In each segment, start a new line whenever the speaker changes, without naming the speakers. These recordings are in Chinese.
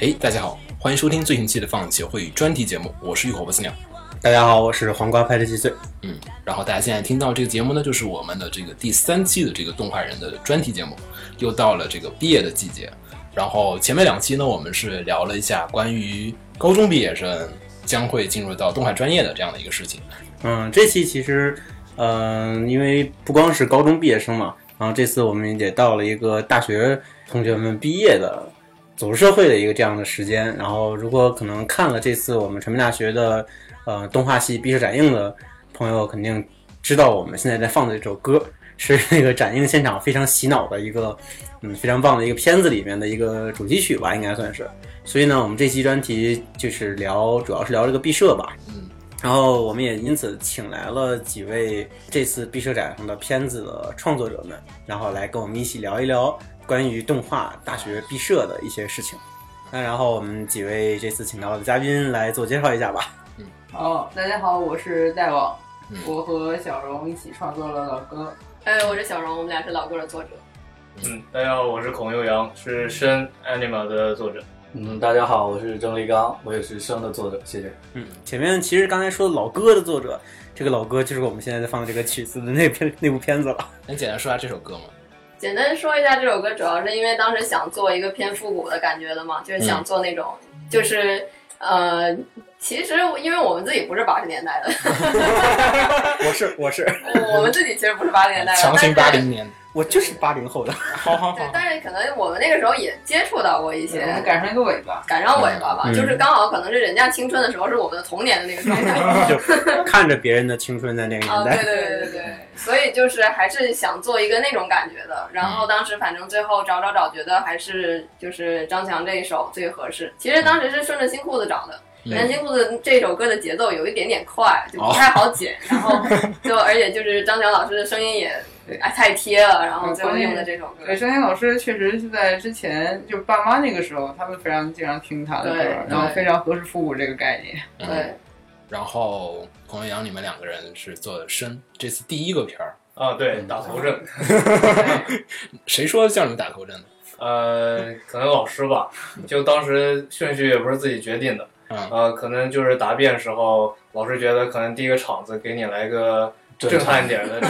哎，大家好，欢迎收听最新期的放协会专题节目，我是浴火不死鸟。
大家好，我是黄瓜派的七岁。
嗯，然后大家现在听到这个节目呢，就是我们的这个第三期的这个动画人的专题节目，又到了这个毕业的季节。然后前面两期呢，我们是聊了一下关于高中毕业生将会进入到动画专业的这样的一个事情。
嗯，这期其实，嗯、因为不光是高中毕业生嘛，然后这次我们也到了一个大学同学们毕业的走入社会的一个这样的时间。然后，如果可能看了这次我们传媒大学的呃动画系毕设展映的朋友，肯定知道我们现在在放的这首歌是那个展映现场非常洗脑的一个，嗯，非常棒的一个片子里面的一个主题曲吧，应该算是。所以呢，我们这期专题就是聊，主要是聊这个毕设吧。
嗯，
然后我们也因此请来了几位这次毕设展上的片子的创作者们，然后来跟我们一起聊一聊关于动画大学毕设的一些事情。那然后我们几位这次请到的嘉宾来做介绍一下吧。
哦，大家好，我是大王
嗯，
我和小荣一起创作了老歌。
哎，我是小荣，我们俩是老歌的作者。
嗯，大家好，我是孔佑阳，是《深 Anima》的作者。
嗯，大家好，我是郑立刚，我也是生的作者，谢谢。
嗯，前面其实刚才说的老歌的作者，这个老歌就是我们现在在放的这个曲子的那片那部片子了。
能简单说下这首歌吗？
简单说一下这首歌，主要是因为当时想做一个偏复古的感觉的嘛，
嗯
就是想做那种，就是呃，其实因为我们自己不是八十 年代的，
我是我是
我我们自己其实不是八十年代的，
强行八
但是
零年，
我就是八零后的，好好
对，但是可能我们那个时候也接触到过一些
我们赶上一个尾巴，
赶上尾巴吧，
嗯
就是刚好可能是人家青春的时候，是我们的童年的那个状 态。
就看着别人的青春在那个
啊，
年
对
代。
对对对对，所以就是还是想做一个那种感觉的。然后当时反正最后找找找，觉得还是就是张强这一首最合适。其实当时是顺着新裤子找的，但
嗯
新裤子这首歌的节奏有一点点快，就不太好剪。然后就而且就是张强老师的声音也哎太贴了，然后最后用的这首歌。
对，声音老师确实是在之前就爸妈那个时候，他们非常经常听他的歌
对，
然后
对
非常合适复古这个概念。
嗯。
对，
然后孔元阳，你们两个人是做的深，这次第一个片儿，
啊，
嗯
对，打头阵。
谁说叫你们打头阵的？
呃，可能老师吧，就当时顺序也不是自己决定的。
嗯
呃，可能就是答辩时候，老师觉得可能第一个场子给你来个震撼一点的，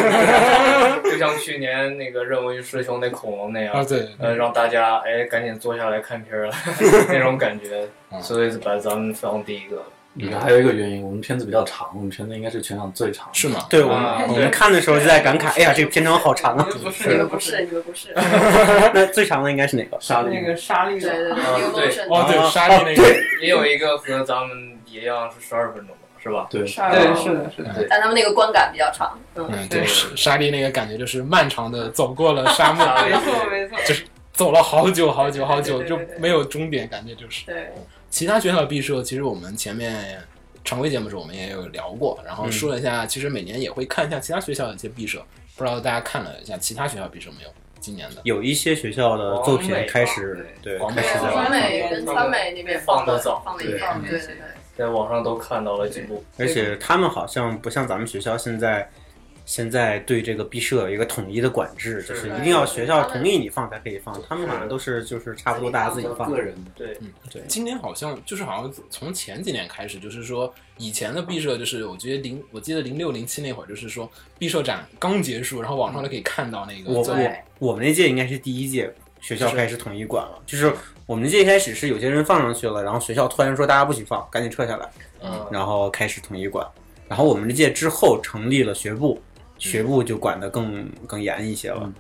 就像去年那个任务师兄那恐龙那
啊，
样，
对，
呃，让大家哎赶紧坐下来看片儿了 那种感觉
嗯，
所以把咱们放第一个。
里面还有一个原因，我们片子比较长，我们片子应该是全场最长的。
是吗？
对我们、
啊
我
对
们看的时候就在感慨，哎呀，这个片长好长 啊！
不
你
是
们不是，你们不是，
那最长的应该是哪个？
沙
那
粒
个沙粒
对对
的，
对，
啊
那个
对
motion
哦，对，
啊
沙莉那个，
也有一个和咱们一样是十二分钟吧，是吧？
对，
沙粒是的，是的。
但他们那个观感比较长，嗯，
嗯，对，是沙莉那个感觉就是漫长 的走过了沙漠，
沙
没
粒
错没错，
走了好久好久好久，
对对
就
对对对
没有终点，感觉就是。
对，
其他学校的毕设，其实我们前面常规节目的时候我们也有聊过，然后说了一下，
嗯
其实每年也会看一下其他学校的一些毕设，不知道大家看了一下其他学校毕设没有？今年的
有一些学校的作品开始啊对
广美
开始在
吧
川
网上，
美跟川美那边
放
的
得早
放了一
对
放，对对对。
在网上都看到了几部，
而且他们好像不像咱们学校现在现在对这个毕设有一个统一的管制，
是
就是一定要学校同意你放才可以放，他们好像都是就是差不多大家自己放
个。人的，
今年好像就是好像从前几年开始，就是说以前的毕设，就是我觉得零，我记得零六零七那会儿，就是说毕设展刚结束，然后网上就可以看到那
我
个作品。
我我们那届应该是第一届学校开始统一管了，就是我们那届一开始是有些人放上去了，然后学校突然说大家不许放，赶紧撤下来。
嗯，
然后开始统一管。然后我们这届之后成立了学部，学部就管得更更严一些了
嗯。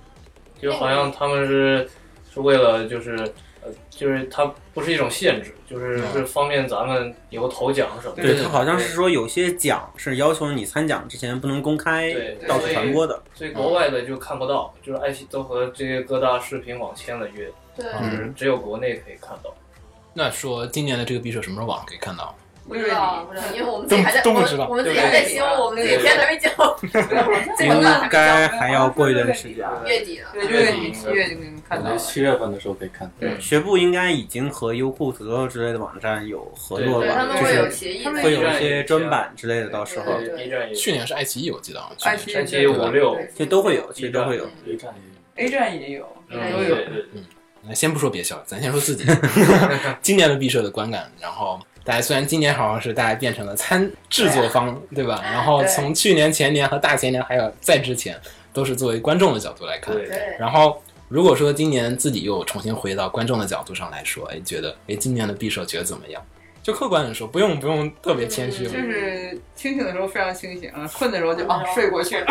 就好像他们是是为了就是呃，就是它不是一种限制，就是
嗯
是方便咱们以后投奖什么的。
对
它好像是说有些奖是要求你参奖之前不能公开
对对
到处传播的。
所以国外的就看不到，就是爱奇艺都和这些各大视频网签了约，
对
就
嗯
是只有国内可以看到。
那说今年的这个毕设什么时候网上可以看到？
不知道，不知道，嗯因为我们自己
都
还在，
都
我
不
们
知道
我们自己还在修，我们自己片子还没交，
应
这个呢还没交，
该还要过一段时间，
月底了。
对，月底七月就给你们看
我
到
觉得
了。
七月份的时候可以看。
对
学部应该已经和优酷、土豆之类的网站有合作
对
对
吧
他们？
就
会有
是
协议
他
的，
们
会有一些专版之类的，到时候
对对
B 站也
去年是爱奇艺，我记得啊，去
哎爱
年
奇
爱奇
艺
艺五六，
这都会有，其实都会有。
B 站也有
A 站也有，
嗯，
都
都
对
有。
对，对
嗯那先不说别校，咱先说自 己今年的毕设的观感。然后大家虽然今年好像是大家变成了参制作
哎
方，对吧？然后
对
从去年、前年和大前年还有再之前，都是作为观众的角度来看。
对，
对，
然后如果说今年自己又重新回到观众的角度上来说，哎，觉得哎今年的匕首觉得怎么样？就客观的说，不用不用特别谦虚
嗯
了
就。是清醒的时候非常清醒，啊，困的时候就啊睡过去了。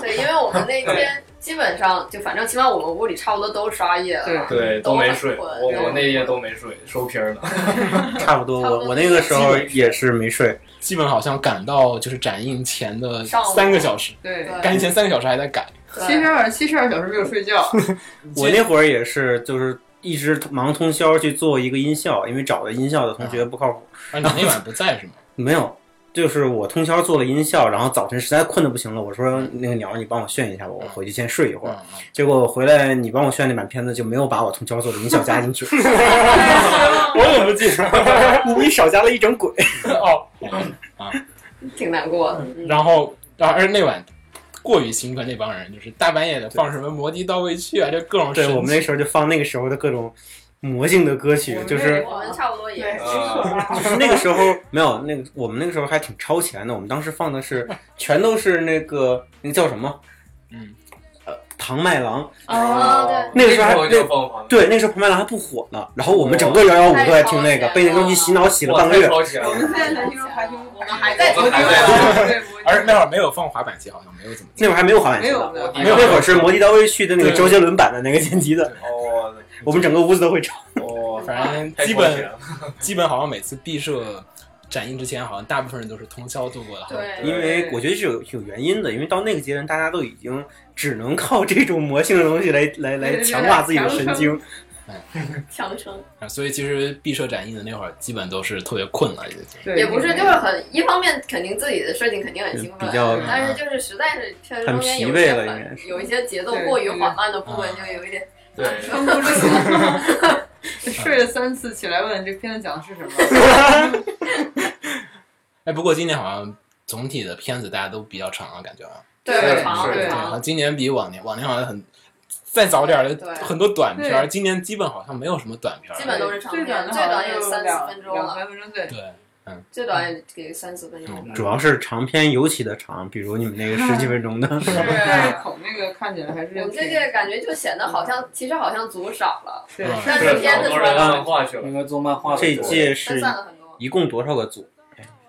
对，嗯因为我们那天基本上就反正起码我们屋里差不多都刷夜了吧，
对，都没睡，
都很
我我那夜都没睡，收皮儿呢。
差不多，
差不多
我我那个时候也是没睡，
基本好像赶到就是展映前的
上午
三个小时，
对，
赶
对，
映前三个小时还在赶。
对
七十二七十二小时没有睡觉，
我那会儿也是就是一直忙通宵去做一个音效，因为找的音效的同学不靠谱，
而啊你那晚不在 是吗？
没有。就是我通宵做了音效，然后早晨实在困得不行了，我说那个鸟儿，你帮我炫一下吧，我回去先睡一会儿。
嗯嗯
结果我回来，你帮我炫那版片子就没有把我通宵做的音效加进去， 我怎么记 得？你少加了一整鬼。
哦，
挺难过的。嗯
然后然后而那晚过于兴奋，那帮人就是大半夜的放什么《摩的到位去》啊，就各种
对
神
我们那时候就放那个时候的各种魔性的歌曲
我，们
就
那
是
个
我们差不多也
对
是，
就是那个时候没有那个，我们那个时候还挺超前的。我们当时放的是全都是那个那个叫什么？
嗯，
呃，庞麦郎。
啊对
那个时候还
我就疯狂了，
对，那时候庞麦郎还不火呢。然后我们整个幺幺五都在听那个，
太超前了
被那东西洗脑洗了
哇
半个
哦太
月。
超前
我
了
们，现在才听说爬行，
我们还在
我
听
们还在
对，
而那会儿没有放滑板机，好像没有怎 么。
那会儿还没有滑板
没
鞋
有
呢。
的，
没
那
有
会儿是《摩的到位去》的那个
对
周杰伦版的那个剪辑的，
哦，
我们整个屋子都会唱。
哦，
反正
太
基
超前
本
了
基本好像每次毕设展映之前，好像大部分人都是通宵度过的。
对，
因为我觉得是有有原因的，因为到那个阶段，大家都已经只能靠这种魔性的东西来来来
对对
强化自己的神经。
强撑
啊，所以其实毕设展映的那会儿，基本都是特别困了，已经。
对
也不是，就是很一方面肯定自己的设定肯定很兴奋
比较，
但是就是实在是确实
很
中间有
疲
一
惫
些
了
缓
应该是
有一些节奏过于缓慢的部分，
对
就有一点
对，
撑不住， 睡了三次起来问这片子讲的是什么，
哎，不过今年好像总体的片子大家都比较长了，感觉啊，
对
长
是
很
对，好
长
像，今年比往年往年好像很再早点儿的
对
很多短片儿，
对
今年基本好像没有什么短片儿，
基本都是长
最短的
片
好像
最短也
就
三四
两
分钟了
两三分钟对。
对，
最短也给三四分钟。
主要是长篇尤其的长，比如你们那个十几分钟的，
但
是
是口那个看起来还是
我们这届感觉就显得好像，其实好像组少了，
对
嗯
但
是
是片
好
子出
多
来
人
了，
漫画去了
应，该做漫画的
这一
多
届
分
是
散了很多，
一共多少个组？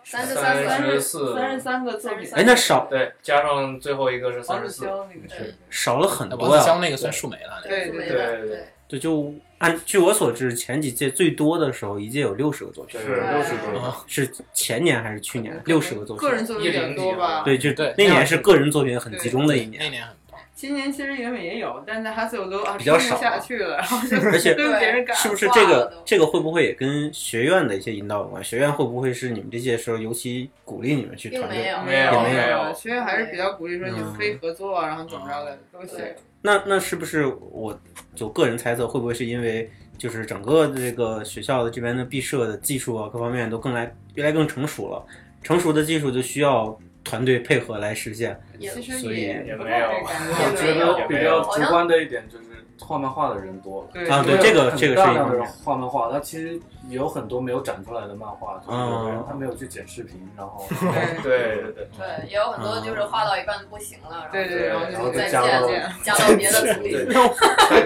三十
三
三
三
十
个，
四，
三十三个作品，
哎，那少
对，加上最后一个是
王
三
志
十四，
潇那个是，
少了很
哎
多
王子
呀、
骁那个算数没了，
对
没
对
了，
对
对，
对，就按据我所知，前几届最多的时候，一届有六十个作品，
是
对
六十多，
是前年还是去年？六十个作品
个。人作品比较多吧。
对，就
对那
那年
样
是
是
个人作品很集中的一
那
年，
年很棒，
今年其实原本也有，但是他所有都啊
比较
撑
少
不下去了，然后就
而 且
跟别人干。
是不是这
挂了
个
都
这个会不会也跟学院的一些引导有关？学院会不会是你们这届时候尤其鼓励你们去
并
团
没
队？
有，
没有
没
有
学院还是比较鼓励说
嗯
你们可以合作啊，然后怎么着的都行。
对
那那是不是我就个人猜测，会不会是因为就是整个这个学校的这边的毕设的技术啊各方面都更来越来更成熟了，成熟的技术就需要团队配合来实现。
也
其实
所以
也
也
不
没
太
有
感
我觉
也
得
没
比
有
较直观的一点就是画漫画的人多了。
对
啊对这个这个是一
大
方面
量的人画漫画，他其实也有很多没有展出来的漫画，就是有的
嗯
人他没有去剪视频，然后
对
对对对，
对，也有很多就是画到一半不行了，
对
然
对，然
然
后
后
就
再
再
加入
见后加到别的组
对
里，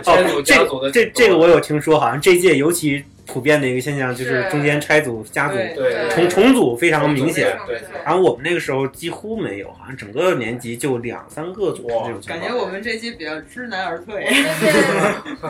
拆组
哦这
加
个
组的
这这个我有听说，好像这届尤其普遍的一个现象就是
是
中间拆组、加组、
对
对
重重组非常明显。
对
对
然后我们那个时候几乎没有，好像整个年级就两三个组是这种情况
感觉我们这期比较知难而退。
这届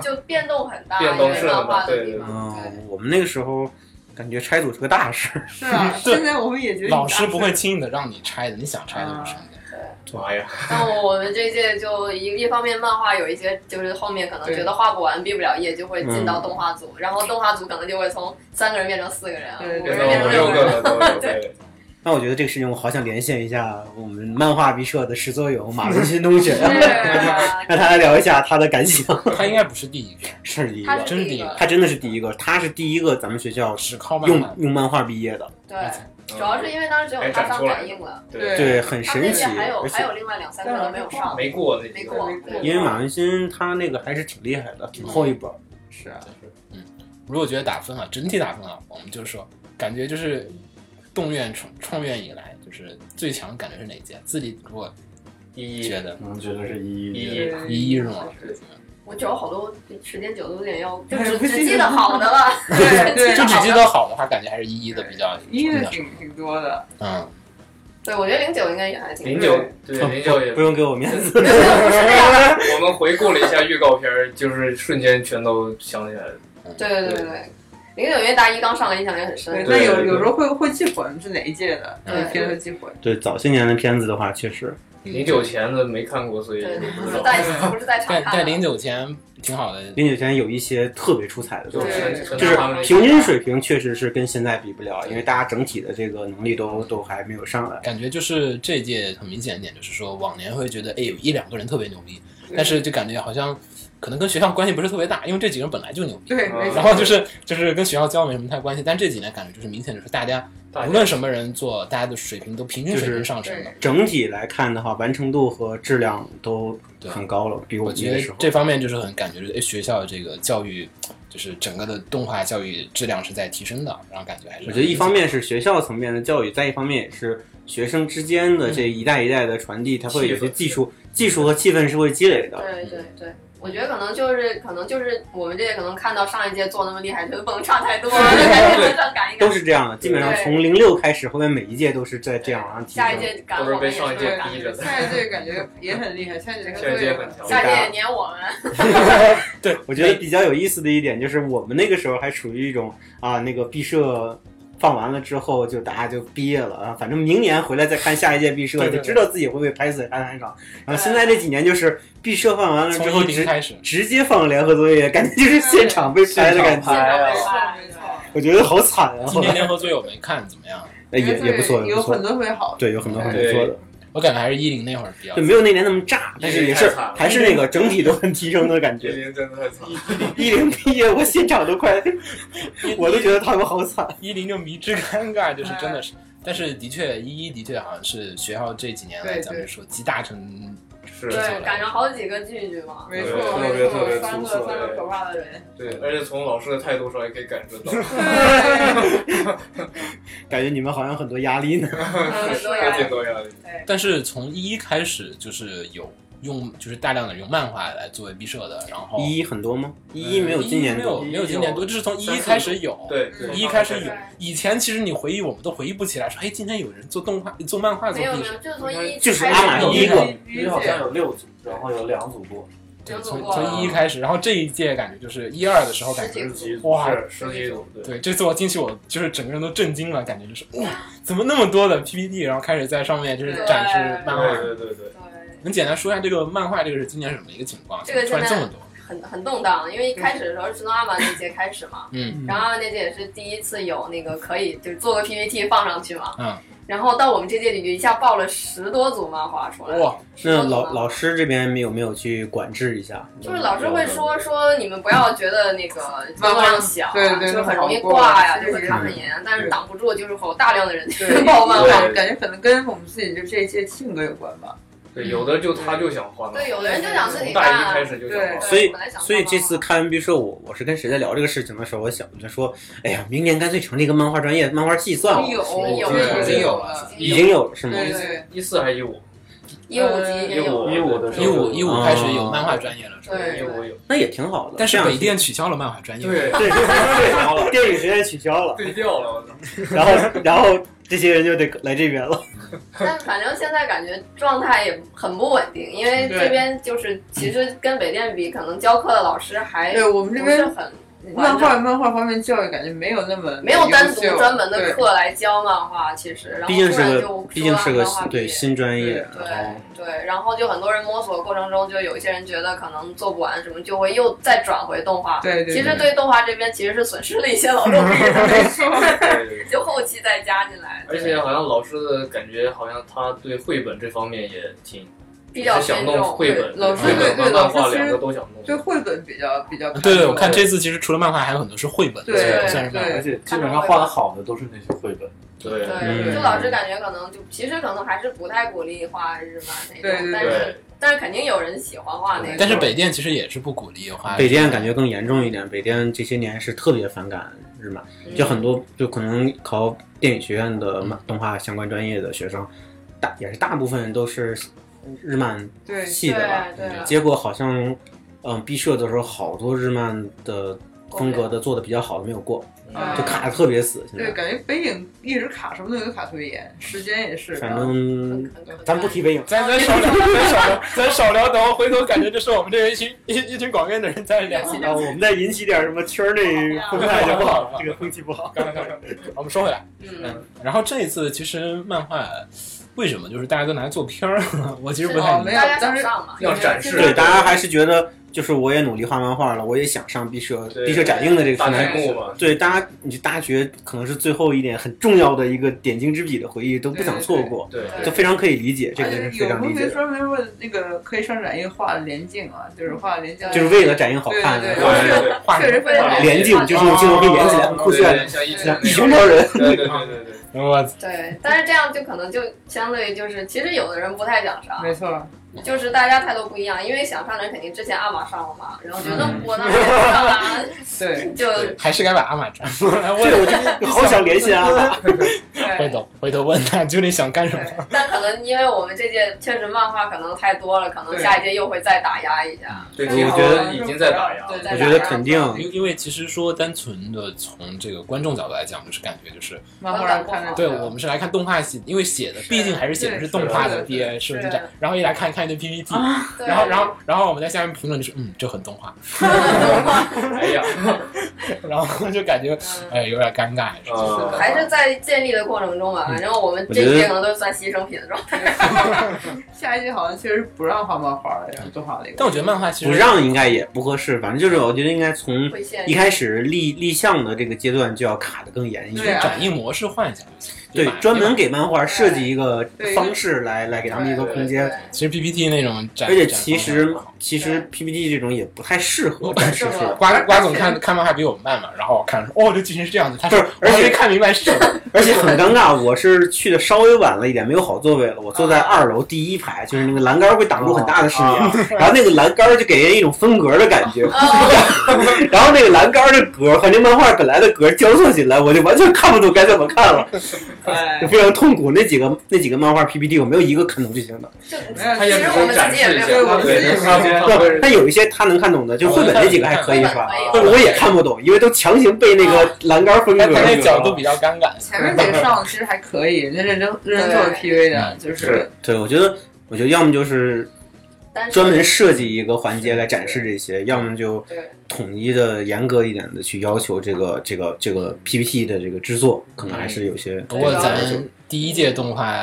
就变动很大，
变动
因
是
为漫
很
画
大，
的
对
地
对
方
对，
嗯，我们那个时候感觉拆组是个大事。
是啊，
对
现在我们也觉得
老师不会轻易的让你拆的，你想拆的就拆的，
妈哎呀，
那我我们这届就一一方面漫画有一些就是后面可能觉得画不完、毕不了业，就会进到动画组，然后动画组可能就会从三个人变成四个人，啊
对
五个
变
人
成
变
五
成
六
六
个
人。
了都有，对，
那我觉得这个事情，我好想连线一下我们漫画毕设的始作俑马文新同 学，
是啊，
让他来聊一下他的感想。
他应该不是第一个，
是第一
他
个，
是第一个，
他真的是第一个，他是第一个咱们学校
只靠漫
用
画。
用漫画毕业的，
对，
嗯
主要是因为当时只有他上感应了，
对
对，很
他们
神
那
奇。
届还有
而
还
且
有另外两三个都没有上，
没过那
没
几个
过，
没过
因为马文新他那个还是挺厉害的，挺厚一本儿，是啊，
如果觉得打分啊，整体打分啊，我们就是说，感觉就是动院创创院以来，就是最强感觉是哪届？自己如果
一一
觉得
我们觉得是一
一
一
一
一一任老师怎么样？
我觉得好多时间久都有点要，就
哎
只
不
只
记
记
得
得好的了，
对对，
就只记得好的话，感觉还是一一的比较
一
比
的
较
挺挺多的，
嗯，
对，我觉得零九应该也还挺
零九对零九也
哦不用给我面子，
没有没有不是那样的，
我们回顾了一下预告片儿，就是瞬间全都想起来了。
对对对对，零九因为大一刚上来印象也很
对，
深，
但
对
有
对
有时候会会记混是哪一届的，
嗯
有些片会记混。
对早些年的片子的话，确实
零九前的没看过，所以
对，
不
不
知
是
道。
在不是在场
但
看的，
但零九前挺好的，
零九前有一些特别出彩的
就
作品，
是
就
对
就是是他们
平均水平确实是跟现在比不了，因为大家整体的这个能力都都还没有上来。
感觉就是这届很明显一点，就是说往年会觉得哎有一两个人特别牛逼，但是就感觉好像可能跟学校关系不是特别大，因为这几个人本来就牛逼。
对，没
然
错。
后就是就是跟学校交往没什么太关系，但这几年感觉就是明显就是大家
大
无论什么人做，大家的水平都平均水
就
平
是
上升的。
整体来看的话，完成度和质量都很高了，比我
我
们
觉
那时
得
候。
这方面就是很感觉哎学校这个教育，就是整个的动画教育质量是在提升的，然后感觉还是
我觉得一方面是学校层面的教育，再一方面也是学生之间的这一代一代的传递，它会有些技术、技术和气氛是会积累的。
对对对，我觉得可能就是可能就是我们这届可能看到上一届做那么厉害，就不能差太多，就赶紧上赶一
都
赶，
是这样的，基本上
对
从零六开始，后面每一届都是在这样啊往上提
下一
升。
届赶
都是
我
被
们
上一届
也
逼着的
下一届感觉也很厉害，下一届
现在也很强。
下一届也撵我们，
对，
我觉得比较有意思的一点就是，我们那个时候还处于一种啊，那个毕设放完了之后，就大家就毕业了啊，反正明年回来再看下一届毕设，
对对对
就知道自己会不会拍死在大赛上。然后
对
现在这几年就是毕设放完了之
从
后，
一零
直
开始，
直接放联合作业，感觉就是现场被拍的感
现场
觉，
拍哎呀
是没错。
我觉得好惨啊！
今年联合作业我没看怎么样，
哎也也不错，也
有
不
很
错，
多会好。
对，有很多很不错的，
我感觉还是一零那会儿比较
就。没有那年那么炸，但是也
太
是
惨了
还是那个整体都很提升的感
这
觉。
零真的太惨了，
一零毕业，我现场都快，我都觉得他们好惨。
一零就迷之尴尬，就是真
哎
的是，但是的确一一的确好像是学校这几年来
对
咱
对
们说集大成
是
对
对，赶上好几个聚聚嘛。
没错，
特
没
别
错
特别，
三个
出色哎
三个可怕的人，
对，而且从老师的态度上也可以感受到，
感觉你们好像很多压力呢。
很多
有
压
挺
力。
多压力。
但是从一一开始就是有用，就是大量的用漫画来作为毕设的，然后嗯
一一很多吗？一一没有
一
今年
没有
多，
没有今年多，这是从一
三
一
四
开始有，，
对，
嗯
一一开始
对
有。以前其实你回忆，我们都回忆不起来，说哎，今天有人做动画、做漫画做
没有
毕
没
设，
有，就是从一
就是
开始
阿玛尼一个
一一好像有六组，然后有两组过，
对，
有
从
做过
从一一开始，然后这一届感觉就是一二的时候感觉。
十
十
几
几
组哇
是十几组，对，
对，这次我进去，我就是整个人都震惊了，感觉就是哇，怎么那么多的 PPT，然后开始在上面就是
对
展示漫画。
对对对对，
对，
能简单说一下这个漫画这个是今年什么一个情况？
这个
突然
现
这
在
么多，
很很动荡，因为一开始的时候是从阿玛那届开始嘛，
嗯，
然后那届也是第一次有那个可以就是做个 PPT 放上去嘛，
嗯，
然后到我们这届里就一下爆了十多组漫画出来，
哇，
那老老师这边有没有去管制一下？
就是老师会
嗯
说说你们不要觉得那个工作量小啊，
对对对
就是很容易挂呀，
对
就
对
是卡很严，啊但是挡不住就是有大量的人
对，
爆漫画。
对
感觉可能跟我们自己就这一届性格有关吧。
对，有的就他就想换了，
对，有的人就想自己
从
干
大一
啊，
开始就想换
对
了，
所以
本来想
所以
画漫画
这次看完毕设，我我是跟谁在聊这个事情的时候，我想着说，哎呀，明年干脆成立一个漫画专业，漫画系算
有
了，
有
对
已经有
了
了，
已经有
嗯
了是吗？
对对
一四还是一五？
一五
嗯
级也有，
一
一
五
五
的
的
时
一
候
五一五
哦
开始有漫画专业了，是吧？
对
一五有，
那也挺好的。
但是
这样
北电取消了漫画专业，
对，
对取消了，电影学院取消了，
对调了，我操！
然后然后这些人就得来这边了。
但反正现在感觉状态也很不稳定，因为
对
这边就是其实跟北电比，可能教课的老师还
对，我们
不
这
哎是
边
很
漫画漫画方面教育感觉没有那么
没有单独
优秀
专门的
对
课来教漫画，其实，然后
毕竟
突
是
然
个
就
毕竟是
说
个
漫画毕
对
业
新专业，
对
然后
对，然后就很多人摸索过程中，就有一些人觉得可能做不完什么，就会又再转回动画。
对对，
其实对动画这边其实是损失了一些劳动力的，
没错，
对对
就后期再加进来，
而且好像老师的感觉，好像他对绘本这方面也挺
比较
也是想
偏
弄
重
绘本，
老师
绘
对
本和
对
漫
老
画
师其
两个
实
都想弄。
对绘本比较比较看重。
嗯对对，我看这次其实除了漫画，还有很多是绘本，
对对
算是漫
对
画。
而且基本上画的好的都是那些绘本。
对
对，
嗯
就老师感觉可能就其实可能还是不太鼓励画日漫那种，
对对
但
对
是。但是肯定有人喜欢画那个。
但是北电其实也是不鼓励画
北电感觉更严重一点，北电这些年是特别反感日漫，就
嗯
很多就可能考电影学院的漫动画相关专业的学生，大也是大部分都是日漫
对
系的吧。
对对
结果好像，嗯、毕设的时候好多日漫的风格的做的比较好的没有过，
嗯
啊
就
嗯
卡的特别死。现
对，
在
感觉北影一直卡什么东西都卡特别严，时间也是。
反正
很很
咱不提北影，
咱咱少聊，咱少聊，咱少聊。等回头感觉这是我们这一群一一群广院的人在聊。
啊，我们再引起点什么圈内
风
态就不好了
这个风气不好。
我们说回来，
嗯，
然后这一次其实漫画为什么就是大家都拿来做片儿？ 我其实不太
哦
明
没
白。
有
大
当
家想
时
上嘛，
要展示
对，大家还是觉得就是我也努力画漫画了，我也想上毕设
对
毕设展映的这个
大
平
屏
台。
幕嘛，
对，大家你大学可能是最后一点很重要的一个点睛之笔的回忆，都不想错过，
对，
对
就非常可以理解，这个
而
是
呃且有
非常理
同
解
学
的，
专门问那个可以上展映画连镜啊，就是画连镜，
就是为了展映好看，
对对
然后
对对
画
确实非常
对
连镜就是用镜头可以连起来，很酷
对
炫
对，
的，
像一
对
一
一
群超人。
对对对对 对，
我操
对，但是这样就可能就相对于就是，其实有的人不太想上，
没错，
就是大家态度不一样，因为想上的人肯定之前阿玛上了嘛，然后觉
嗯
得 我当时也不上啊，
对，
就
还是该把阿玛抓出来。
这个
我
我真 好想联系 啊！
回
对，
头回头问他究竟想干什么。
对
但可能因为我们这届确实漫画可能太多了，可能
对
下一届又会再打压一
嗯
下。
对，嗯
我
听
觉
说
得
已经在打压了
对。
我觉得肯定
因因为其实说单纯的从这个观众角度来讲，就是感觉就是
漫画上看着
对我们是来看动画系，因为写的毕竟还是写的是动画的 B A 设计展，然后一来看看一堆 P P T，
对
然后然后然后我们在下面评论就是嗯这很动画，
哎 呀，
然后就感觉哎有点尴尬，
呃，
还是在建立的过程中
嗯
吧，反正我们这一届可能都算牺牲品的状态。
下一季好像确实不让画漫画了，让动画那个。
但我觉得漫画其实
不让应该也不合适，反正就是我觉得应该从
会限
一开始立立项的这个阶段就要卡得更严一
对
些
啊，
展映模式换一下就行，
对
吧，
专门给漫画设计一个
对
方式来来给他们一个空间。
其实 P P T 那种展，
而且其
展
实
方法
其实 PPT 这种也不太适合
我
展示出 来，
瓜瓜总看看漫画比我们慢嘛，然后我看说哦这剧情是这样子，他说
不是而且
我还没看明白是什 么，
而且很尴尬。我是去的稍微晚了一点，没有好座位了，我坐在二楼第一排，就是那个栏杆会挡住很大的视
哦
野， 然后那个栏杆就给人一种分隔的感觉，
哦，
然后那个栏杆的格和那漫画本来的格交错进来，我就完全看不懂该怎么看了，
哎
就，非常痛苦。那几个那几个漫画 PPT 我没有一个看懂剧情的，
就
他
没有
也
其
只
实
是
我们
展
自己也
示一
没
下，
对我们
对，
自己
他
也
他 会
但有一些他能看懂的，就绘本那几个还可以是吧？绘本我也看不懂，因为都强行被那 个栏杆分
他
隔。
他那角度比较尴尬，
前面几个上其实还可以，人家认真认真做了 PV 的，就是
对，我觉得，我觉得要么就是
但是
专门设计一个环节来展示这些，要么就
对
统一的、严格一点的去要求这个、这个、这个 PPT 的这个制作，可能还是有些。
不过咱
这个
第一届动画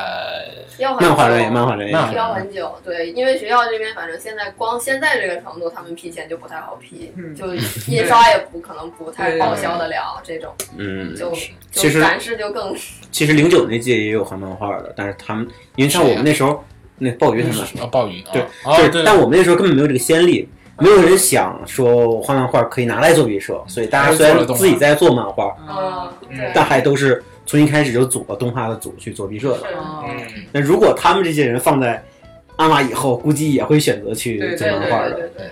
要很
漫画人也
久
漫画人也
漫画人
要很久，对，因为学校这边反正现在光现在这个程度，他们批钱就不太好批，
嗯
就印刷也不可能不太报销得了这种，
嗯，
就
其实
就展示就更
其实零九那届也有画漫画的，但是他们因为像我们那时候，那鲍鱼他们，
啊鲍鱼，啊
对
哦
就是
对，
但我们那时候根本没有这个先例，没有人想说画漫画可以拿来做毕设，所以大家虽然自己在做漫画，
嗯，对，
但还都是从一开始就组了动画的组去做毕设的。
是
嗯，
嗯，
那如果他们这些人放在阿玛以后，估计也会选择去
对
做
对
漫
对
画
对
的。
对
嗯
对，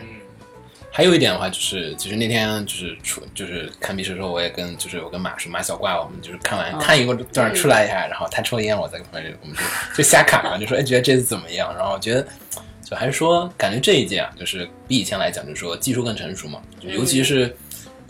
还有一点的话，就是其实那天就是出就是看毕设之后，我也跟就是我跟马叔马小怪，我们就是看完、
啊
看一个段儿出来一下，然后他抽烟，我再跟朋友我们就嗯就瞎侃嘛，就说哎觉得这次怎么样？然后觉得就还是说感觉这一届啊，就是比以前来讲，就是说技术更成熟嘛，就尤其是。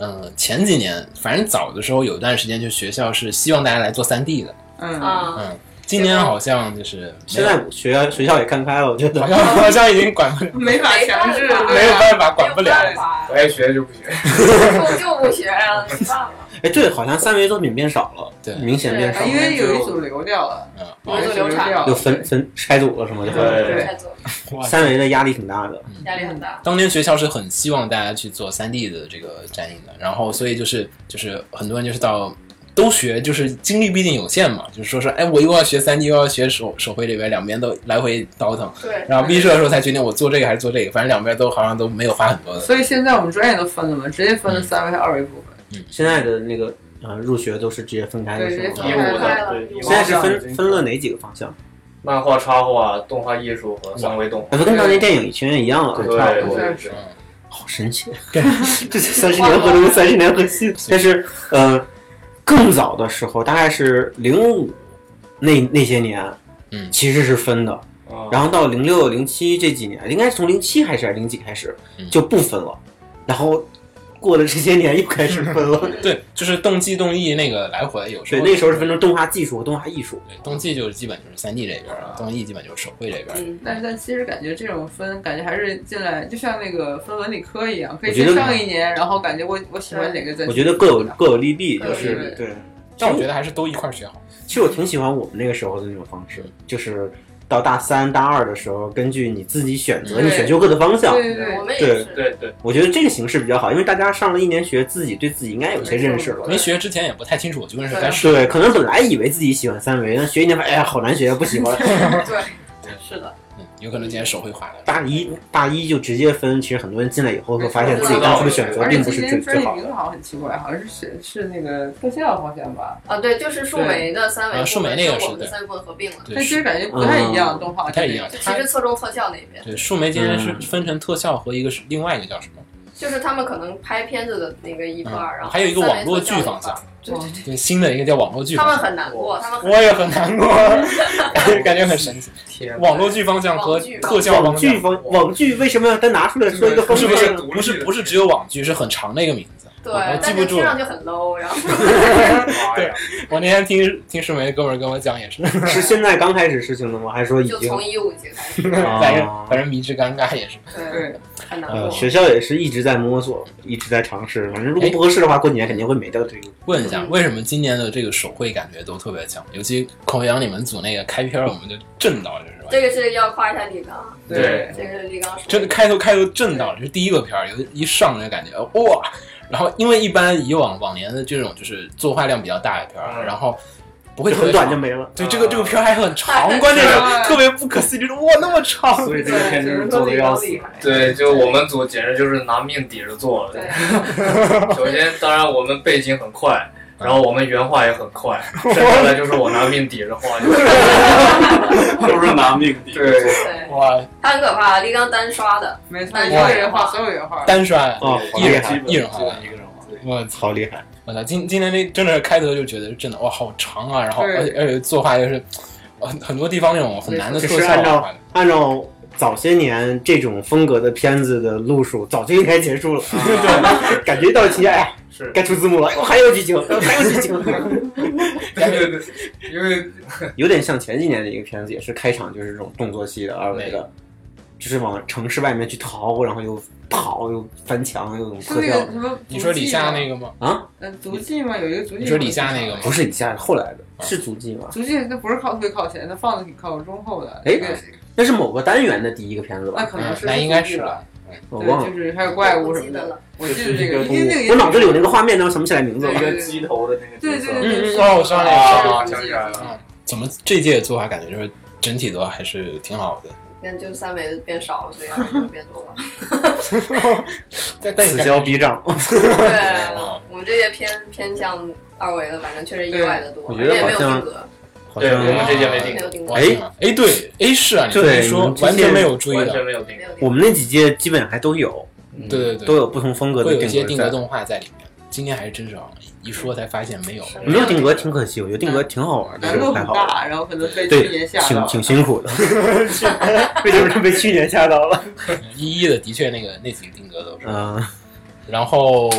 嗯、前几年，反正早的时候有一段时间，就学校是希望大家来做三 D 的。
嗯，
啊，
嗯，今年好像就是没
现
有
在学校学校也看开了，我觉
好
得
像好像已经管不了，
没法强制，
没
对
有
吧
办法，管不了。
没有办法
我爱学就不学，
就就不学啊，没办法，
哎，对，好像三维作品变少了，
对
明显变少
啊因为有一组流掉了，
嗯，
有一组流产
了，就分分拆组了是吗？就
对
太做
哇
三维的压力挺大的，
压力很大，
当年学校是很希望大家去做三 D 的这个展映的，然后所以就是就是很多人就是到都学，就是精力毕竟有限嘛，就是说是哎，我又要学三 D，又要学手手绘这边，两边都来回倒腾。
对，
然后毕设的时候才决定我做这个还是做这个，反正两边都好像都没有花很多的。
所以现在我们专业都分了嘛，直接分了三维和二维部分，
现在的那个呃入学都是直接分开的，是
对
吗
直接分？
义务
开
的，
了
对，义务
现在是
方向已
分
经
分了哪几个方向？
漫画、插画、动画艺术和三维动画。
那跟当年电影学院一样了，
嗯对
差不多。
对
对
对，
好神奇，这三十年河东，三十年河西。但是，呃，更早的时候，大概是零五那那些年，
嗯
其实是分的。
啊
然后到零六、零七这几年，应该是从零七开始还是零几开始
嗯
就不分了。然后过了这些年又开始分了。
对，就是动机动意那个来回，有时
对，
候
那时候是分成动画技术和动画艺术。
对动机就是基本就是三 D 这边儿，动意基本就是手绘这边儿。
嗯，
但是但其实感觉这种分，感觉还是进来就像那个分文理科一样，可以
我觉得
先上一年，然后感觉我我喜欢哪个再去。
我觉得各有各有利弊，就
各有利
是
弊
对。
但我觉得还是都一块儿学好。
其实我挺喜欢我们那个时候的那种方式，就是到大三、大二的时候，根据你自己选择
对
你选修课的方向，
对对对
我，们也
对
是。
对对，
我觉得这个形式比较好，因为大家上了一年学，自己对自己应该有些认识了。
没学之前也不太清楚，就认识
对
该是
对，可能本来以为自己喜欢三维，但学一年发现，哎呀，好难学，不喜欢。
对，是的，
嗯有可能之前手绘画的。
大一大一就直接分，其实很多人进来以后会发现自己当初的选择
而
并
且
不
今
是最
年专
最
业
好
名字
的。
好像很奇怪，好像是学是那个特效方向吧，
啊，对，就是树莓的三维
啊
部分，
树莓那个
跟
是
我们
对
三维部分合并了，
对，
但其实
是
感觉不太一样，
嗯
动画
不太一样
这。
其实侧重特效那一边，
对，树莓今天是分成特效和一个是另外一个叫什么？
就是他们可能拍片子的那个一块儿，然
嗯，
后
还有一个网络剧方
三
向
维特效，
对对
对，新的一个叫网络
那一
剧
块儿，他
方
们
向。
很难过，他们很
我也很难过， 感觉很神奇。
天
网络剧方向和特效
网
方
剧
向，
网网剧为什么要单拿出来说一个
不
方
是不
向
是
呢？
独立
不是不是只有网剧，是很长的一个名字。
对
我，记
但
不
是
住
听上去很 low，然 后
妈呀！
我那天听听树莓的哥们儿跟我讲，也是，
是现在刚开始事情的吗？还是说已
就
经？啊
从一五级开始，
哦
反正反正迷之尴尬也是。
对，
对，
很难
呃，
过。
学校也是一直在摸索，一直在尝试。反正如果不合适的话，过几年肯定会没掉这个。
问一下，
嗯
为什么今年的这个手绘感觉都特别强？尤其孔阳你们组那个开篇，我们就震到了，是吧？
这个是要夸一下李刚，
对
这个是李刚说的
真的开头开头震到，就是第一个片儿，有一上来就感觉哇，然后因为一般以往往年的这种就是作画量比较大的片儿，
嗯
然后不会
就
特
很
别
短
长
就。没了。
对，这个这个片儿还很长，关键是特别不可思议，就是哇那么长，
所以这个片真是做的要 死。
对，就我们组简直就是拿命抵着做的。
对，
首先，当然我们背景很快，然后我们原画也很快， 剩下的就是我拿命抵着画。就是
都是拿命 抵。
对，
对，
哇
他很可怕，力刚单刷 的，
没错，
哇
一个人画所有人画，
单刷，
哦，
啊
好
一
厉
人
害，
一人画
就
完
一个人啊画。
我操！
好厉害！
我操！今今天那真的是开头就觉得真的哇好长啊，然后
对
而且而且作画又是呃很多地方那种很难的
就
特
是按
效
照
啊，
按照早些年这种风格的片子的路数，早就应该结 束了。对，感觉到期哎呀，
是，
该出字幕了， 我还有几集，还有几集。
对对对，因为
有点像前几年的一个片子，也是开场就是这种动作戏的二维的，就是往城市外面去逃，然后又跑又翻墙又
是
特
那
效
个。什么？
你说李夏那个吗？
啊，
呃足迹吗？有一个足迹。
你说李夏那个吗嗯
不是你下后来的，是足迹吗？
足迹那不是靠特别靠前，它放的挺靠中后的。
哎
这个
那是某个单元的第一个片子
那
吧？
可能是
那应该是
是
吧。
我
对，
忘了
就，是还有怪物
我
什
记
么
得
的，
了，
我记得这个，
就是
因为那个
我脑子里有那个画面，但我想不起来名字
一
了。
个鸡头的那个
对
角
对
色，
对对，
嗯哦我知道那个
啊，想
想
起
起
来
来
了，
嗯，怎么这届的做法感觉就是整体的话还是挺好的，
那就三维变少了，所以 二维变多了。
但但
此消彼长，
对，我们这些偏偏向二维的，反正确实意外的多，
对
而
我
且
觉得
也没有
好像
定格，
好
对我们
像
这届没
没
定
有
过，
定格，
哎
啊
哎对哎是啊，你这么一
对
说
你这
完全
届
没有注意
完
到，
全没有定
没
格。
有定格。
我们那几届基本还都有，
对对
都
对，
有不同风格
会
的
有一些定
定
格
格在。
动画在里面。今天还真是啊，一说才发现没有。
嗯
没有定格挺可惜，我觉得定格挺好玩的，
难度
太
很
好玩了。
大，然后可能被
对
去年吓
挺
到。
挺辛苦的。为什么是被去年吓到了？
一一的的确那个那几个定格都是。
嗯，
然后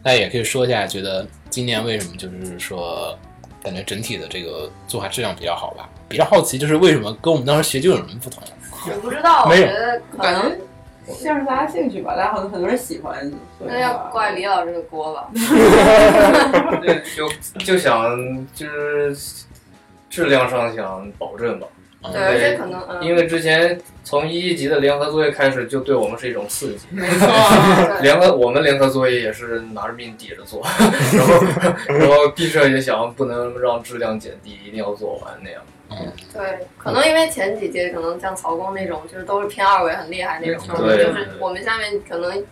大家也可以说一下，觉得今年为什么就是说感觉整体的这个作画质量比较好吧？比较好奇就是为什么跟我们当时学就有什么不同？啊
我不知道，我
没有
觉得可
感
能
觉像是大家兴趣吧，大家好像很多人喜欢。所以
那要怪李老师的锅吧。
对，
就就想就是质量上想保证吧，
嗯
对，而且可能嗯，
因为之前从一一级的联合作业开始，就对我们是一种刺激。
没错。
对
联合我们联合作业也是拿着命抵着做， 然后然后毕设也想不能让质量减低，一定要做完那样。
对，可能因为前几届可能像曹工那种，就是都是偏二维很厉害那种，
没错
对
就是我们下面可能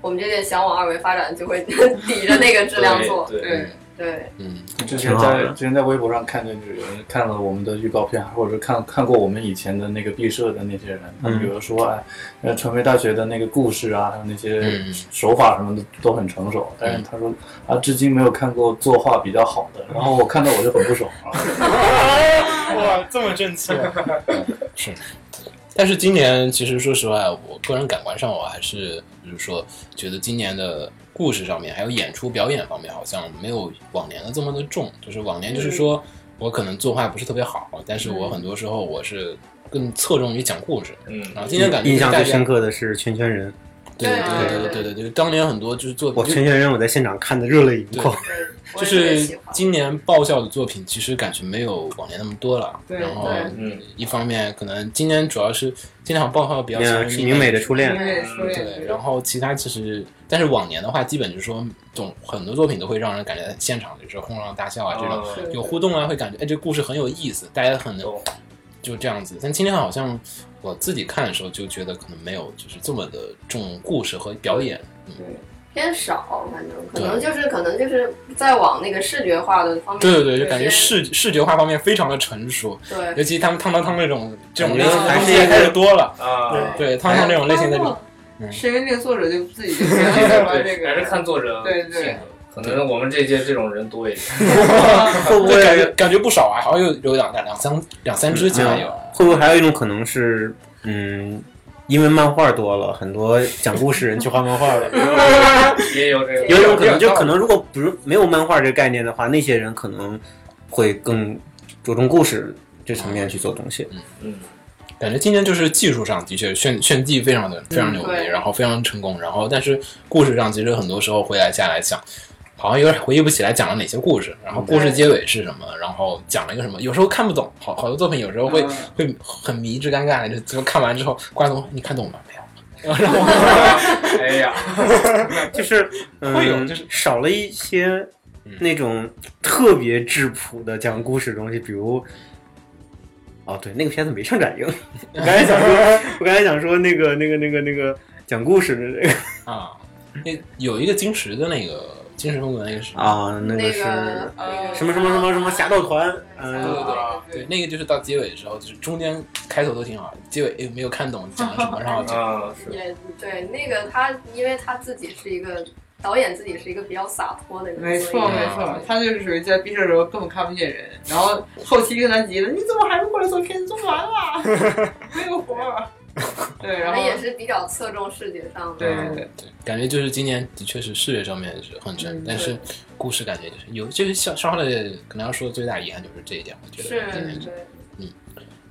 我们这届想往二维发展，就会 抵着那个质量做。
对，
对，
对，
嗯，
之
挺
前
好
在
的
之前在微博上看，就是有人看了我们的预告片，或者看看过我们以前的那个毕设的那些人，他们
嗯
有的说，哎，呃，传媒大学的那个故事啊，还有那些
嗯
手法什么的都很成熟，但
嗯
是他说啊，至今没有看过作画比较好的，然后我看到我就很不爽啊。
哇，这么正气，
但是今年其实说实话，我个人感官上我还是就是说，觉得今年的故事上面还有演出表演方面，好像没有往年的这么的重。就是往年就是说我可能作画不是特别好，但是我很多时候我是更侧重于讲故事。
嗯，
啊
然后今年感觉
印象
大
最
家
深刻的是圈圈人，
对对对对对对对，当年很多就是作
我圈圈人我在现场看的热泪盈眶。
对，我
就
也特别
是
喜欢。
今年爆笑的作品，其实感觉没有往年那么多了。
对
然后
对
嗯
一方面可能今年主要是今年好像爆笑比较强，
嗯，明美的初
因
恋，
为初恋
对，然后其他其实，但是往年的话，基本就是说，总很多作品都会让人感觉在现场就是哄堂大笑啊，这种、
哦
有互动啊，会感觉哎，这故事很有意思，大家很能
懂
就这样子。但今天好像我自己看的时候就觉得可能没有就是这么的重故事和表演，嗯，
偏少，反正可
对
能就是可能就是在往那个视觉化的方面，
对对对，就感觉
有些
视视觉化方面非常的成熟，尤
对，
其他们汤汤汤这种这种类
感
型的东
觉还是
西
一
开
个
始多了，
啊，
对汤
哎
汤这种类型的就嗯
是因为那个作者就自己 就先喜欢这
对，
个，
还是看作者
对对
性格，可能我们这届这种人 多一点。
会不
对，感觉
会
感觉不少啊，好像有有两两三两三只起码有，啊
会不会还有一种可能是，嗯，因为漫画多了，很多讲故事人去画漫画了。
也有这个，
有一种可能，就
有
可能如果不是没有漫画这个概念的话，那些人可能会更着重故事这层面去做东西。
嗯，
感觉今年就是技术上的确炫炫技非常的非常牛逼，
对
然后非常成功，然后但是故事上其实很多时候回来下来想，好像有点回忆不起来讲了哪些故事，然后故事结尾是什么，然后讲了一个什么，有时候看不懂，好好多作品有时候会、
嗯
会很迷之尴尬，就就看完之后，瓜总你看懂了没有？然后让我
哎呀，
就是嗯
会有就是
少了一些
嗯
那种特别质朴的讲故事的东西，比如。哦，对，那个片子没上展映。我刚才想说，我刚才想说那个、那个、那个、那个讲故事的那个
啊，那有一个金石的那个金石风格那个是，
啊，那
那
个是
个
呃
什么什么什么什么侠盗团，嗯、
对对对
对
对，那个就是到结尾的时候，就是中间开头都挺好，结尾哎没有看懂讲了什么，然后就
啊，是
也对那个他，因为他自己是一个导演，自己是一个比较洒脱的人，
没
所
错
以啊
没错，他就是属于在毕设的时候根本看不见人，然后后期跟他急了，你怎么还不过来做片子？做不完了，没有活儿。对，
可
然
能
后
也是比较侧重视觉上的。
对对对，
嗯对，感觉就是今年的确是视觉上面是很深，
嗯
但是故事感觉就是有，就是稍稍的可能要说最大遗憾就是这一点，我觉
是
得今年。
对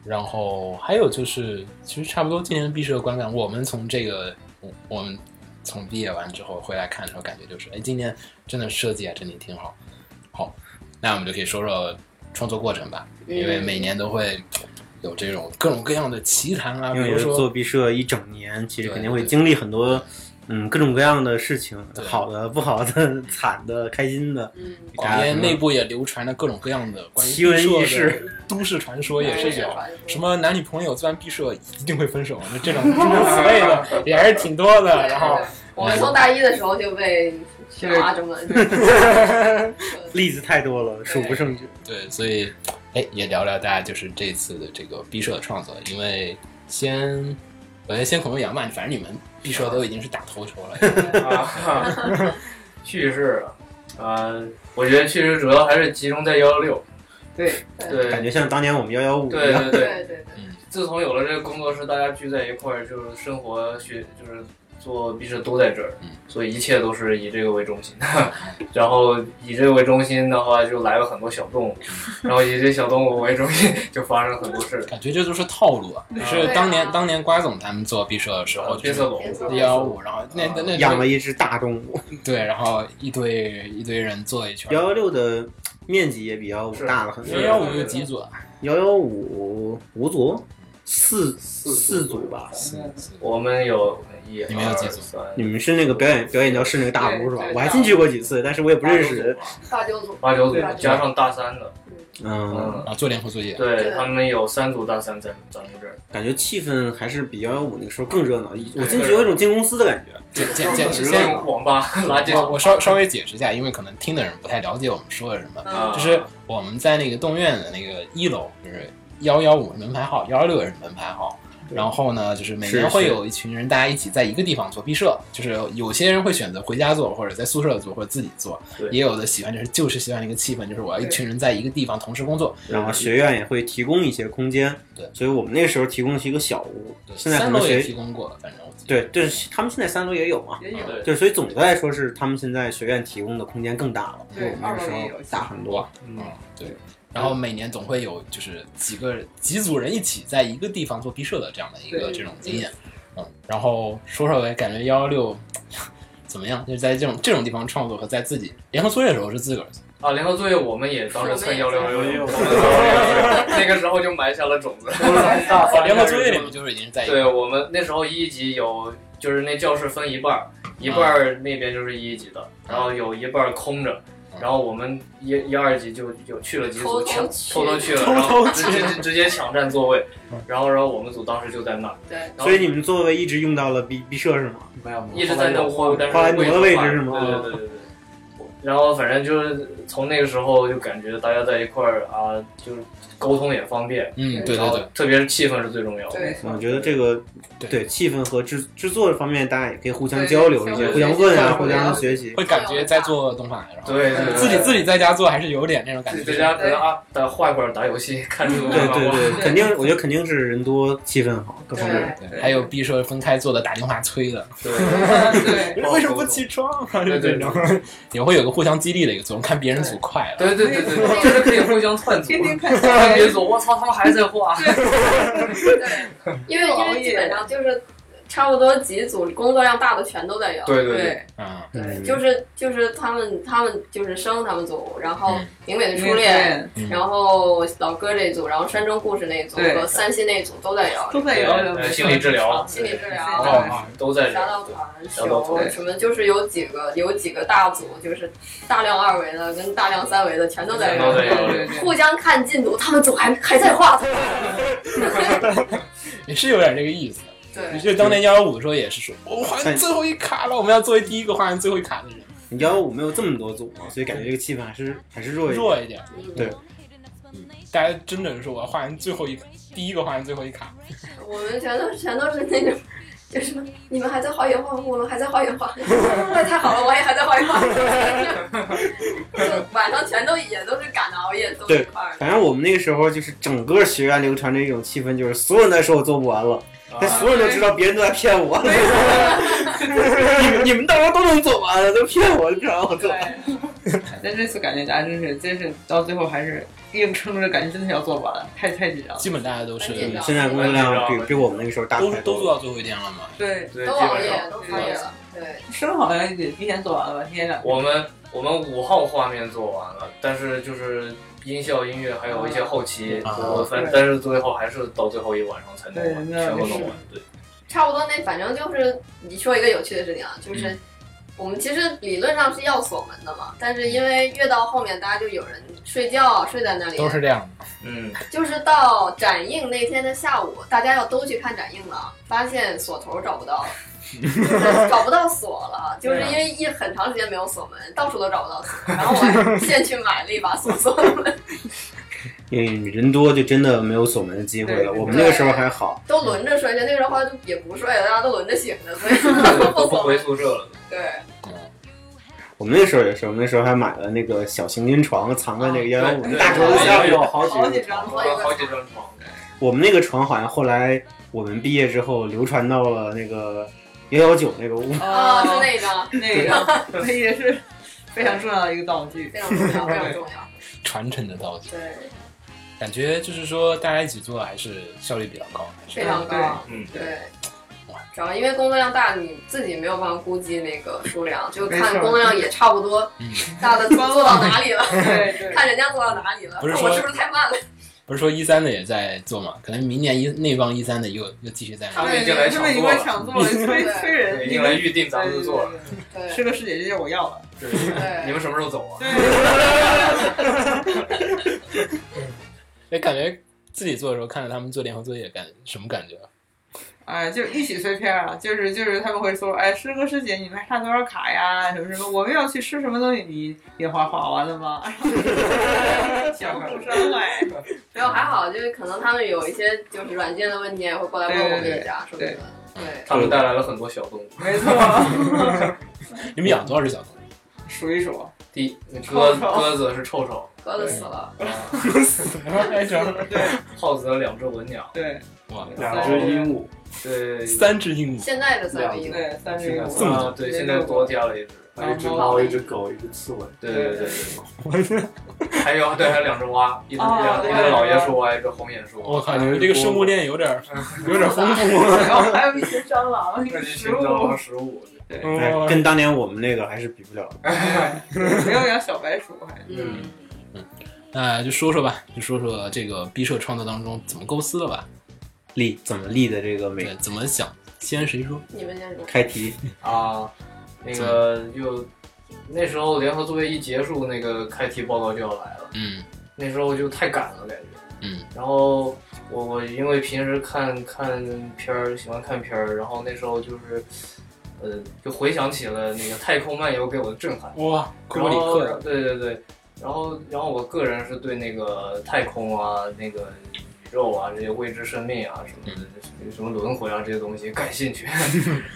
然后还有就是，其实差不多今年毕设的观感，我们从这个我我们从毕业完之后回来看的时候，感觉就是，哎，今年真的设计啊，真的挺好。好，那我们就可以说说创作过程吧，
嗯
因为每年都会有这种各种各样的奇谈啊，比
因为
如说
做毕设一整年，其实
对
肯定会
对
经历很多，嗯，各种各样的事情，
对
好的、不好的、惨的、开心的，
嗯，
广电内部也流传着各种各样的关于
啊奇闻
毕
异
设的
事哎
都市传说也是有
都市传说，
什么男女朋友做完毕设一定会分手，就 这种诸如此类的也还是挺多的。然后
对我们从大一的时候就被啊这么，
例子太多了，数不胜举。
对，所以哎，也聊聊大家就是这次的这个毕设的创作，因为先我先先孔刘杨吧，反正你们毕设都已经是打头筹了，
啊， 叙事啊，我觉得叙事主要还是集中在幺幺六，
对
对
感觉像当年我们幺幺五一
对
样。
对对，
对对对，
自从有了这个工作室，大家聚在一块儿，就是生活学就是做毕设都在这儿
嗯，
所以一切都是以这个为中心。 然后以这个为中心的话，就来了很多小动物，
嗯
然后以这小动物为中心，就发生很多事儿。
感觉这都是套路啊。就是
对啊
当年当年瓜总他们做啊毕设的啊时候，就
变
是
色龙，
1幺五，然后那那那
养了一只大动物，
对，然后一堆一堆人坐一圈
幺。幺六的面积也比幺五
是
大了很多
幺
是。
幺五有几组啊？
幺幺五五组，四四组吧。
四四组
我们有一，
你们有几组
二三
你们是那个表演表演教室那个大屋是吧
对？对
我还进去过几次，但是我也不认识人。
大九组
八九组
对
加上大三的，
嗯，
嗯，
啊，做联合作业，
对他们有三组大三在咱们这儿，
感觉气氛还是比幺幺五那个时候更热闹，我进去有一种进公司的感觉。
简简简直
娱
先
乐网吧垃圾
我我稍稍微解释一下，因为可能听的人不太了解我们说的什么。
啊
嗯
就是我们在那个动物院的那个一楼，就是幺幺五门牌号，幺幺六也是门牌号。然后呢，就是每
是
年会有一群人，大家一起在一个地方做毕设。就是有些人会选择回家做，或者在宿舍做，或者自己做
对。
也有的喜欢就是就是喜欢那个气氛，就是我要一群人在一个地方同时工作。
然后学院也会提供一些空间，
对
所以我们那个时候提供是一个小屋，
对，
现在很
三
多
楼也
学
提供过，反正我记得
对对，他们现在三楼也有嘛，
也有
对
对，所以总的来说是他们现在学院提供的空间更大了，比
对
我们那个时
二楼也有
候大很多。
嗯
嗯，对。然后每年总会有就是几个几组人一起在一个地方做毕设的这样的一个
对
这种经验，嗯。然后说说我感觉幺幺六怎么样？就是在这种这种地方创作和在自己联合作业的时候是自个儿做，
啊，联合作业我们也当时蹭幺六六六，
我们也
我们那个时候就埋下了种子。
大三
联合作业里面就是已经是在一
对
个
我们那时候一级有，就是那教室分一半儿，一
啊
半儿那边就是一级的，然后有一半儿空着。然后我们一一二级就有去了几组
啊偷偷
抢，
去
偷偷去了，然后直接直接抢占座位，然后然后我们组当时就在那儿，
对，
然后
所以你们座位一直用到了 B B 社是吗？
没有，
一直在那
晃
屋，，但是
后来挪了位置
换
是吗
对对对对对。然后反正就是从那个时候就感觉大家在一块儿啊，就是沟通也方便，
嗯，对对
然后
对，
特别是气氛是最重要的。
对，
我觉得这个
对
气氛和制制作方面，大家也可以互相
对
交流一
相
些，
互
互相
学习
问啊，
交流
互相学习。
会感觉在做动画，然后
对对对
自己自己在家做还是有点那种感
自
觉，
己在家可能啊，打画一会儿打游戏，看这个
对对
漫
对，肯定，我觉得肯定是人多气氛好，各方面。
对
对还有毕设分开做的，打电话催的，
对
对，
对为什么不起
床啊？
对对对
也会有个互相激励的一个作用，看别人组快了。
对对对对，就是可以互相串组。
天天看
看别
对
组，我操，他们还在画。
对，因为因
熬
为
夜
基本上就是差不多几组工作量大的全都在摇。
对对对，
对，
嗯，
对，
嗯
就是就是他们他们就是生他们组，然后
嗯
明美的初恋，
嗯
然后老哥这一组，然后山中故事那一组
对
和三星那一组都在摇。
都在有
啊心理治疗
心理治疗
哦，都在这
侠
儿
盗。团、
侠盗
球
团
什么，就是有几个有几个大组，就是大量二维的跟大量三维的全都在
全都
摇
在，摇
对对对
互相看进度，他们组还还在画。
也是有点这个意思。
对，
就当年幺幺五的时候也是说，我画
但
完最后一卡了，我们要作为第一个画完最后一卡的人，
你幺五没有这么多组嘛，所以感觉这个气氛还是还是弱一点。
弱一点。
嗯
对
哎大家真的是说我要画完最后一卡，第一个画完最后一卡，
我们全都全都是那种，就是你们还在画原画，我们还在画原画，那太好了，我也还在画原画。就晚上全都也都是赶着熬夜都一块儿的。
反正我们那个时候就是整个学院流传着一种气氛，就是所有人在说我做不完了，
啊
但
哎
所有人都知道别人都在骗我。 你们你们到时候都能做完，都骗我，就不让我做。
对，但这次感觉大家真是真是到最后还是硬撑着，感觉真的要做完，太太紧张了。
基本大家都是
很紧张
现在工作量比比我们那个时候大
都
太
都
多
做
了。
到最后一天了嘛。
对，
啊对，
都
基
熬
本
夜，
上
都熬夜了。对，
生好像也得提前做完了吧，提前两
我们我们五号画面做完了，但是就是音效、音乐还有一些后期，
啊
我反
对
但是最后还是到最后一晚上才弄完，
对那
全部
是
弄完。对，
差不多那反正就是你说一个有趣的事情啊，就是我们其实理论上是要锁门的嘛，但是因为越到后面大家就有人睡觉睡在那里，啊
都是这样的，
嗯，
就是到展映那天的下午，大家要都去看展映了，发现锁头找 不到了，就是找不到锁了，就是因为一很长时间没有锁门，到处都找不到锁。然后我还现去买了一把锁锁门，
嗯，人多就真的没有锁门的机会了。
对
我们那个时候还好，
都轮着睡，而且那时候就也不睡了，大家都轮着醒着，所以不
都不
锁
回
门。
宿舍了。
对，
我们那时候也是，我们那时候还买了那个小行军床，藏在那个幺幺五
对
那大床
对
下面。
有好
好
几
紧
个
张，
我有个
好几张床，
我们那个床好像后来我们毕业之后流传到了那个幺幺九那个屋，
啊、是
是
那张，
呃那那个，那也是非常重要的一个道具。
非常重要，非常重要。
传承的道具，
对，
感觉就是说大家一起做还是效率比较高，还
非
是
常高。
嗯
对。主要因为工作量大，你自己没有办法估计那个数量，就看工作量也差不多
嗯，
大的做到哪里了。
对对
看人家做到哪里了，
不是
看
说
我是不是太慢了？
不是说一三的也在做嘛？可能明年一那帮一三的又又继续在
他
忙。
们已经
对，
来
他
抢
们已
座
经
了
抢座了，催催
对，
人，
已经来预定咱们的座了。
对
吃个师姐这就是我要了。
对，
对
你们什么时候走啊？
对，
哎，感觉自己做的时候看着他们做联合作业，感什么感觉啊？
哎，就是一起碎片啊，就是就是他们会说，哎，师哥师姐，你们还差多少卡呀？什么什么，我们要去吃什么东西，你也划划完了吗？ 小互生哎，
没有还好，就是可能他们有一些就是软件的问题，也会过来问我们一下什
对
么
对对
的。对，
他们带来了很多小动物，
没错，
你们养多少只小动物？
数一数，
第一鸽
臭
鸽子是臭臭，
鸽子死了，
哎，这样
耗子有两只文鸟，
对
哇，
两只鹦鹉，
对，
三只鹦鹉，
现在的三个一个，
对，三十一个
这么
啊，对，现在多加了一只，
还有一只猫，一只狗，一只刺猬。
对对对对，还有对，还有两只蛙，一只
哦
两
对
一只老爷树蛙，一只红眼树蛙，
我靠，你们这个生物链有点儿 有点儿丰富。
然后还有一群蟑螂，那
那
个
就
食
寻
物，
找食物，
哎
哇
跟当年我们那个还是比不了的。
没有养小 白鼠还。
嗯，
那哎就说说吧，就说说这个毕设创作当中怎么构思的吧？
立怎么立的这个
对
美，
怎么想？先谁说？
你们先说。
开题，
啊，那个就那时候联合作业一结束，那个开题报告就要来了，
嗯
那时候就太赶了感觉。
嗯
然后我我因为平时看看片儿，喜欢看片儿，然后那时候就是，呃，就回想起了那个《太空漫游》给我的震撼。
哇，库
然
布里
后
克，
对对对，然后然后我个人是对那个太空啊、那个宇宙啊这些未知生命啊什么的、
嗯
什么轮回啊这些东西感 兴趣，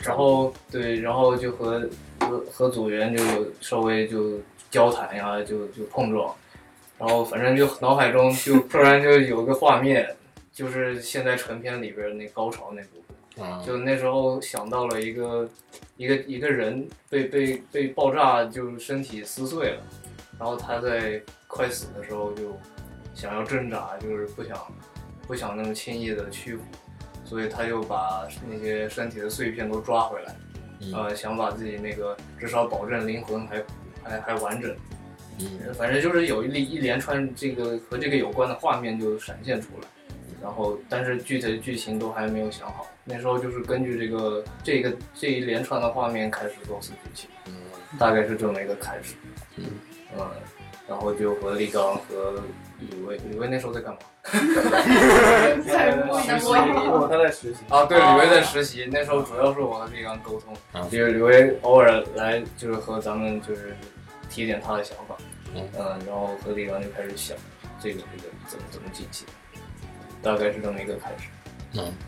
然后对，然后就和和和组员就有稍微就交谈呀、就就碰撞，然后反正就脑海中就突然就有个画面，就是现在成片里边那高潮那部分。
嗯
就那时候想到了一个一个一个人被被被爆炸，就是身体撕碎了，然后他在快死的时候就想要挣扎，就是不想不想那么轻易的屈服，所以他就把那些身体的碎片都抓回来，
嗯
呃，想把自己那个至少保证灵魂还还还完整。
嗯
反正就是有一连一连串这个和这个有关的画面就闪现出来，然后但是具体的剧情都还没有想好。那时候就是根据这个这个这一连串的画面开始构思剧情，
嗯
大概是这么一个开始。
嗯
嗯，然后就和立刚和李威，李威那时候在干嘛？呃
在摸
我他在学习。
啊，对，李威在实习，那时候主要是我和立刚沟通
啊，
因为李威偶尔来就是和咱们就是提点他的想法，
嗯
嗯，然后和立刚就开始想这个这个怎么怎么进行，大概是这么一个开始。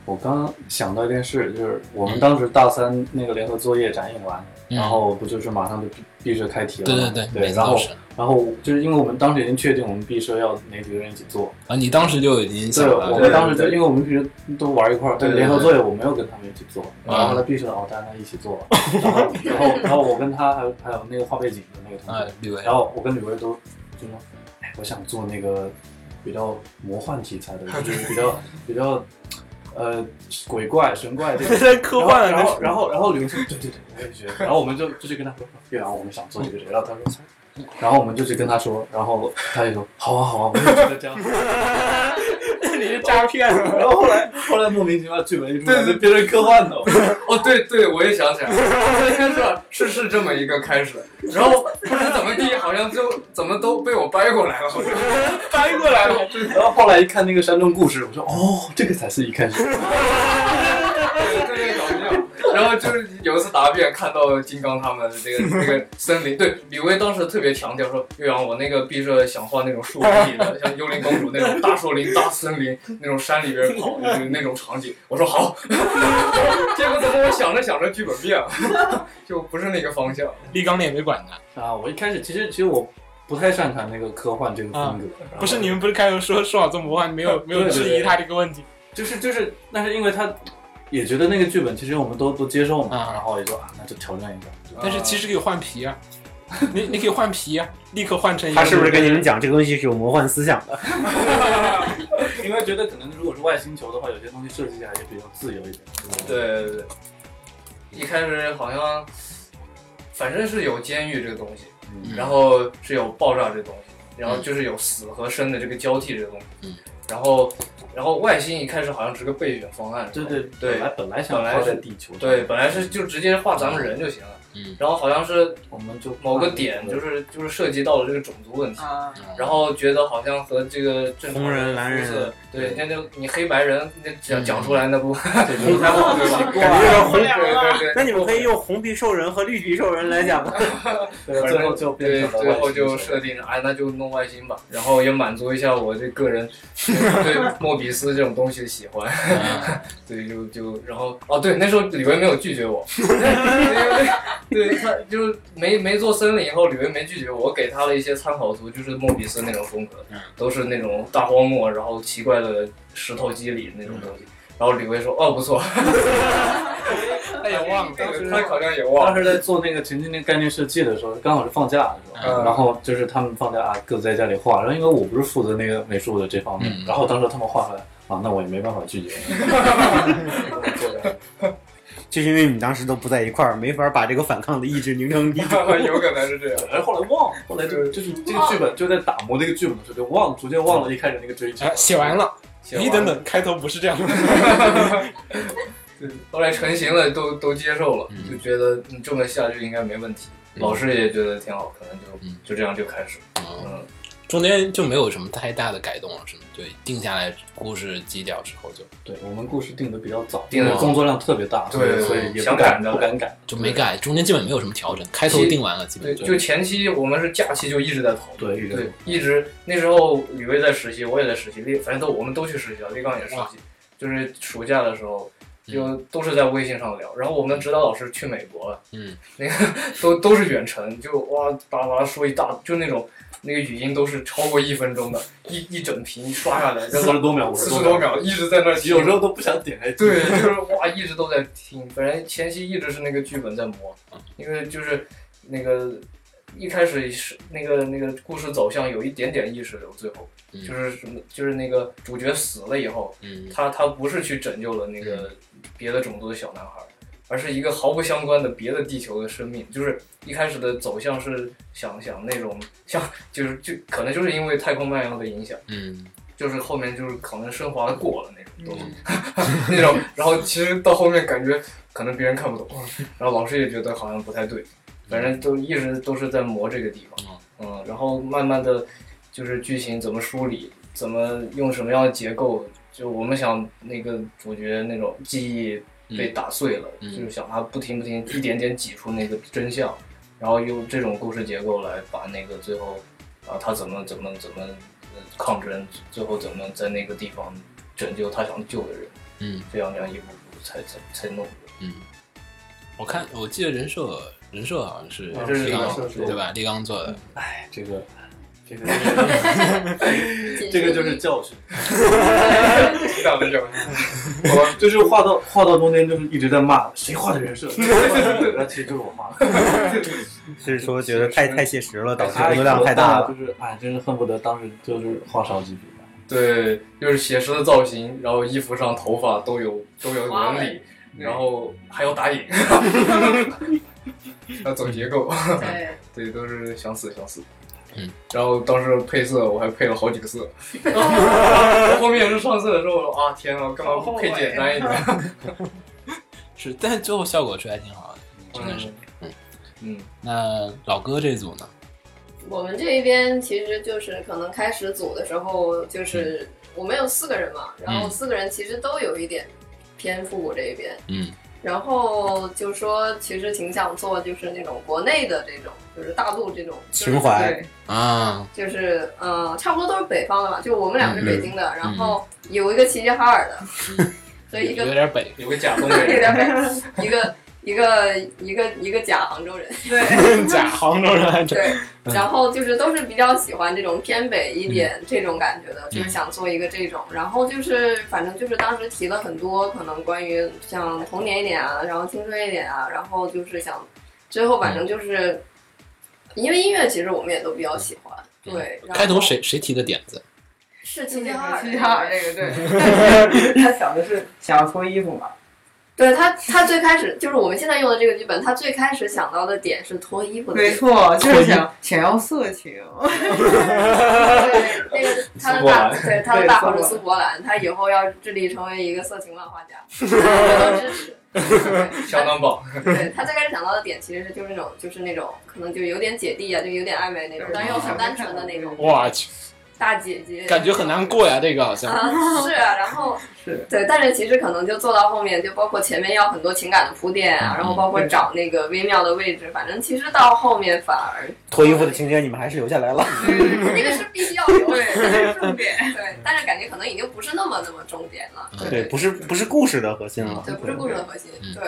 我刚刚想到一件事，就是我们当时大三那个联合作业展映完，
嗯
然后不就是马上就毕毕设开题了
对
吗？
对对，每
对，
次
然
都
后
是。
然后就是因为我们当时已经确定我们毕设要哪几个人一起做，
啊，你当时就已经想
对，我
了，
们当时就因为我们平时都玩一块儿，
对
但
对
联合作业我没有跟他们一起做，
嗯
然后他必须哦，大家一起做，然后然后然后我跟他还有还有那个画背景的那个同
啊
学，，
李维，
然后我跟吕薇都就说，哎，我想做那个比较魔幻题材的，就是比 较比较呃鬼怪神怪这种。
在 科幻
然后
啊，
然后然后刘说对对对，我也觉得。然后我们就就去跟他说，月阳，我们想做这个人，然后他说，
嗯
然后我们就去跟他说，然后他就说好啊好啊，我也觉得这样。
你是诈骗啊！
然后后来后来莫名其妙剧本一出来就变成科幻的，
哦，对对，我也想起来了， 先是是是这么一个开始，然后不知怎么地，好像就怎么都被我掰过来了，好像
翻过来了，
然后后来一看那个山中故事，我说哦，这个才是一开始。
对对对，搞笑。 然后就是有一次答辩，看到金刚他们这个这个森林，对李威当时特别强调说，岳阳，我那个毕设想画那种树林里的，像幽灵公主那种大树林、大森林那种山里边跑就是那种场景。我说好， 结果怎么我想着想着剧本变了， 就不是那个方 向。
立刚你也没管他。
啊，我一开始其实其实我不太擅长那个科幻这个风
啊
格，然后
不是你们不是开头说说好做魔幻，没有没有
对对
质
对
疑他这个问题。
就是就是，但是因为他也觉得那个剧本其实我们都都接受嘛，
啊
然后也说啊，那就挑战一下。
但是其实可以换皮啊，你你可以换皮啊，立刻换成一个。
他是不是跟你们讲这个东西是有魔幻思想的？
因为觉得可能如果是外星球的话，有些东西设计起来也比较自由一点。
对对对，一开始好像反正是有监狱这个东西，
嗯
然后是有爆炸这东西，然后就是有死和生的这个交替这东西。
嗯
然后，然后外星一开始好像是个备选方案。
对对
对
本来本来想
本来
画在
是
地球上，
对，本来是就直接画咱们人就行了。
嗯，
然后好像是
我们就
某个点就是就是涉及到了这个种族问 题，
啊，
嗯
然后觉得好像和这个正常
红人蓝人
肤色对，
对
那就你黑白人那讲
嗯
讲出来那不
对 对
才好对吧？
感觉有点
红
对对对，
那你们可以用红皮兽人和绿皮兽人来讲吧。
对最后就变
对，
成了
最
外
后
星
就
人
设定了，哎，那就弄外星吧，然后也满足一下我这个人 对莫比斯这种东西的喜欢，
嗯
对，就就然后哦，对，那时候李维没有拒 绝我，对，对他就是没没做森林以后，李维没拒绝我，我给他了一些参考图，就是莫比斯那种风格
嗯，
都是那种大荒漠，然后奇怪的石头肌理那种东西。然后李维说：“哦，不错。
哎
他也忘了，
这
当
个
时
他好像也忘
当
了。
时在做那个情境那概念设计的时候，刚好是放假的时候，
嗯
然后就是他们放假啊，各自在家里画，然后因为我不是负责那个美术的这方面，
嗯
然后当时他们画出来啊，那我也没办法 拒绝。
就是因为你们当时都不在一块儿，没法把这个反抗的意志凝成 一
有可能是这样。
然后后来忘了，后来就就是这个剧本就在打磨这个剧本的时候就忘了，逐渐忘了一开始那个追剧
哎，。写完了，
啊写完
咦，
了
等等，开头不是这样的。
后来成型了，都都接受了，
嗯
就觉得嗯这么下去应该没问题。
嗯
老师也觉得挺好，可能就、
嗯
就这样就开始。
嗯
嗯，
中间就没有什么太大的改动了，是吗？对，定下来故事基调之后就
对我们故事定的比较早，
定
得
工作量特别大，
对
所以也
想
不
赶
敢
的
不敢改。
就没改，中间基本没有什么调整，开头定完了，基
对，
本
就前期我们是假期就一直在投。
对，一直
对，一直那时候吕薇在实习，我也在实习，反正都我们都去实习了，立刚也实
哇
习，就是暑假的时候。就都是在微信上聊，然后我们指导老师去美 国了，
嗯，
那个都都是远程，就哇巴拉巴拉说一大，就那种那个语音都是超过一分钟的，一一整屏刷下 来，
四十多秒，五
四
十
十
多
多，秒一直在那儿听
有时候都不想点哎开。
对，就是哇，一直都在听。本来前期一直是那个剧本在磨，因为就是那个一开始是那个那个故事走向有一点点意识流，最后
嗯
就是什么，就是那个主角死了以后，
嗯
他他不是去拯救了那个别的种族的小男孩，而是一个毫不相关的别的地球的生命。就是一开始的走向是想想那种像就是就可能就是因为太空漫游的影响，
嗯
就是后面就是可能升华过了那种东西。
嗯
那种，然后其实到后面感觉可能别人看不懂，然后老师也觉得好像不太对，反正都一直都是在磨这个地方，嗯，然后慢慢的就是剧情怎么梳理，怎么用什么样的结构，就我们想那个主角那种记忆被打碎了，
嗯
就是想他不停不停一点点挤出那个真相，然后用这种故事结构来把那个最后啊他怎么怎么怎么呃抗争，最后怎么在那个地方拯救他想救的人。
嗯
这样这样一步步才才才弄的。
嗯。我看我记得人设人设好像是
人设是
力
力
刚
刚
嗯对吧？力刚做的，嗯
哎，这个这个
谨
这
慎一
个就是
点
教训。
这样的这样，
就是画到画到中间，就是一直在骂谁画的人设， 那其实就是我画的，
是说觉得太太写实了，导致
哎
工作量太大了。
就是哎，真是恨不得当时就是画少几笔。
对，就是写实的造型，然后衣服上、头发都有都有纹理，然后还要打影， 要走结构，
对，
对，都是想死想死。
嗯，
然后当时配色我还配了好几个色，我后面是上色的时候我说啊天啊，干嘛不配简单一点？
是，但是最后效果出来挺好的，真的是。
嗯嗯，
那老哥这组呢？
我们这一边其实就是可能开始组的时候，
嗯
就是我们有四个人嘛，然后四个人其实都有一点偏复古这一边，
嗯
然后就说其实挺想做就是那种国内的这种，就是大陆这种就是
情怀
对，
啊，
就是呃，差不多都是北方的嘛，就我们俩是北京的，然
嗯
后有一个齐齐哈尔的 和一
有
个
点北，
有个假东北
有点
人，
北，一个一个一个一个假杭州人，
对，
假杭州人还真
对，然后就是都是比较喜欢这种偏北一点这种感觉
嗯
的，就是想做一个这种，然后就是反正就是当时提了很多可能关于像童年一点啊，然后青春一点啊，然后就是想最后反正就是因为音乐其实我们也都比较喜欢，
嗯
对，然后
开头谁谁提的点子？
是齐
齐
齐
齐
哈
哈
尔，
尔这个对， 他想的是想要脱衣服嘛，
对他，他最开始就是我们现在用的这个剧本，他最开始想到的点是脱衣服的
没
点，
错，就是想想要色情，
对，那个他的
苏
大
博
对他的
对
大伙
苏
是
博
苏博兰，他以后要致力成为一个色情漫画家，我都支持。
相当棒。
对他最开始想到的点其实是就是那种就是那种可能就有点姐弟啊，就有点暧昧那种
对，
但是又很单纯的那种
哇，去
大姐姐，
感觉很 难过呀，这个好像。
啊，是啊，然后
是
对，但是其实可能就做到后面，就包括前面要很多情感的铺垫啊，
嗯
然后包括找那个微妙的位置，反正其实到后面反而
脱衣服的情节你们还是留下来了。
那个是必须要留的，
对，重点。
对，但是感觉可能已经不是那么那么重点了，
嗯
对，不是不是故事的核心啊了。
对，不是故事的核心
嗯，
对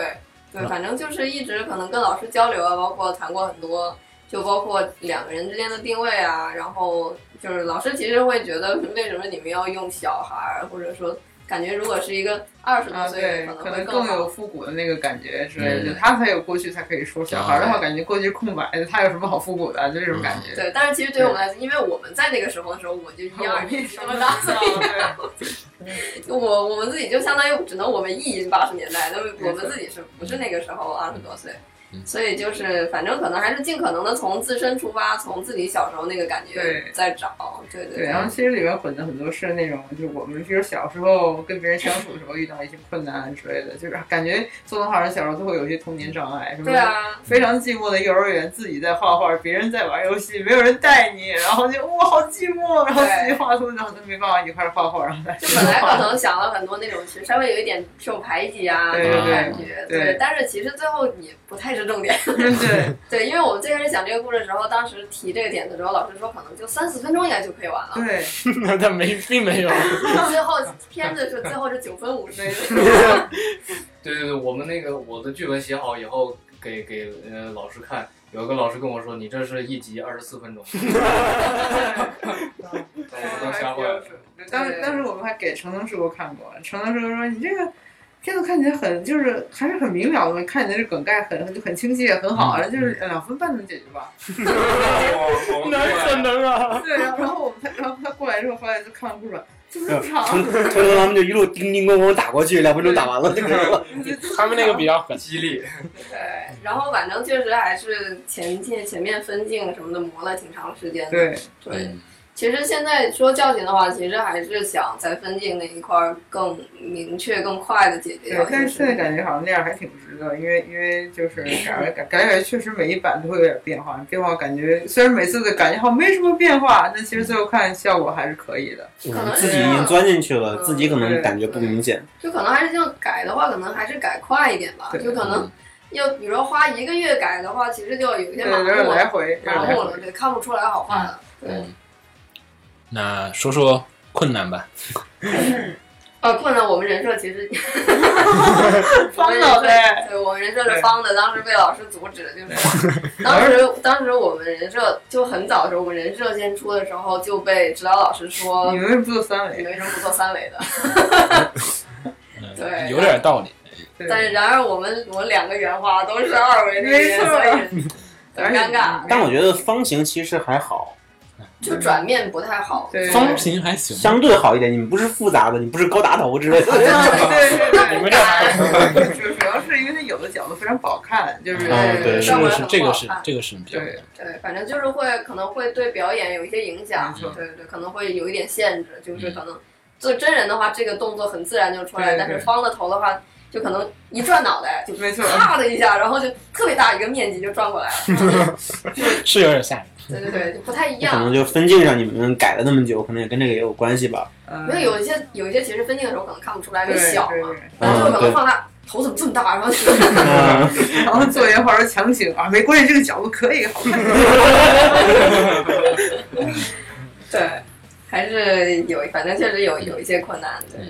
对，
嗯
反正就是一直可能跟老师交流啊，包括谈过很多，就包括两个人之间的定位啊，然后就是老师其实会觉得为什么你们要用小孩儿，或者说感觉如果是一个二十多
啊，
岁
对，
的
可
能会
能更有
好。
复古的那个感觉之类的，
嗯
就他才有过去才可以说。小孩儿的
对
话，感觉过去是空白的，他有什么好复古的啊？就这种感觉。
对，但是其实对于我们来说，因为我们在那个时候的时候，我就一二 年级那么大，所以
对，
我我们自己就相当于只能我们意淫八十年代，那么我们自己是不是那个时候二十多岁
嗯？
所以就是，反正可能还是尽可能的从自身出发，从自己小时候那个感觉
对
在找，对
对，
对
然后其实里面混的很多是那种，就是我们比如小时候跟别人相处的时候遇到一些困难啊之类的，就是感觉做动画人小时候都会有一些童年障碍，什么
对啊，
非常寂寞的幼儿园，自己在画画，别人在玩游戏，没有人带你，然后就哇好寂寞，然后自己画图，然后都没办法一块儿画画，然后再
就本来可能想了很多那种，其实稍微有一点受排挤啊
对
那种
对
感觉，
对
对，但是其实最后也不太是重点。
对
对，因为我们最开始讲这个故事的时候，当时提这个点的时候，老师说可能就三四分钟应该就可以完了，
对，
但没并没 有，
最后片子是最后是九分五十，
对对对，我们那个我的剧本写好以后给给呃老师看，有一个老师跟我说，你这是一集二十四分钟，我都吓坏了。
当时当时我们还给程程师傅看过，程程师傅说你这个片子看起来很就是还是很明了的，看起来这梗概很就很清晰，很好，然后就是两分半能解决吧。
能啊？
对，然后然后我们他然后他过来之后，后来就看完故事，就这么
从
长，
从从他们就一路叮叮咣咣打过去，两分钟打完了就可以了。
他们那个比较狠。
激励，
对，然后反正确实还是前面前面分镜什么的磨了挺长时间 的。
对
对，
嗯
其实现在说教训的话，其实还是想在分镜那一块儿更明确、更快的解决
对
掉。，
但是现在
就是
感觉好像那样还挺值得，因为因为就是感觉感感觉确实每一版都会有点变化，变化感觉虽然每次的感觉好像没什么变化，但其实最后看效果还是可以的。
我
能
们自己已经钻进去了，
嗯
自己可能感觉不明显。
就可能还是要改的话，可能还是改快一点吧。
对
就可
嗯
能要比如说花一个月改的话，其实就有一
对，
些马
有点
虎
来
了，
回，有点
马
来
虎
回
了，。对，看不出来好坏了。对，
嗯，那说说困难吧。
呃，困难我们人设其实
方脑袋。
对我们人设是方的，当时被老师阻止， 就是当时当时我们人设就很早的时候，我们人设先出的时候就被指导老师说
你们为什么不做三
你
维？
为什么不做三维的？
嗯
对
有点道理。
但是然而我们我们两个原画都是二维的，
没错嗯
所以 很尴尬，
但我觉得方形其实还好，
就转面不太好。
对
风评还行，
相对好一点。你们不是复杂的，你不是高达头之类
对
的。
对
你
对
们这还
对，主主要是因为它有的角度非常不好看，就是
嗯，对，
效
这
果
个
也
是
很
这
不
个
好
是
看
这个是比较
啊对
对，反正就是会可能会对表演有一些影响
没错，嗯
对对，可能会有一点限制，就是可能做真人的话，这个动作很自然就出来，
对
但是
对
方的头的话，就可能一转脑袋就
没错，
啪的一下，然后就特别大一个面积就转过来了，
是有点吓人。
对对对，就不太一
可能
样。
就分镜上你们改了那么久，可能也跟这个也有关系吧。
嗯
因为有一些有一些其实分镜的时候可能看不出来，因为小啊嘛，
对
然后就可能
嗯
放大，头怎么这么大？然后就
嗯
然后做原画时强行啊，没关系，这个角度可以好看。
对，还是有，反正确实有有一些困难。对，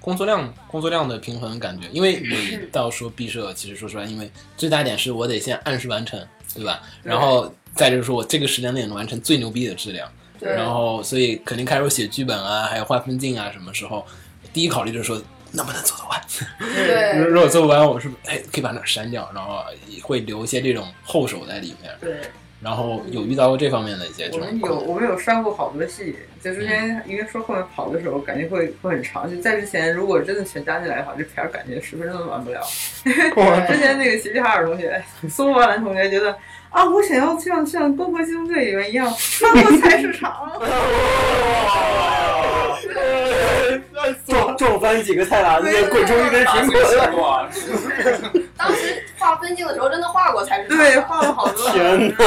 工作量工作量的平衡感觉，因
嗯
为你到说毕设，其实说实话，因为最大点是我得先按时完成，对吧？
对
然后再就是说我这个时间内能完成最牛逼的质量，
对
然后所以肯定开始写剧本啊，还有画分镜啊，什么时候第一考虑就是说能不能做得完。如
对
如果做不完，我是不是哎可以把哪儿删掉，然后会留一些这种后手在里面。
对，
然后有遇到过这方面的一些这
我
种
们
困
有
难，
我们有删过好多戏，就之
嗯
前因为说后面跑的时候感觉会会很长，就在之前如果真的全加进来的话，这片儿感觉十分钟都完不了。之前那个齐齐哈尔同学、苏格兰同学觉得啊，我想要像像《光棍机动队》里面一样翻过菜市 场，
撞撞翻几个菜篮子，
对
滚出一根苹果。
当时划分分镜的时候真的画过才是他的
对，画了好多。
天
对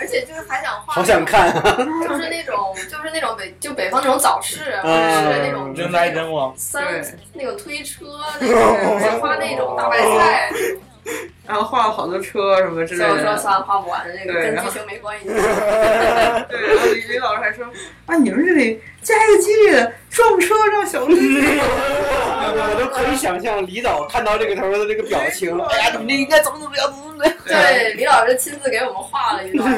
而且就是还想画，
好想，看啊！
就是那种就是那种北就北方那种早市，或者是那种
嗯，
人来人往，
三
对
那种推车，那种想画那种大白菜，
然后画了好多车什么之类
所以我说
的。
算了，画不完，这 个
对
跟
然后
剧情没关系。
对，然后李李老师还说啊，你们这里加一个激烈的撞车让 小鹿。
我都可以想象李导看到这个头儿的这个表情了。哎呀，你们这应该怎么怎么样，怎么怎么样？
对，李老师亲自给我们画了 一段，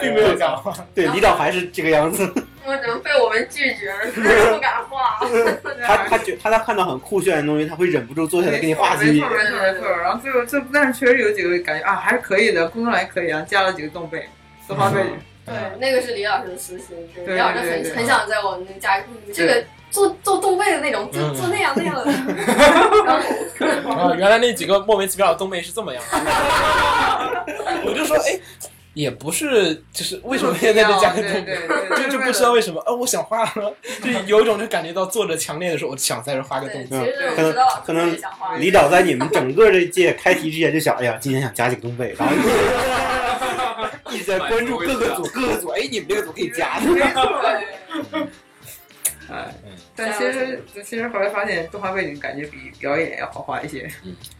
并没有讲话。
对，李导还是这个样子。
我只能被我们拒 绝，实在是不敢 画。
他他觉他他看到很酷炫的东西，他会忍不住坐下来给你画几
没
笔
错。没错没错。然后最后这但是确实有几个感觉啊，还是可以的，工作还可以啊，加了几个动背，四花背景。
嗯
对，那个是李老师的私心，就是
对
李老师
对对
很很想在我们那家，你这个做做动位的那种，就
嗯
做那样那样 的。然后
啊，原来那几个莫名其妙的东北是这么样的。我就说，哎，也不是，就是为什么现在在加个
对
东北？
对对，
就就不知道为什么，呃，我想画了，就有一种就感觉到作者强烈的说，我想在这画个东
对，
西。
其实我知道
可能
自己想画。
李导在你们整个这届开题之前就想，哎呀，今天想加几个东北，然后一直在关注各个组各个组，哎，你们这个组可以加的。
没 错。
对
哎，
嗯
但其实其实后来发现动画背景感觉比表演要好画一些。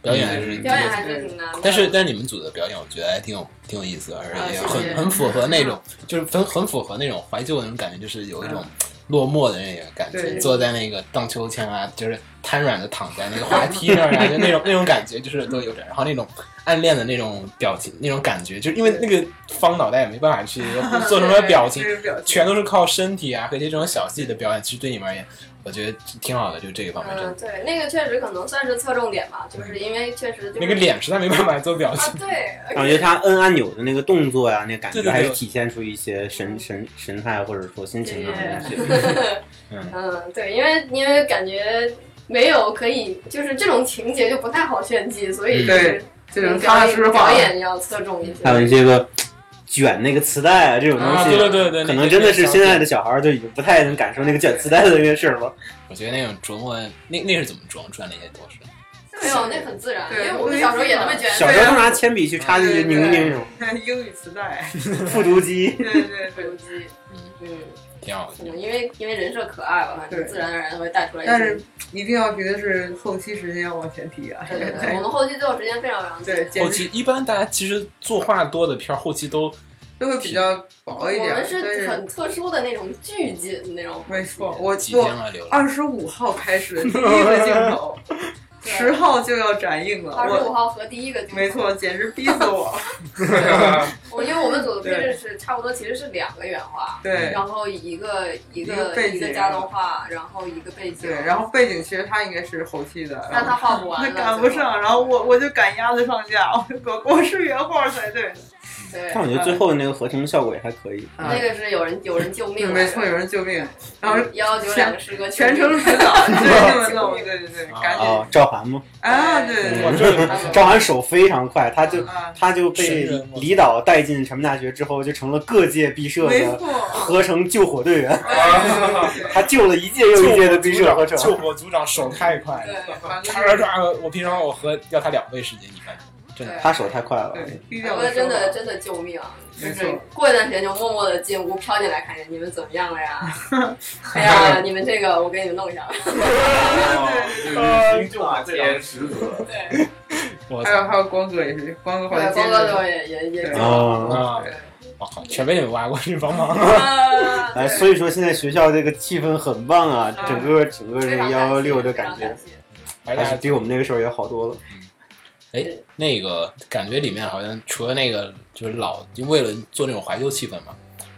表演还是
表演还是挺难的。
但是但是你们组的表演，我觉得还挺有挺有意思的，而且也
啊谢谢
很很符合那种，就是很很符合那种怀旧的那种感觉，就是有一
嗯
种落寞的那个感觉，
对
坐在那个荡秋千啊，就是瘫软的躺在那个滑梯上 啊，就那种那种感觉，就是都有点，然后那种暗恋的那种表情，那种感觉，就是因为那个方脑袋也没办法去做什么表 情，
对？表情
全都是靠身体啊和一些这种小细的表演，其实对你们而言，我觉得挺好的，就这一方面真的
嗯，。对，那个确实可能算是侧重点吧，就是因为确实就是
那个脸实在没办法做表
啊
情，，
对，而且
感觉他摁按钮的那个动作呀、那感
对
觉
对对
还是体现出一些神神神态或者说心情上的东西。
嗯，对，因为因为感觉没有可以，就是这种情节就不太好炫技，所以就是
这种
表
踏
演
实画
表，演要侧重一些
嗯还。有这个卷那个磁带啊这种东
啊，
西，
对对对对，
可能真的是现
的。
在的小孩儿就已经不太能感受那个卷磁带的那个事儿了。
我觉得那种琢磨，那那是怎么琢磨出来那些都是？
没有，那很自然，因
对
为我们小时候也那么觉
小
得。
时候拿铅笔去插进去
对对
拧拧那种
英语磁带。
复读机，
对对对。
手机，嗯，
挺好
可
的
能。因为因为人设可爱吧，就
对
自然而然会带出来一些。
但是一定要觉得是后期时间要往前提啊。
对 对对，我们后期最后时间非常非常紧
对，
后
简
期
直
一般大家其实作画多的片儿，后期都
就会比较薄一
我
点。
们
但
是
是
很特殊的那种巨紧那种。
没错，我
几天
我
了留了。
二十五号开始的第一个镜头， 十
对，
号就要展映了。
二十
我
五号和第一个
没，错，简直逼死我。
我因为我们组的配置是差不多，其实是两个原画，
对
然后一个一
一个
个
背景
一个加动画，然后一个背景，
对，然后背景其实它应该是后期的，
但他画不完
他
了，
赶不上，然后我我就赶鸭子上架，我我是原画才对。
对啊
但我觉得最后的那个合成效果也还可以。
那个是有人有人救命
嗯
来着，
没错，有人救命，然后
幺九两个师哥
全程指导，对那么弄，对对对，赶紧
哦，赵涵嘛，
啊，对对
我
对，
这
赵涵手非常快，他就
啊，
他就被
神人嘛
李导带进成大学之后，就成了各界毕设
没
的
错，
合成救火队 员，
对
他救了一届又一届的毕
组
设合
长，
成。
救火组长手太快了，
对，
反正
唰
就是
唰唰！我平常我喝要他两倍时间，你看，真的
对
他手太快了，
对，低调
我
地
们真的
说
真的救命，啊就
没
是
错
过一段时间就默默的进屋飘进来看一下你们怎么样了呀？ 哎呀，你们这个我给你们弄一下吧。
啊就我这两十足了。
对，
我
还
操
有还有光哥也是，光哥好像
光
坚
哥
持
对，也也也
对
救了。
啊！
哦。
我靠，全被你们挖过去帮忙。
啊
哎，所以说现在学校这个气氛很棒啊，整个整个这个
非常感
幺
谢
幺六的
非常
感觉
感，谢
而
还是
且
比我们那个时候也好多了。
那个感觉里面好像除了那个就是老，就为了做那种怀旧气氛嘛，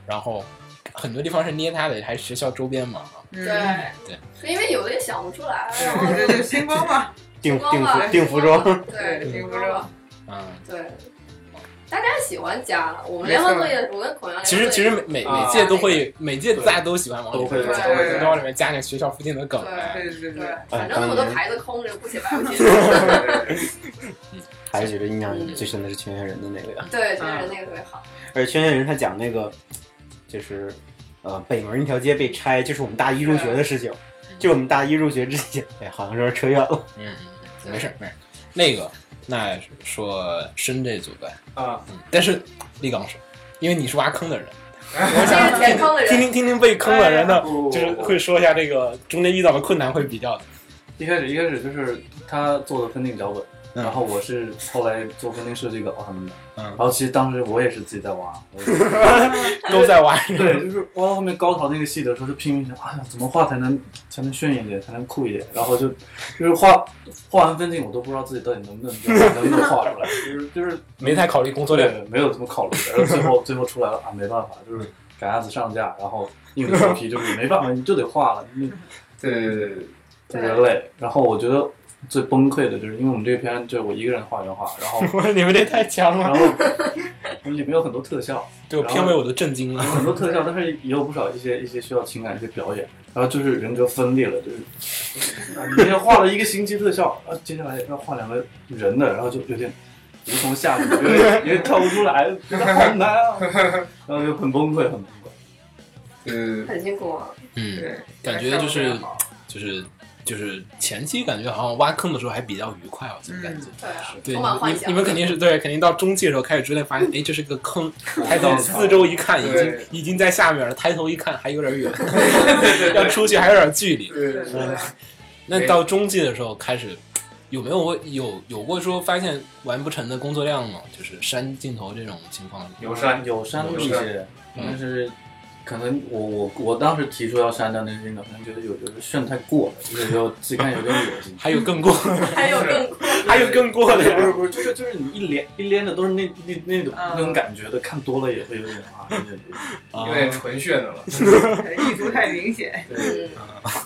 然后很多地方是捏他的，还是学校周边嘛。啊
嗯，
对对，因为有的也想不出来，啊然后啊
对对，星光嘛，
订
光
订
嘛
服订服装，，
啊对，
订服
光
装
嘛
嗯，
对。大家喜欢加，我们联合作业，我跟孔阳
其实其实每每每届都会，每届大家都喜欢往里面加，都往里面加那个学校附近的梗哎来。
对对
对
对，，
反正那么多牌子空着，不写白不写。
还是觉得印象最深的是全员人的那个呀。
对，全人那个特别好。
而且全员人他讲那个，就是呃北门那条街被拆，就是我们大一入学的事
啊
情，就是我们大一入学之前，哎，好像有点扯远了。
嗯，没事儿没事儿。那个那说深这组呗，
啊，
嗯，但是立刚说，因为你是挖坑的人，
我是一个填坑的
听听
人，
听听被坑的人的，
哎不
就是会说一下这个中间遇到的困难会比较
一开始一开始就是他做的分定脚本，
嗯
然后我是后来做分定设计给奥他们的，
嗯
然后其实当时我也是自己在挖，我也是
都在挖。
对，就是挖到后面高潮那个戏的时候，就拼命想，哎呀，怎么画才能才能炫一点，才能酷一点，然后就就是画画完分镜，我都不知道自己到底能不能能不能画出来，就是就是
没太考虑工作量，
对没有怎么考虑，然后最后最后出来了啊，没办法，就是赶鸭子上架，然后硬着头皮就是没办法，你就得画了，你
对对对对，
特别累。然后我觉得最崩溃的就是因为我们这个片就我一个人画原画，然后
你们这太强了，
然后 我们里面有很多特效。
对我片尾我都震惊
有
了。
很多特效，但是也有不少一些一些需要情感一些表演，然后就是人格分裂了，就是你先画了一个星期特效，然后接下来要画两个人的，然后就有点无从下手，有点有点跳不出来，觉得好难啊，然后就很崩溃，很崩溃。
嗯，
很辛苦啊。
嗯，
对，
感觉就是
效果好
就是就是前期感觉好像挖坑的时候还比较愉快，我怎么
嗯
感觉？
对啊，
对，
充
你
满幻
们
想。
你们肯定是对，肯定到中期的时候开始追来，发现哎这是个坑，抬头四周一看，已经
对
已经在下面了，抬头一看还有点远，要出去还有点距离。
对
对对
那到中期的时候开始，有没有过有有过说发现完不成的工作量吗？就是删镜头这种情况，
有山
有删
有
一
删
些，但是可能我我我当时提出要删掉那些镜头，可能觉得有有的炫太过了，就是有自己看有点恶心。
还有更过，
还有更
还有更 过
不
的
是不
呀。
是不是，就是就是你一连一连的都是那那那种
嗯
那种感觉的，看多了也会有点啊，有点
啊
有点纯炫 的了，
意图太明显，
对，
嗯，
哎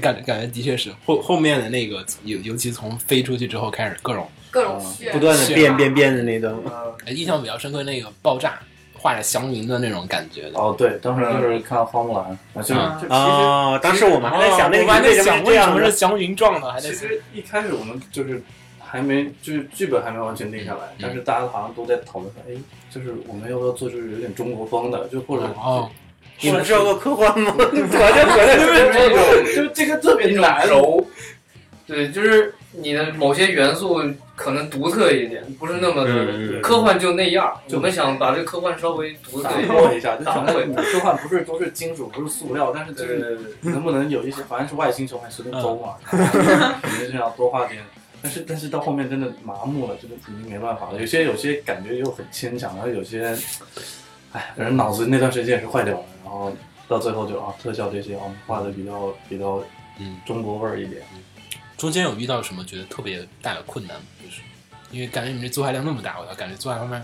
感觉感觉的确是后后面的那个，尤尤其从飞出去之后开始各种，
各种炫，
不断的
是
变变变的那种，
嗯
哎印象比较深刻那个爆炸画着祥云的那种感觉的。
哦，对，当时就是看花木兰，啊，就是
嗯
就其实
哦，当时我们还在想那
哦我还在
个为什
想
么这
为什
样
么
的
是祥云撞的，还在
其
想
实一开始我们就是还没就是剧本还没完全定下来
嗯，
但是大家好像都在讨论说，哎，就是我们要不要做就是有点中国风的，就或者
哦，
你们是要做科幻 吗？怎么就合在
这
这
种
就是这个特别
一种
难，
柔，对，就是你的某些元素可能独特一点，不是那么的
嗯嗯嗯
科幻就那样。
就
我们想把这科幻稍微独特
打
一
破
点，
一下，就想问你科幻不是都是金属，不是塑料，但是就
对
是
对对对，
能不能有一些，反正是外星球还是那周嘛， 肯定是要多画点。但是但是到后面真的麻木了，真的已经没办法了。有些有些感觉又很牵强，然后有些，哎，反正脑子那段时间也是坏掉了。然后到最后就啊，特效这些啊画的比较比较
嗯
中国味儿一点。
中间有遇到什么觉得特别大的困难吗？就是因为感觉你们这做菜量那么大，我要感觉做菜方面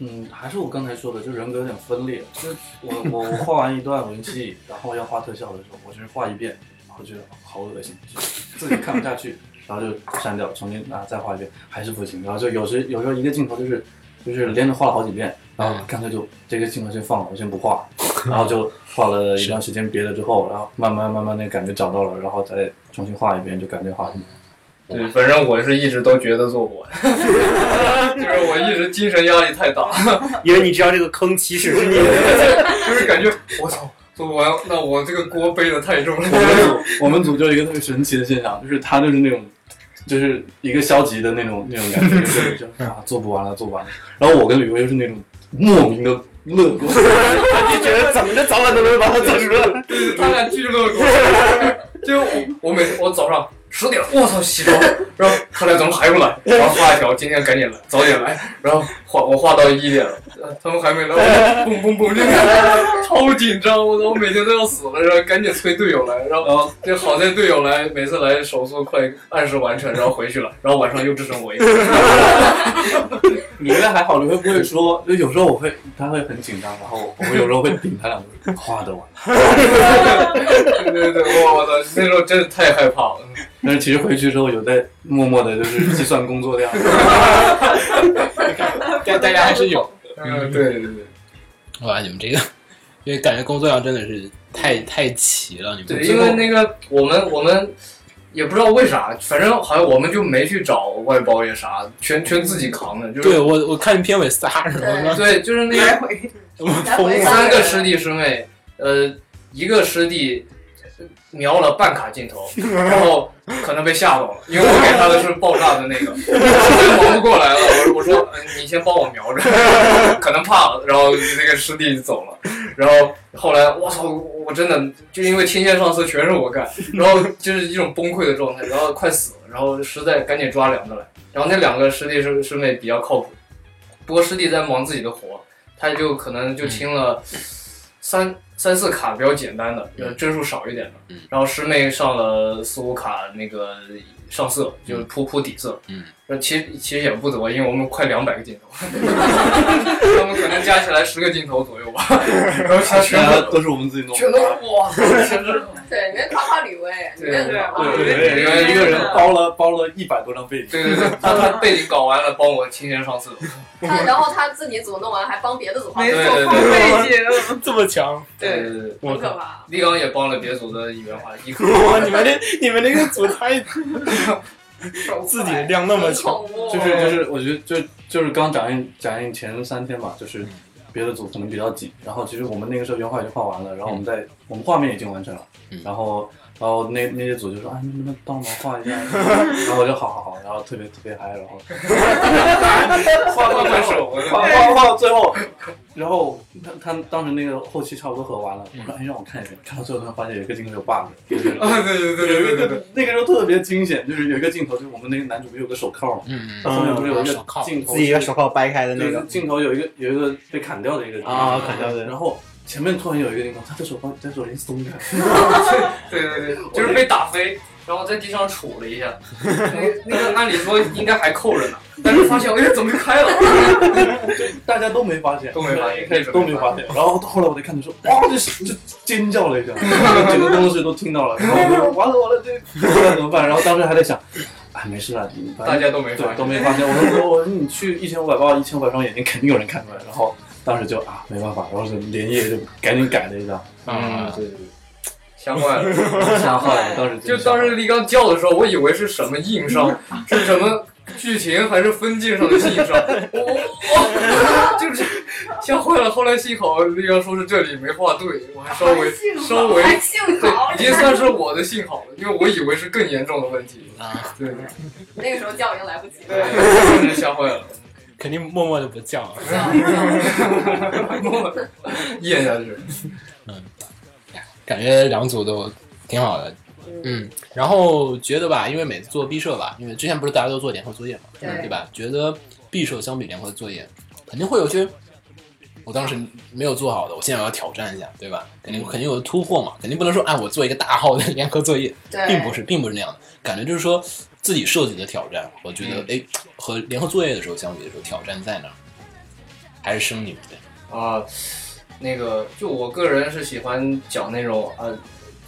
嗯，还是我刚才说的，就人格有点分裂。就是我我我画完一段文戏，然后要画特效的时候，我就是画一遍，然后觉得好恶心，就是自己看不下去，然后就删掉，重新啊再画一遍，还是不行。然后就有时有时候一个镜头就是就是连着画了好几遍，然后干脆就这个镜头先放了，我先不画，然后就画了一段时间别的之后，然后慢慢慢慢那感觉找到了，然后再重新画一遍，就感觉好。
对，反正我是一直都觉得做不完， 就是我一直精神压力太大，
因为你知道这个坑其实是你的，
就是感觉我操，做不完，那我这个锅背的太重了。
我们组我们组就有一个特别神奇的现象，就是他就是那种，就是一个消极的那种那种感觉，就是就啊做不完了做不完了。然后我跟吕薇就是那种莫名的乐观，
就觉得怎么着早晚都能把它做出来。
对 他俩巨乐观，就是我我每次我早上十点，我操洗床，然后他俩怎么还不来？然后发一条，今天赶紧来，早点来。然后画我画到一点了，呃他们还没来，我嘣嘣嘣就 开始超紧张，我操，我每天都要死了，然后赶紧催队友来，然后就好在队友来，每次来手速快，按时完成，然后回去了，然后晚上又只剩我一个。
吕薇还好，吕薇不会说，就有时候我会他会很紧张，然后我有时候会顶他两句，画得完。
对对对，我操，那时候真是太害怕了。
但是其实回去之后有在默默的就是计算工作量，
大大家还是有。
嗯，对对对。
哇，你们这个， 因为感觉工作量真的是太太齐了，你们
对，
最
因
后
为那个我们我们也不知道为啥，反正好像我们就没去找外包也啥，全全自己扛的，就是
对我我看片尾仨人，
对
我
对就是那
来
个
回
说我疯
来回
了，
三个师弟师妹，呃，一个师弟瞄了半卡镜头，然后可能被吓到了，因为我给他的是爆炸的那个，实在忙不过来了，我我说呃你先帮我瞄着， 可能怕了，然后那个师弟就走了，然后后来我操，我真的就因为天线上色全是我干，然后就是一种崩溃的状态，然后快死了，然后实在赶紧抓两个来，然后那两个师弟师师妹比较靠谱，不过师弟在忙自己的活，他就可能就清了三三四卡比较简单的，呃，帧数少一点的。
嗯
然后师妹上了四五卡那个上色，就是铺铺底色。
嗯，
那其实其实也不多，因为我们快两百个镜 头，我们可能加起来十个镜头左右吧。然后 他全部
都是我们自己弄
全都
的，
是哇，全是
对，你们夸夸吕薇，你
对
们
对
夸夸
对
对
对对，一个人包了包了一百多张背景，
对对对，他他背景搞完了，帮我清洁上色。
他然后他自己组弄完，还帮别的组画
没
图，
对
错，放背景，
这么强，
对
对，
对对，
很可怕。
力刚也帮了别组的演员画一个。
哇，你们这你们这个组太自己的量那么
很
强，
恐怖，
就是就是，我觉得就就是刚展映展映前三天吧，就是
嗯
别的组可能比较紧，然后其实我们那个时候原画已经画完了，然后我们在我们画面已经完成了
嗯，
然后然后那那些组就说啊，你能不能帮我们画一下？然后我就好好好，然后特别特别嗨，然后
画画快手，我
画画画到最后，然后他他当时那个后期差不多合完了，我说哎让我看一下，看到最后他发现有一个镜头有 bug，就是
啊， 对对对
有
对对
一个
对，
那个时候特别惊险，就是有一个镜头，就是我们那个男主不是有个手铐吗？
嗯
他后面不是有一个
手铐
镜头
自己
是
把手铐掰开的那
那个
个
镜头有一个有一个被砍掉的一个
啊，砍掉
然
的，
后前面突然有一个地方，他的手放在手里松开，
对 对对，就是被打飞，然后在地上杵了一下，那那个按理说应该还扣着呢，但是发现哎怎么开了？
大家都没发现，
都没发现
一开始都没发现。然后后来我在看的时候，哇，就就尖叫了一下，整个办公室都听到了。然后我说完了完了，这这怎么办？然后当时还在想，哎，没事了，你
大家都没发
对
现
都。没发现。我说我说你去一千五百包，一千五百双眼睛肯定有人看出来。然后当时就啊没办法，然后就连夜就赶紧改了一下，
啊，
对对对，吓坏了。
吓坏了，当时
哎就
真吓坏
当
了
时力刚叫的时候，我以为是什么硬伤，是什么剧情还是分镜上的硬伤，我我我就是吓坏了。后来幸好力刚说是这里没画对，我还稍微稍微
还幸好
对，已经算是我的幸好了，因为我以为是更严重的问题。
啊，
对，
那个时候叫已经来不及了。
对，真是吓坏了，
肯定默默的不叫。
叫一叫
咽下去。
感觉两组都挺好的。嗯，然后觉得吧，因为每次做毕设吧，因为之前不是大家都做联合作业嘛，
对
对吧？觉得毕设相比联合作业，肯定会有些我当时没有做好的，我现在要挑战一下，对吧？肯定肯定有突破嘛，肯定不能说哎，我做一个大号的联合作业，
对，
并不是，并不是那样的感觉，就是说自己设计的挑战，我觉得
嗯
哎，和联合作业的时候相比的时候，挑战在哪儿？还是生你们的，
啊、那个就我个人是喜欢讲那种啊、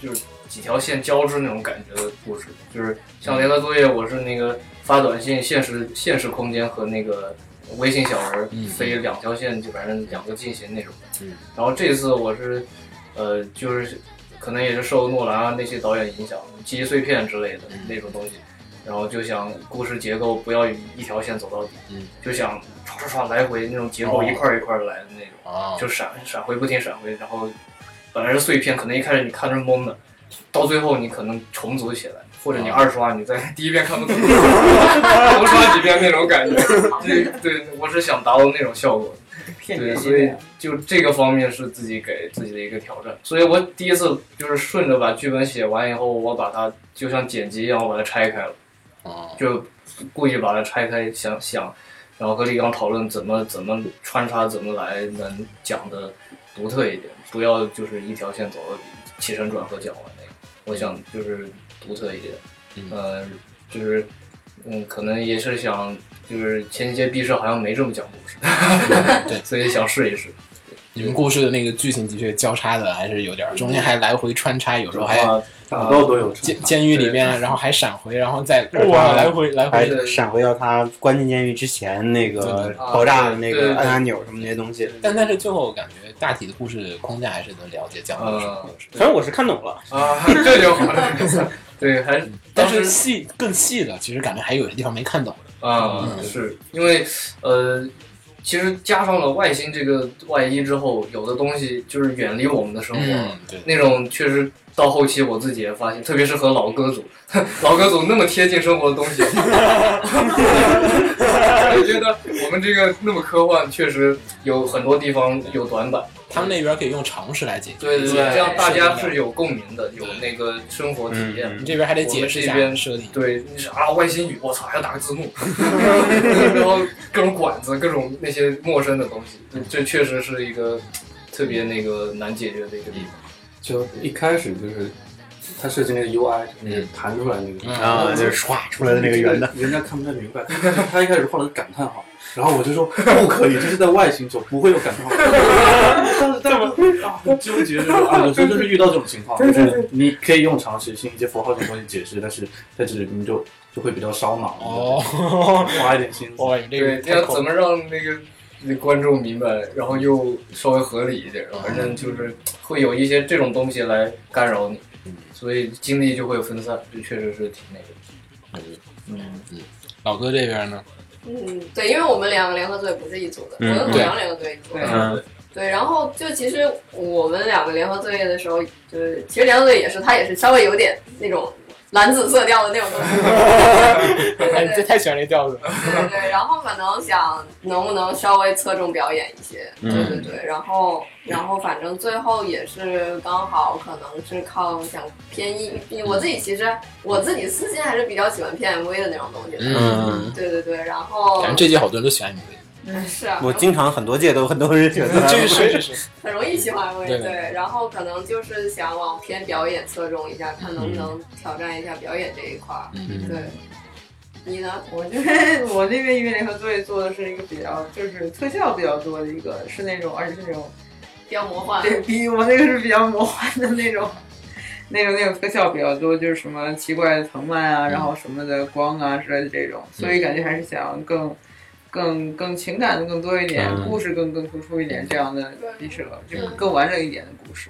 就是几条线交织那种感觉的故事，就是像联合作业，我是那个发短信、现实现实空间和那个微信小人
嗯
飞两条线，就反正两个进行那种。
嗯
然后这次我是呃，就是可能也是受诺兰啊那些导演影响，记忆碎片之类的
嗯
那种东西。然后就想故事结构不要一条线走到底，
嗯
就想唰唰唰来回那种结构
哦
一块儿一块儿来的那种。
啊，
就闪闪回不停闪回，然后本来是碎片，可能一开始你看着是懵的，到最后你可能重组起来，或者你
啊
二刷，你在 第一遍看不懂，重刷几遍那种感觉。对对，我是想达到那种效果。
骗
对，
你
所以就这个方面是自己给自己的一个挑战。所以我第一次就是顺着把剧本写完以后，我把它就像剪辑一样，我把它拆开了。
啊，
就故意把它拆开想想，然后和李刚讨论怎么怎么穿插怎么来能讲的独特一点，不要就是一条线走到底，起承转合讲完那个。我想就是独特一点，
嗯
呃，就是嗯，可能也是想就是前几届毕设好像没这么讲故事，
对
所以想试一试。
你们故事的那个剧情的确交叉的还是有点儿，中间还来回穿插，有时候
哎
还
啊打斗都有
监监狱里边，然后还闪回，然后再哇来回来
还
回，
闪回到他关进监狱之前那个
对
爆炸的那
对对
个按按钮什么那些东西。
但但是最后我感觉大体的故事框架还是能了解讲的是
呃
什么故事，
反正我是看懂了，
啊，这就好了。 对，还是
但
当
是
时
细更细的，其实感觉还有些地方没看懂。
啊、
嗯
是因为呃，其实加上了外星这个外衣之后，有的东西就是远离我们的生活了，
嗯，对，
那种确实到后期我自己也发现，特别是和老歌组， 老歌组那么贴近生活的东西， 我觉得我们这个那么科幻，确实有很多地方有短板。
他们那边可以用常识来解决。
对对
对
这样嗯大家是有共鸣的，有那个生活体验。
你这边还得解释一
我们这
下
边
设定。
对，你是啊，外星语，我操，还要打个字幕， 然后各种管子，各种那些陌生的东西，这确实是一个特别那个难解决的一个地方。
就一开始就是他设计那个 UI，
嗯，
弹出来那个
嗯
啊，就是唰出来的那个圆的，，
人家看不太明白。 他一开始画了个感叹号，然后我 就说不可以，这是在外星球不会有感 叹号。但是但是啊，很纠结就是啊，有时候就是遇到这种情况，就是你可以用常识性一些符号性的东西解释，但是在这里你就就会比较烧脑，
哦，
花一点心思。
哇，你这
对，
个
这样
太
怎么让那个那观众明白，然后又稍微合理一点，反
嗯
正就是会有一些这种东西来干扰你，
嗯
所以精力就会分散，这确实是挺那个的。嗯，
老哥这边呢？
嗯，对，因为我们两个联合队不是一组的，
嗯
我
对
跟孔阳联合队一组。
对
嗯
对，然后就其实我们两个联合作业的时候，就是其实联合作业也是，它也是稍微有点那种蓝紫色调的那种东西。
哎，你这
对
太喜欢这调子了。
对对，然后可能想能不能稍微侧重表演一些，对对
嗯
对，然后然后反正最后也是刚好可能是靠想偏艺，
嗯
我自己其实我自己私心还是比较喜欢偏 MV 的那种东西的，
嗯，
对对对，然后
感觉这届好多人都喜欢你。
是啊，
我经常很多届都很多人选择
这个是是是，
很容易喜欢我也
对
对，然后可能就是想往偏表演侧重一下，看能不能挑战一下表演这一块儿。
嗯
对，你呢？
我这边我那边因为联合作业做的是一个比较就是特效比较多的一个，是那种而且是那种
比较魔幻，
对比我那个是比较魔幻的那种，那种那种特效比较多，就是什么奇怪的藤蔓啊，然后什么的光啊之类的这种，所以感觉还是想更。更更情感的更多一点，
嗯
故事更更突出一点，这样的比适合，就是
嗯
更完整一点的故事。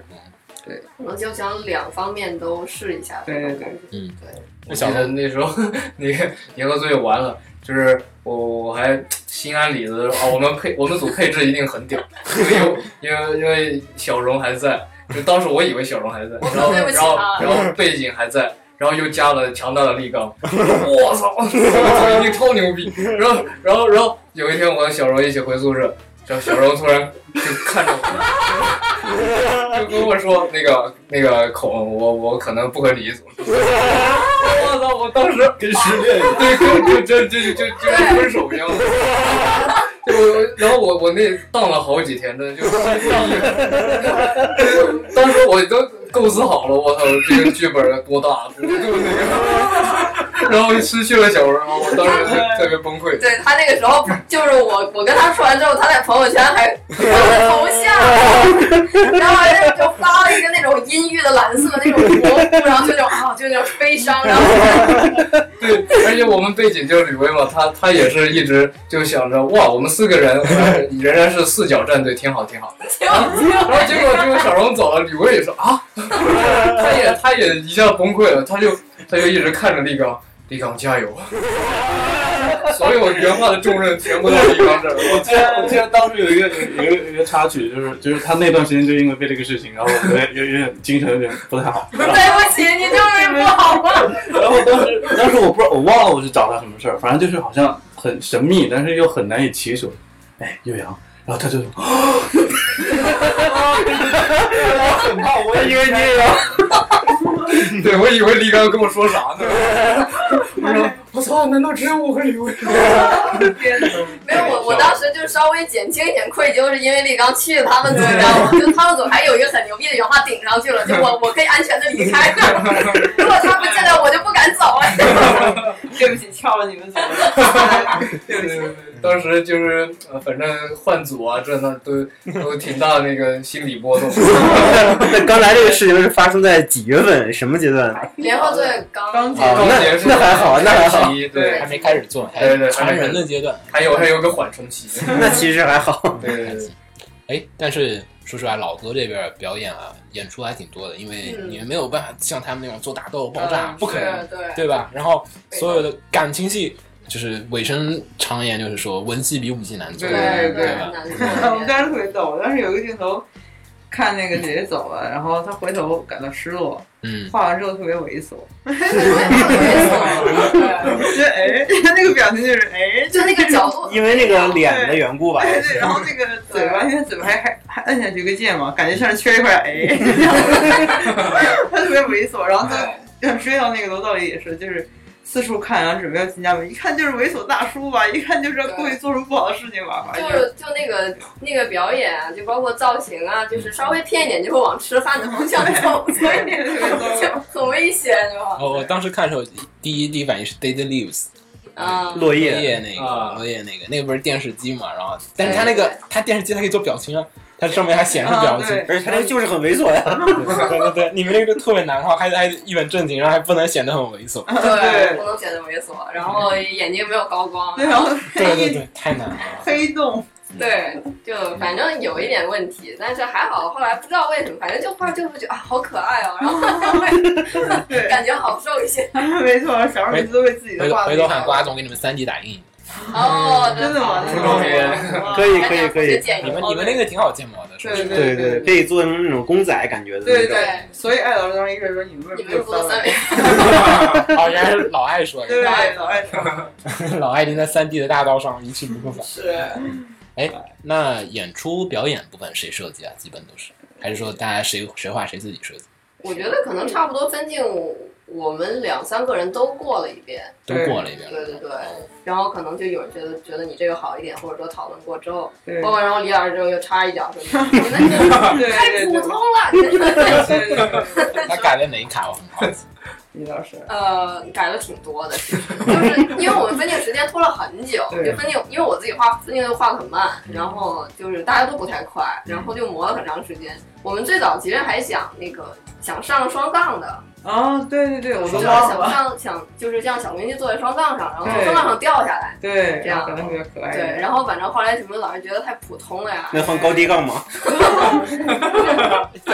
可能就想两方面都试一下。
对对
对
对，
嗯
对，
我记得那时候 那个联合作业完了，就是我我还心安理得地说啊，我们配我们组配置一定很屌，因为有因为因为小荣还在，就当时我以为小荣还在，然后
对不起
然后
啊
然后背景还在。然后又加了强大的力杠， 我操，我操一定超牛逼！然后，然后，然后有一天我和小荣一起回宿舍，然后小荣突然就看着我， 就跟我说那个那个孔，我我可能不和你一组。 我操！我当时
跟失恋一样，
对，就就就就就就跟分手一样。 就我，然后我我那荡了好几天，真的就 当时我都构思好了，我操，这个剧本多大，就那个，然 后失去了小人，我当时就特别崩溃。
对他那个时候就是我，我跟他说完之后，他在朋友圈还发了头像，然后就就发了一个那种阴郁的蓝色的那种模糊，然后就那种啊，就那种悲伤，然后
对，而且我们背景就是吕薇嘛，她她也是一直就想着哇，我们四个人呃仍然是四角战队，挺好挺好。
结果结
然后结果结果小荣走了，吕薇也说啊，他也他也一下崩溃了，他就他就一直看着立刚，立刚加油。所有原话的重任全部在立刚这 儿，
我记得我记得当时有一个有一个有一个插曲，就是就是他那段时间就因为被这个事情，然后我有有有点精神有点不 太好。
对不起，你就是不好嘛。
然后当时 当时我不知道我忘了我是找他什么事儿，反正就是好像很神秘，但是又很难以启手。哎，岳阳，然后他就说，啊我很怕我也因为你也要
对我以为立刚要跟我说啥呢。我说我操，难道只有我和吕薇？
没有，我我当时就稍微减轻一点愧疚，是因为力刚去了他们组，你知道吗？就他们组还有一个很牛逼的原话顶上去了，就我我可以安全的离开。如果他们进来，我就不敢走啊了。
对不起，撬了你们组。
对对 对，当时就是呃，反正换组啊，这那都都挺大那 个心理波动。
那刚才这个事情是发生在几月份？什么阶段？
联合队刚
刚进
啊
高
那
结束
那还好啊那还 好
对
还，没开始做，还
对对还
传
没
人的阶段。
还有还有个缓冲 期。
那其实还好。
对对对。
哎，但是说实话，老哥这边表演啊、演出还挺多的，因为
嗯
你们没有办法像他们那种做打斗、爆炸，
嗯
不可能，
是啊对
对吧？然后所有的感情戏，就是尾声常言 就是说，文戏比武戏难做，
对
对
吧？
难
我们当时特别逗，当时有一个镜头，看那个姐姐走了，然后他回头感到失落，
嗯，
画完之后特别猥琐，
对
就哎， 那个表情就是哎，
就那个角度，
因为那个脸的缘故吧，
对
也
对，
是
然后 那个嘴巴，你看嘴巴还还还摁下去一个键嘛，感觉像是缺一块 哎，他特别猥琐。然后他
哎
要追到那个楼道里也是，就是四处看，然后准备要进家门，一看就是猥琐大叔吧，一看就是要故意做出不好的事情吧，反正
就就那个那个表演啊，就包括造型啊，就是稍微偏一点就会往吃饭的方向走，所以
特别糟
就
糕。
很危险，是吧？
哦
哦我我当时看的时候，第一第一反应是《Dead Leaves》
啊，
落
落
叶，
叶那个
啊
落叶那个那个不是电视机嘛，然后但是
对
它那个
对
它电视机它可以做表情啊，它上面还显示表
啊，
情，
对，
而且他这个就是很猥琐呀，
对对对，你们那个就特别难画，还还一本正经，然后还不能显得很猥琐，
对，不能显得猥琐，然后眼睛没有高光，啊
对，然后
对对对，太难了。
黑洞，
对，就反正有一点问题，但是还好，后来不知道为什么，反正就画就会觉得啊好可爱哦，然后
对，
感觉好受一些。
没错，小时候每次都为自己
回
的
头
话
回头喊瓜总给你们三 D 打印，
哦，
真的吗？
好
初中毕业
哦
可以可以
大家
可
直接
以，
建议
哎你们你们那个挺好建模的，
对
对
对对，可以做成那种公仔感觉的
对
那
对
种，
对，
所以艾老师当时一直说你们为
你
什
们是
么不
不做
做
三
三 维？，
维
哦，原来是老爱说
对
的，
老爱说
老爱đứng在三 D 的大道上一去不复返。
是
那演出表演部分谁设计啊？基本都是，还是说大家谁谁画谁自己设计？
我觉得可能差不多分镜，我们两三个人都过了一遍，
都
对
过了一遍了。
对对对，然后可能就有人觉得觉得你这个好一点，或者说讨论过之后，
对
包括然后李老师之后又插一脚 说你你们这个
对
太
对
普
对
通了，你们
对对对，
他改了哪一卡？我很 好奇。
李老师，
呃，改了挺多的，其实就是因为我们分镜时间拖了很久，
对
就分镜，因为我自己画分镜又画的很慢，然后就是大家都不太快，然后就磨了很长时间。我们最早其实还想那个想上双杠的，
啊，对对对，
我
我
们最
都
早
忘
想
了，
上想就是这样小明星坐在双杠上，然后从
对哎
双杠上掉下来，
对，
这样
可能比较可爱一
对，
点，
然后反正后来你们老是觉得太普通了 呀，
那换高低杠嘛，
反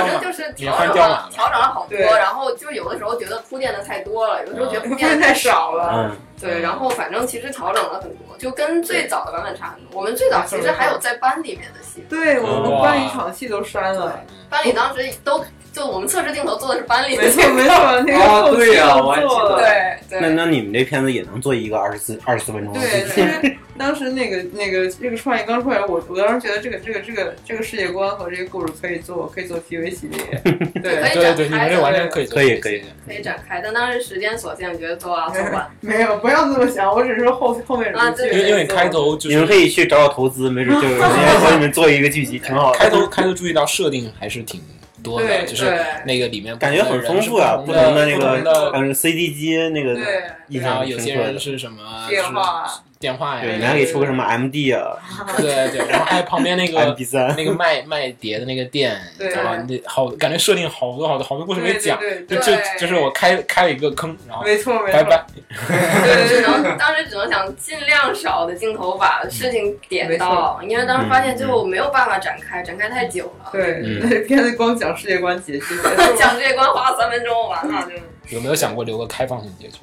正就是调
换掉马
整了
了
调整了好多，
对
然后就有的时候觉得铺垫的太多了，有的时候觉得铺
不
垫
然
得
太少了，
嗯，
对，然后反正其实调整了很多，就跟最早的版本差很多。我们最早其实还有在班里面的戏，
对我们
哇
班一场戏都删
对
了，，
班里当时都就我们测试镜头做的是班里的
没
戏
错，没错，那个
哦
后期
对呀我还
都
记
做
得
了。
对
那
对
那你们这片子也能做一个二十四二十四
哦
分钟的
对，其实当时那个那个这个创意刚出来，我我当时觉得这个这个这个这个世界观和这个故事可以做可以做 TV 系列，
可
对，
以
对对对，你们这完全可以做。
可以可以。
可以展开，但当时时间所限，觉得做啊做完，
没有不要这么想，我只是说后后面
啊
有
对
因为因为开头就
你们可
是
以去找找投资，没准 就有人帮你们做一个剧集，挺好的。
开 头开头注意到设定还是挺多的，
对
就是
对
那个里面
感觉很丰富啊，不
不
同
同
的
人
那
是
个，
不同的
嗯，CD 机那个
对
印
然后
象
有些
挺深
人
刻
是什么
电话啊，
是电话呀，
对，你还可以出个什么 MD 啊、
对对，然后还有旁边那个
MD 三，
那个卖卖碟的那个店，
对
然后你好感觉设定好多好多好多故事没
对
讲，
对
就
对，
就
对
就是我开开了一个坑，然后
没错没
拜
错，
拜。
对
只
对对，
能当时只能想尽量少的镜头把事情点到，因为当时发现最后没有办法展开，展开太久了。
嗯
对，那片子光讲世界观解 析，
讲这一关花了三分钟，完了就
有没有想过留个开放性结局？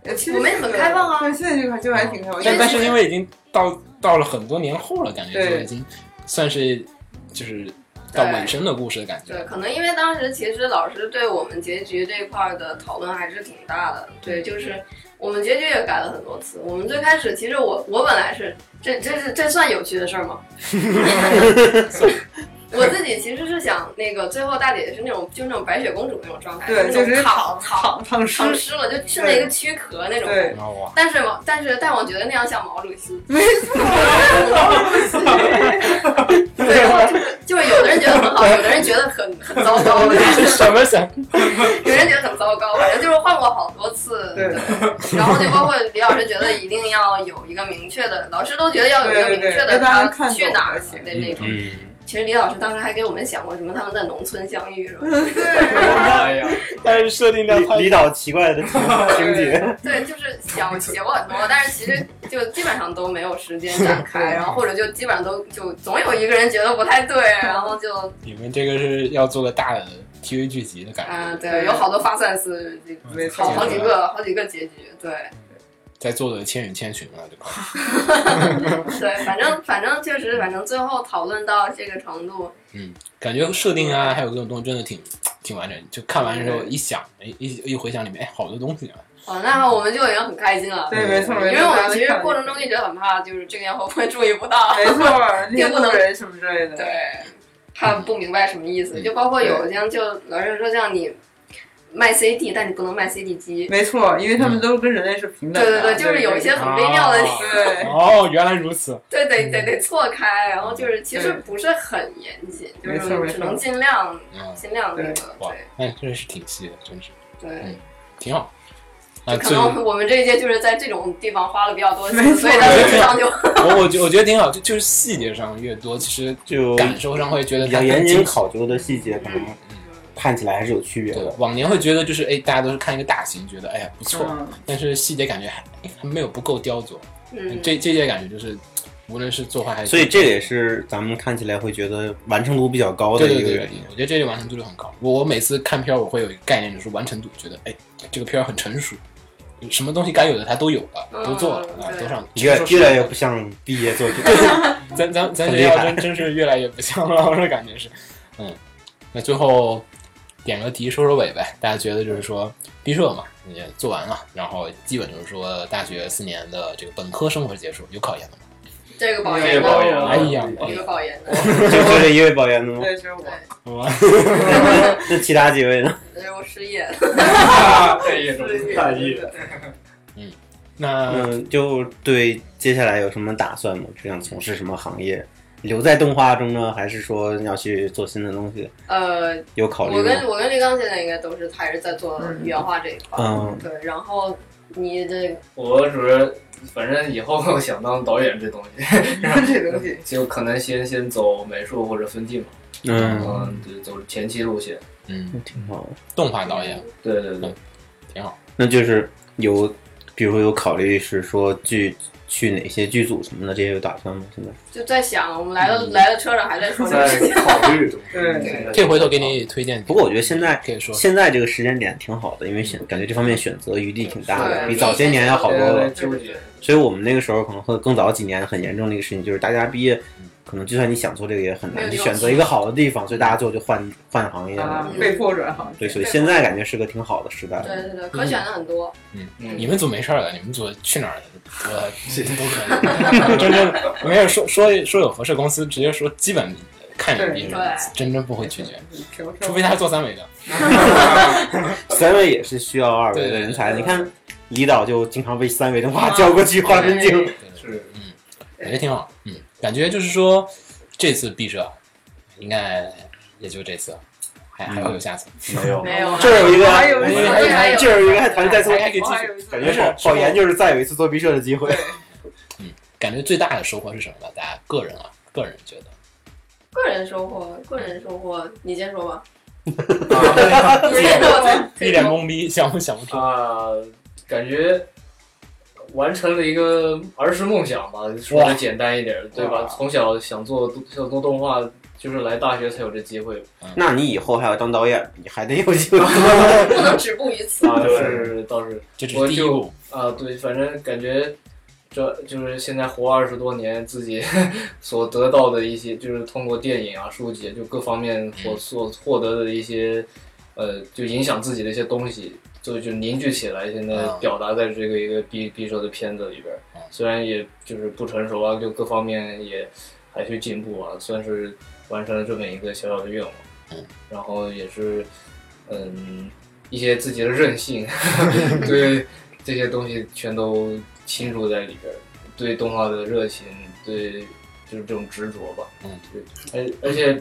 但是
其实
我们也很开放啊
对，现在就还就还挺开放，
但
因为
但是因为已经到到了很多年后了，感觉就
对
已经算是就是到尾声的故事的感觉
对，。可能因为当时其实老师对我们结局这一块儿的讨论还是挺大的。对，就是我们结局也改了很多次。我们最开始其实我我本来是这这是这算有趣的事儿吗？ 我自己其实是想那个最后大姐姐是那种就是那种白雪公主那种状态，
对，就是
那种躺
躺
躺
躺躺尸
躺，湿了就剩了一个躯壳那种。
对，
然后哇，
但是嘛，但是但我觉得那样像毛主席，
没 错，
对，然后就是就是有的人觉得很好，有的人觉得很很糟糕，
什么想？
有人觉得很糟糕，反正就是换过好多次。
对，
然后就包括李老师觉得一定要有一个明确的，老师都觉得要有一个明
对
确
对
的
对让大家
他
看
去
懂
哪儿
才行
的那种。
嗯，
其实李老师当时还给我们想过什么他们在农村相遇什
嗯
么的，
对，
哎呀，
但是设定量
李
太
李导奇怪的情 情节，
对，就是想写过很多，但是其实就基本上都没有时间展 开，然后或者就基本上都就总有一个人觉得不太对，然后就
你们这个是要做个大的 TV 剧集的
啊
感
嗯、对，有好多发散思，
没
好
错，
好几个好几个结局，对。
啊觉，在做的《千与千寻》了，对吧？
对，反正反反正确实，反正最后讨论到这个程度，
感觉设定啊，还有各种东西真的挺挺完整。就看完之后一想，一一一回想里面，哎，好多东西啊。
哦，那我们就已经很开心了。
对，没错，没
因
错。
为我们其实过程中一直很怕，就是这个烟火会注意不到。
没 错，猎户人什么之类的。
对，看不明白什么意思。
嗯
就包括有像就老师说像你卖 CD，但你不能卖 CD 机。
没错，因为他们都跟人类是平等
对
的。
对对，就是有一些很微妙的，
对
哦，原来如此。
对得得得错开，然后就是其实不是很严谨，就
没错没错
是只能尽量
嗯，
尽量那个
哇
对，
那真是挺细的，真是
对。
挺好。啊，
可
最后
能我们这一届就是在这种地方花了比较多
没
心，
错
所以在这上就
我我觉我觉得挺好，就就是细节上越多，其实
就
感受上会觉得
比较
它
严
更
谨
精巧。
考究的细节，可能看起来还是有区别
对
的，。
往年会觉得就是哎，大家都是看一个大型，觉得哎呀不错，
嗯
但是细节感觉还哎还没有不够雕琢。
嗯，
这这届感觉就是，无论是作画还是
所以这个也是咱们看起来会觉得完成度比较高的
对对
一个
对
原
对
因。，
我觉得这届完成度就很高。我我每次看片儿，我会有一个概念，就是完成度，觉得哎，这个片儿很成熟，什么东西该有的它都有了，
嗯
都做了啊，
对
都上。
越
说实
越来
话
越不像毕 业作品，
咱咱咱
很
学
厉
校
害
真真是越来越不像了，我这感觉是，嗯，那最后点个题收收尾呗。大家觉得就是说，毕设嘛也做完了，然后基本就是说大学四年的这个本科生活结束，有考研了吗？
这个保
这
研
个保研
的，
啊了
哎呀，
这个保研的，
就这一位保研的吗？
对，就是我。
那其他几位呢？
对我失业了，
哎
这一种
失业
大意。
那
嗯，就对接下来有什么打算吗？就想从事什么行业？留在动画中呢，还是说要去做新的东西？
呃，
有考虑
我跟
吗？
我跟立刚现在应该都是还是在做原画这一块，
嗯
对，然后你的
我主要反正以后想当导演这东西，
这个东西，
就可能先先走美术或者分镜嘛，
嗯，
嗯，对，走前期路线。
嗯，
挺好的。
动画导
嗯
演
对对对，
挺好。
那就是有，比如说有考虑是说剧去哪些剧组什么的，这些有打算吗？现在？
就在想，我们来了、来了车上还在说这个
在
事情，
考虑中。
嗯
对
这回头给你推荐，
不过我觉得现在
可以说
现在这个时间点挺好的，因为选感觉这方面选择余地挺大的，
是
比早些年要好
对
多
对
了
对。纠结。
所以我们那个时候可能会更早几年很严重的一个事情，就是大家毕业，可能就算你想做这个也很
没
难，
有
你
地方
选择一个好的地方，所以大家最后就换换行业
啊
了。，
被迫转行。
嗯对，所以现在感觉是个挺好的时代。
对对对，可选的很多，
嗯
你们组没事儿了，你们组去哪儿了？我都可以，真真没有说说说有合适公司，直接说基本看你毕业
对
真真不会拒绝，
除
除非他是做三维的。
三维也是需要二维的人才，你看李导就经常被三维的话叫过去画分镜，
对
是
感觉挺好，嗯，感觉就是说这次毕设应该也就这次了，还还会有下次，
没有，
没有啊
这儿有一个，
还有一
个
我们
还有一个
这儿有一个还团再做，
还还可以继
哎我还
续。
有一
感觉
个
是保研就是再有一次做毕设的机会。
感觉最大的收获是什么呢？大家个人啊，个人觉得，
个人收获，个人收获，你先说吧，
啊
你先说吧，
一脸懵逼，想不想不出。
啊，感觉完成了一个儿时梦想吧，说的简单一点，对吧？从小想做想做动画，就是来大学才有这机会
那你以后还要当导演，你还得有机会。
不能止步于此。
啊，是倒是
这只
我
是第一
就
步，
啊，对，反正感觉这就是现在活二十多年，自己 所得到的一些，就是通过电影啊、书籍，就各方
嗯
面我所获得的一些，呃，就影响自己的一些东西，就就凝聚起来，现在
嗯
表达在这个一个毕毕设的片子里边儿
嗯。
虽然也就是不成熟啊，就各方面也还需进步啊，算是完成了这么一个小小的愿望。
嗯，
然后也是，嗯，一些自己的任性， 对这些东西全都倾注在里边儿，对动画的热情，对就是这种执着吧。
嗯，
对，而而且，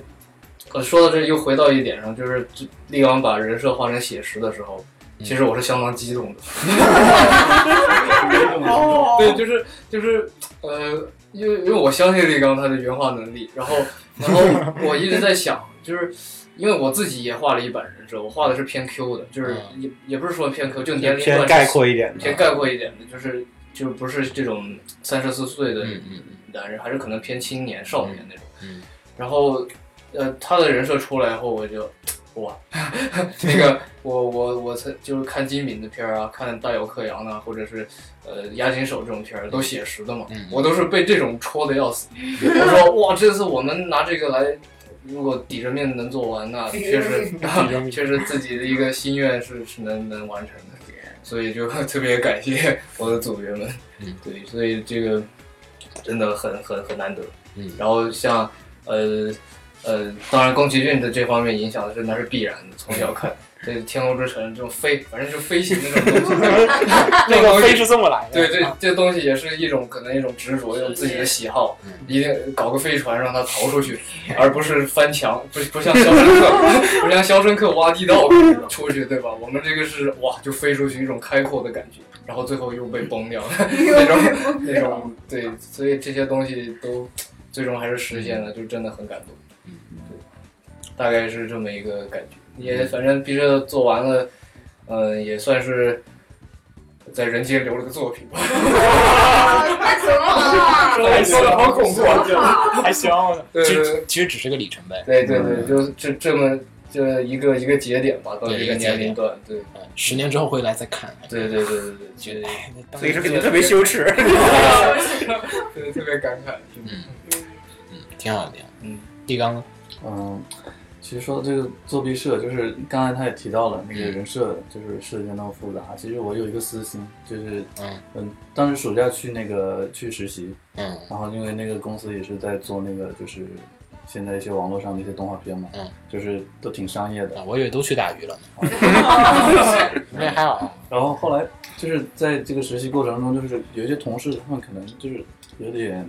呃，说到这又回到一点上，就是这力王把人设画成写实的时候，
嗯
其实我是相当激动的。
哦，
对，就是就是呃，因为因为我相信力刚他的原画能力， 然后然后我一直在想，就是因为我自己也画了一版人设，我画的是偏 Q 的，就是也也不是说偏 Q，就年龄
嗯偏
段
概括一点
偏
的，
概括一点的，就是就是不是这种三十四岁的
嗯嗯嗯，
男人，还是可能偏青年少年那种。
嗯
然后呃，他的人设出来后，我就我 那个我我我曾就是看金敏的片儿啊，看大友克洋啊，或者是呃押井守这种片儿都写实的嘛，
嗯
我都是被这种戳的要死。我说哇，这次我能拿这个来。如果抵着面能做完，那确实 确实自己的一个心愿是是能能完成的，所以就特别感谢我的组员们，
嗯
对，所以这个真的很很很难得。
嗯
然后像呃呃，当然宫崎骏的这方面影响是那是必然的，从小 看。这《天空之城》这种飞，反正就飞行那种东西，
那
那
个
个
飞是这么来的，啊
对对， 这东西也是一种可能一种执着，一种自己的喜好
嗯，
一定搞个飞船让它逃出去，而不是翻墙，不不像肖申克，不像肖申克挖地道出去，对吧？我们这个是哇，就飞出去一种开阔的感觉，然后最后又被崩掉了那种那种对，所以这些东西都最终还是实现了，就真的很感动。对，大概是这么一个感觉。也反正毕设做完了，呃，也算是在人间留了个作品吧。
太行了，
说说的好恐怖 啊！
多好！
还行，
对
其
对
实其实只是个里程碑。
对对对，就这这么这一个一个节点吧，到
对
这
一个节
年
点
龄段，对
嗯，十年之后回来再看，
对对对对对，
觉
觉
得
得
哎，那当
所以
时
说感觉特别羞耻。
对特别感慨。
嗯挺好的，挺好的。
嗯，
地刚呢
嗯，其实说到这个做毕设，就是刚才他也提到了那个人设，就是设计那么复杂。其实我有一个私心，就是
嗯
嗯，当时暑假去那个去实习，
嗯
然后因为那个公司也是在做那个就是现在一些网络上的一些动画片嘛，
嗯，
就是都挺商业的。
啊，我以为都去打鱼了呢，那还好。
然后后来就是在这个实习过程中，就是有一些同事他们可能就是有点。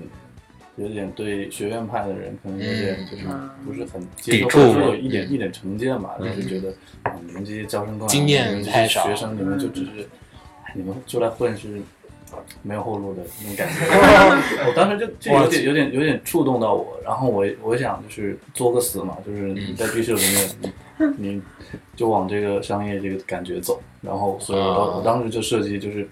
有点对学院派的人可能有点就是
嗯
不是很接
抵
受，
触
或者说有一点
嗯
一点成见吧，就是觉得啊，你们这些招生官啊
经验
你们这些
太少
学生你们就只是，哎你们出来混是没有后路的那种感觉。 我当时就就有点有点有点触动到我，然后我我想就是作个死嘛，就是你在毕设里面，你你就往这个商业这个感觉走，然后所以我当我当时就设计就是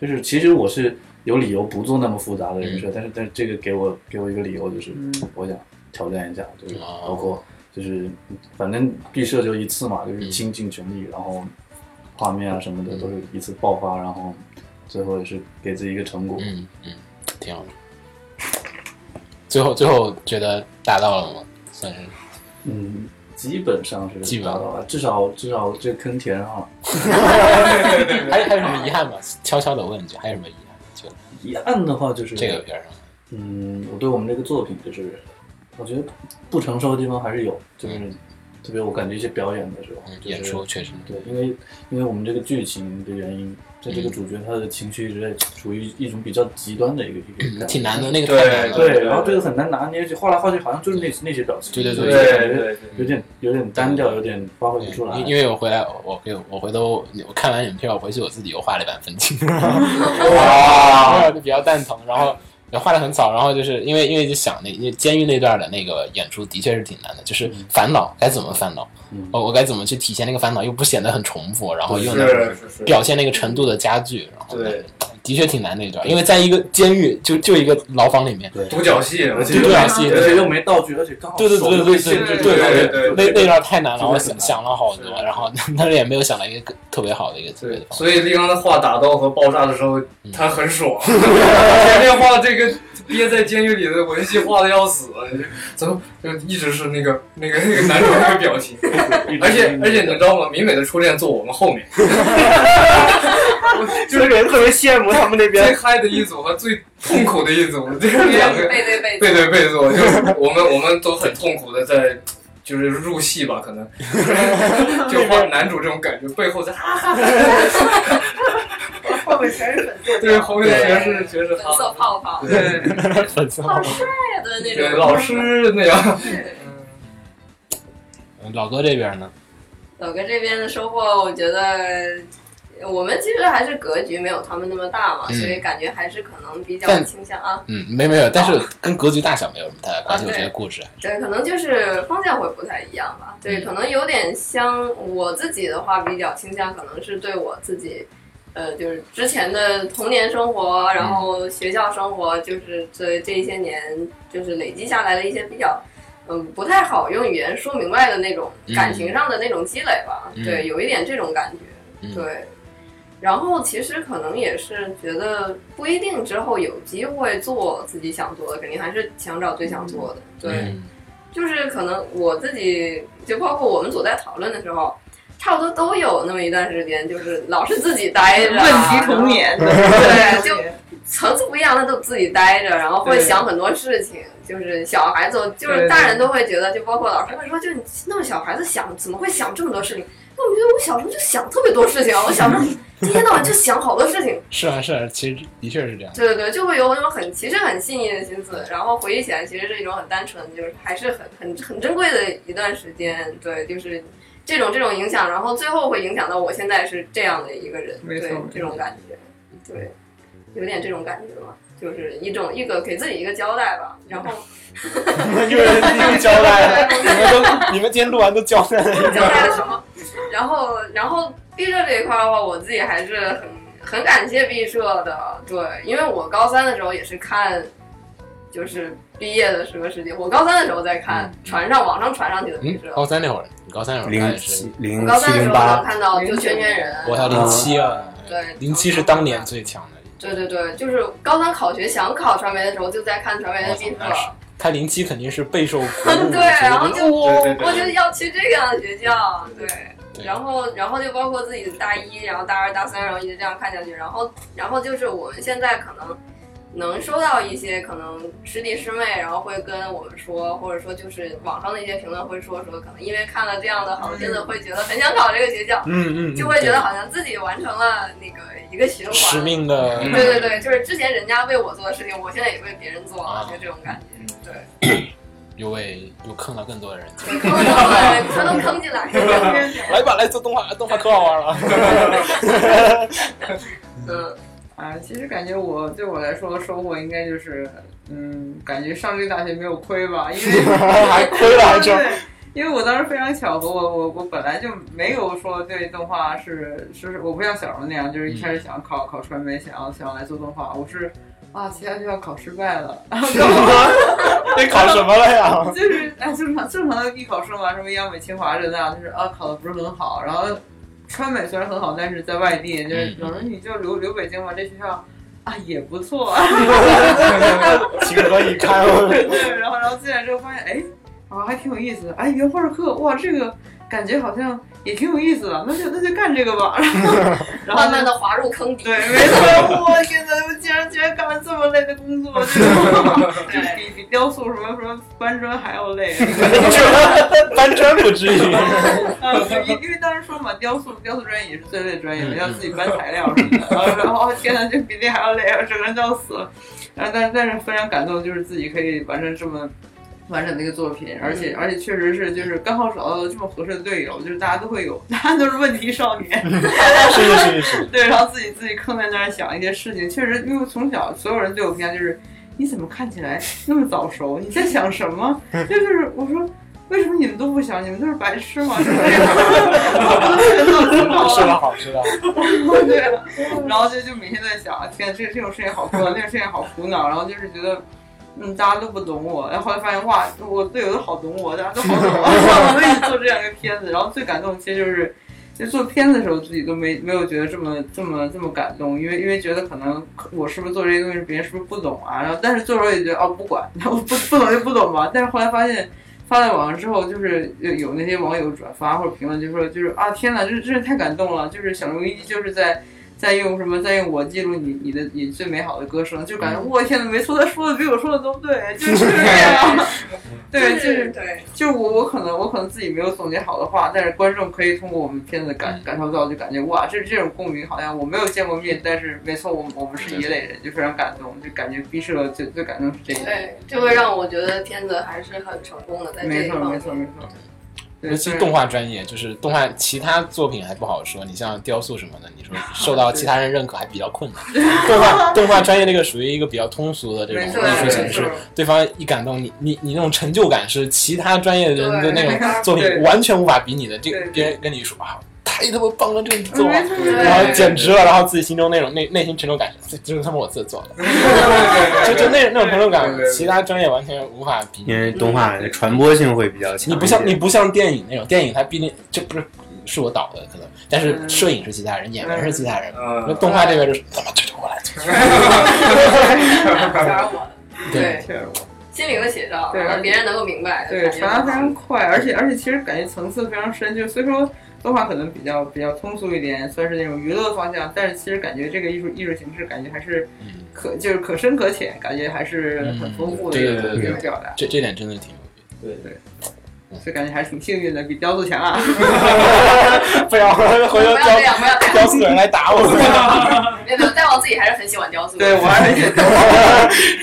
就是其实我是有理由不做那么复杂的人设，但是但是这个给我给我一个理由就是
嗯
我想挑战一下，就是
哦
包括就是反正毕设就一次嘛，就是倾尽全力，然后画面啊什么的都是一次爆发，然后最后也是给自己一个成果。
嗯嗯，挺好的。最后最后觉得达到了吗？算是
嗯，基本上是
基本
达到了，至少至少这坑啊填上了。
还还有什么遗憾吗？悄悄的问一句，还有什么遗憾？就
一按的话就是
这个，片儿上，
嗯，我对我们这个作品就是，我觉得不成熟的地方还是有，就是、特别我感觉一些表演的时候，
嗯，
就是
演出确实，
对，因为因为我们这个剧情的原因，在这个
嗯
主角他的情绪一直在处于一种比较极端的一个一个感觉，
嗯挺难的，那个太难了。
对，然后这个很难拿捏，就画来画去好像就是那那些表情，
对对
所以
对
对
就
对
感觉
对，
有点有点单调，有点发挥不出来。
嗯因因为我回来，我我给我回头我看完影片，我回去我自己又画了一版分镜，哇，就比较蛋疼，然后也画的很草，然后就是因为因为就想那因为监狱那段的那个演出的确是挺难的，就是
嗯
烦恼该怎么烦恼，
嗯
我我该怎么去体现那个烦恼，又不显得很重复，然后又能
是是是，
表现那个程度的加剧，然后
对
的确挺难那一段，因为在一个监狱就就一个牢房里面，
对
独角戏，
而且
对
又
对啊戏
而且又没道具，而且刚好
对对对对对
手又被限
对
制住
对对
对
对
那那段太难了，我
真
想想
的很难
了好多，
是
然后 但是也没有想到一个更特别好的一嗯个特别
对
的，方法。
所以力刚的话打到和爆炸的时候，他很 爽。前面画这个憋在监狱里的文戏画的要死，怎么就一直是那个那个那个男主那个 表情，而且而且你知道吗？明美的初恋坐我们后 面，我就是
人特别羡慕他们那
最嗨的一组和最痛苦的 一组，这是两个
背对背
背对背坐，就是我们我们都很痛苦的在。就是入戏吧，可 能就画男主这种感觉，背后在啊哈哈哈
后面全是粉色
对，后面全是全是
粉
他，
色泡泡，
对
粉丝
好帅的那
对，
种。
老师那
啊
样，
老哥这边呢？
老哥这边的收获，我觉得我们其实还是格局没有他们那么大嘛，
嗯
所以感觉还是可能比较
但
倾向啊，
嗯，没没有，但是跟格局大小没有什么太大关系。
啊
我
对
觉得故事，
对，可能就是方向会不太一样吧。对，
嗯
可能有点像我自己的话，比较倾向可能是对我自己。呃，就是之前的童年生活，然
嗯
后学校生活，就是这这一些年，就是累积下来的一些比较嗯不太好用语言说明白的那种感情上的那种积累吧，
嗯
对，有一点这种感觉，
嗯
对。然后其实可能也是觉得不一定之后有机会做自己想做的，肯定还是想找最想做的，对。
嗯
就是可能我自己，就包括我们组在讨论的时候，差不多都有那么一段时间，就是老是自己待着 啊，
问题重演，
对
就
层次不一样，那都自己待着，然后会
对
想很多事情。就是小孩子，就
对对
是大人都会觉得，就包括老师会说，就你那么小孩子想怎么会想这么多事情？那我觉得我小时候就想特别多事情啊，我小时候一天到晚就想好多事情。
是啊是啊，其实的确是这样。
对对对，就会有那种很其实很细腻的心思，然后回忆起来其实是一种很单纯，就是还是很很很珍贵的一段时间。对，就是这种这种影响，然后最后会影响到我现在是这样的一个人，
没错
对
没错
这种感觉，对，有点这种感觉吧，就是一种一个给自己一个交代吧。然后
又又交代了，你们都你们今天录完都交代了。
交代了什么，然后然后毕设这一块的话，我自己还是很很感谢毕设的，对，因为我高三的时候也是看。就是毕业的时个世界，我高三的时候在看
嗯
传上网上传上去的毕
嗯
设，，
哦
高三那会儿，你高三那会儿看
零
的是，
七零
我高
七
三的时
零
候能
八，
看到就圈圈人，
我到零七啊，
对，
零七是当年最强的。
对对对，就是高三考学想考传媒的时候就在看传媒的毕设，
那哦是他零七肯定是备受鼓舞，
对，然后就
对对对
我就要去这样的学校，对，
对
然后然后就包括自己大一，然后大二、大三，然后一直这样看下去，然后然后就是我们现在可能能收到一些可能师弟师妹，然后会跟我们说，或者说就是网上的一些评论会说说，可能因为看了这样的好片
嗯
子，会觉得很想考这个学校，
嗯嗯，
就会觉得好像自己完成了那个一个循
对
环，
使命的，
嗯
对对对，就是之前人家为我做的事情，我现在也为别人做了，就这种感觉。对，
又为又坑了更多的人。
你坑我了，全都坑进来。
嗯
来吧，来做动画，动画可好玩了。
嗯，
啊，其实感觉我对我来说收获应该就是，嗯，感觉上这个大学没有亏吧，因 为
还亏了还这
对，因为我当时非常巧合，我我我本来就没有说对动画是是，我不像小时候那样，就是一开始
嗯
想要考考传媒，想要想要来做动画，我是啊，其他学校考失败了，然后
你考什么了呀？
就是 哎，正常正常的艺考生嘛，什么央美、清华这那，就是啊，考的不是很好。然后川美虽然很好，但是在外地，就是
嗯
有人你就留留北京吧，这学校啊也不错。
情何以堪？
对，然后然后进来之后发现，哎，啊还挺有意思的，哎原画课，哇这个感觉好像也挺有意思的，那就那就干这个吧。 然后然后
慢
呢
慢的滑入坑底。
对，没错，我天呐，我竟然竟然干了这么累的工作， 就是比比雕塑什么什么搬砖还要累。
搬砖不至 于，
啊，因因为当时说嘛，雕塑雕塑专业也是最累的专业嘛，要自己搬材料什么的，然后然后天呐，就比那还要累，啊整个人都要死了。然后但但是非常感动，就是自己可以完成这么。完整的一个作品，而且而且确实是就是刚好找到了这么合适的队友，就是大家都会有，大家都是问题少年，
是是是是，
对，然后自己自己坑在那儿想一些事情，确实，因为从小所有人对我评价就是，你怎么看起来那么早熟？你在想什么？就是我说，为什么你们都不想？你们都是白痴吗？ 就是这样
是的好是的，
对啊，然后就就每天在想，天，这这种事情好困，那种事情好苦恼，然后就是觉得，嗯，大家都不懂我，然后后来发现，哇，我队友都好懂我，大家都好懂我，我 一直做这样一个片子，然后最感动其实就是。就做片子的时候，自己都没没有觉得这么这么这么感动，因为因为觉得可能我是不是做这些东西，别人是不是不懂啊？然后但是做的时候也觉得哦不管， 我不不懂就不懂吧。但是后来发现发在网上之后，就是有有那些网友转发或者评论，就说就是啊天哪，这真是太感动了，就是小龙一就是在在用什么，在用我记录你你的你最美好的歌声，就感觉我天哪，没错，他说的比我说的都对，就是这样。对，就是
对，
就是我我可能我可能自己没有总结好的话，但是观众可以通过我们片子
嗯
感感受到，就感觉哇，这这种共鸣好像我没有见过面，但是没错，我们我们是一类人，就非常感动，就感觉毕设最最感动是这一类。
对，这会让我觉得片子还是很成功的，在这
没
一
错
方
没
面。
错没错。对
尤其
虽然
动画专业，就是动画其他作品还不好说，你像雕塑什么的，你说受到其他人认可还比较困难。动画动画专业这个属于一个比较通俗的这种
没
艺
错
术
对
形
没
式
错，，
对方一感动，你你你那种成就感是其他专业人的那
对
种作
对
品完全无法比拟的。这个
对
别人跟你说啊，太太他妈棒了，这你做完，
对
然后简直了，然后自己心中那种内内心成就感，这这是他妈我自己做的， 就就那那种成就感
对对，对
其他专业完全无法比拟
因。为动画的传播性会比较强一点。
你不像你不像电影那种，电影它毕竟这不是是我导的可能，但是摄影是其他人，演员是其他人，那
嗯，
动画这边就是怎么推着我来做，
全是我的，
对，
确实
心灵的写照，
对
让别人能够明白，
对，
感觉
传达非常快，而且而且其实感觉层次非常深，就虽说动画可能比较比较通俗一点，算是那种娱乐方向，但是其实感觉这个艺术艺术形式感觉还是
嗯
可就是可深可浅，感觉还是很丰富
嗯
的一
对
种
对
一
对
种表达，
这这点真的挺牛逼
对对，
所以感觉还是挺幸运的，比雕塑强啊。
的， 不要回头
不
回头
要这
雕
样，不要这样，
雕死人来打我，
没有没有，但我自己还是很喜欢雕塑，
对我还是觉得，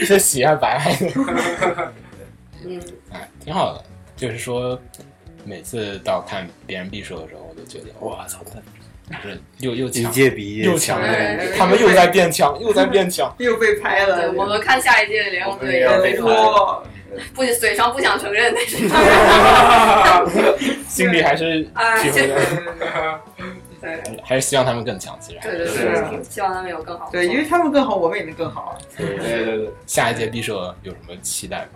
这洗还白 还
嗯，
哎，挺好的。就是说，每次到看别人必说的时候，我都觉得，哇操，他就是又又
一
强
届比一届
又强
对
了，
对对
他们又在变强，又在变强。
又被拍
对
了，
我们看下一届的联盟队
我们也要
也
被
是
拍
多，
不嘴上不想承认，但是
心里还是
啊，
体会到，
这对
还是希望他们更强。其实还
对
是，
对对，希望他们有更好的
啊对，因为他们更好，我们也能更好，
对对对，
下一届毕设有什么期待吗？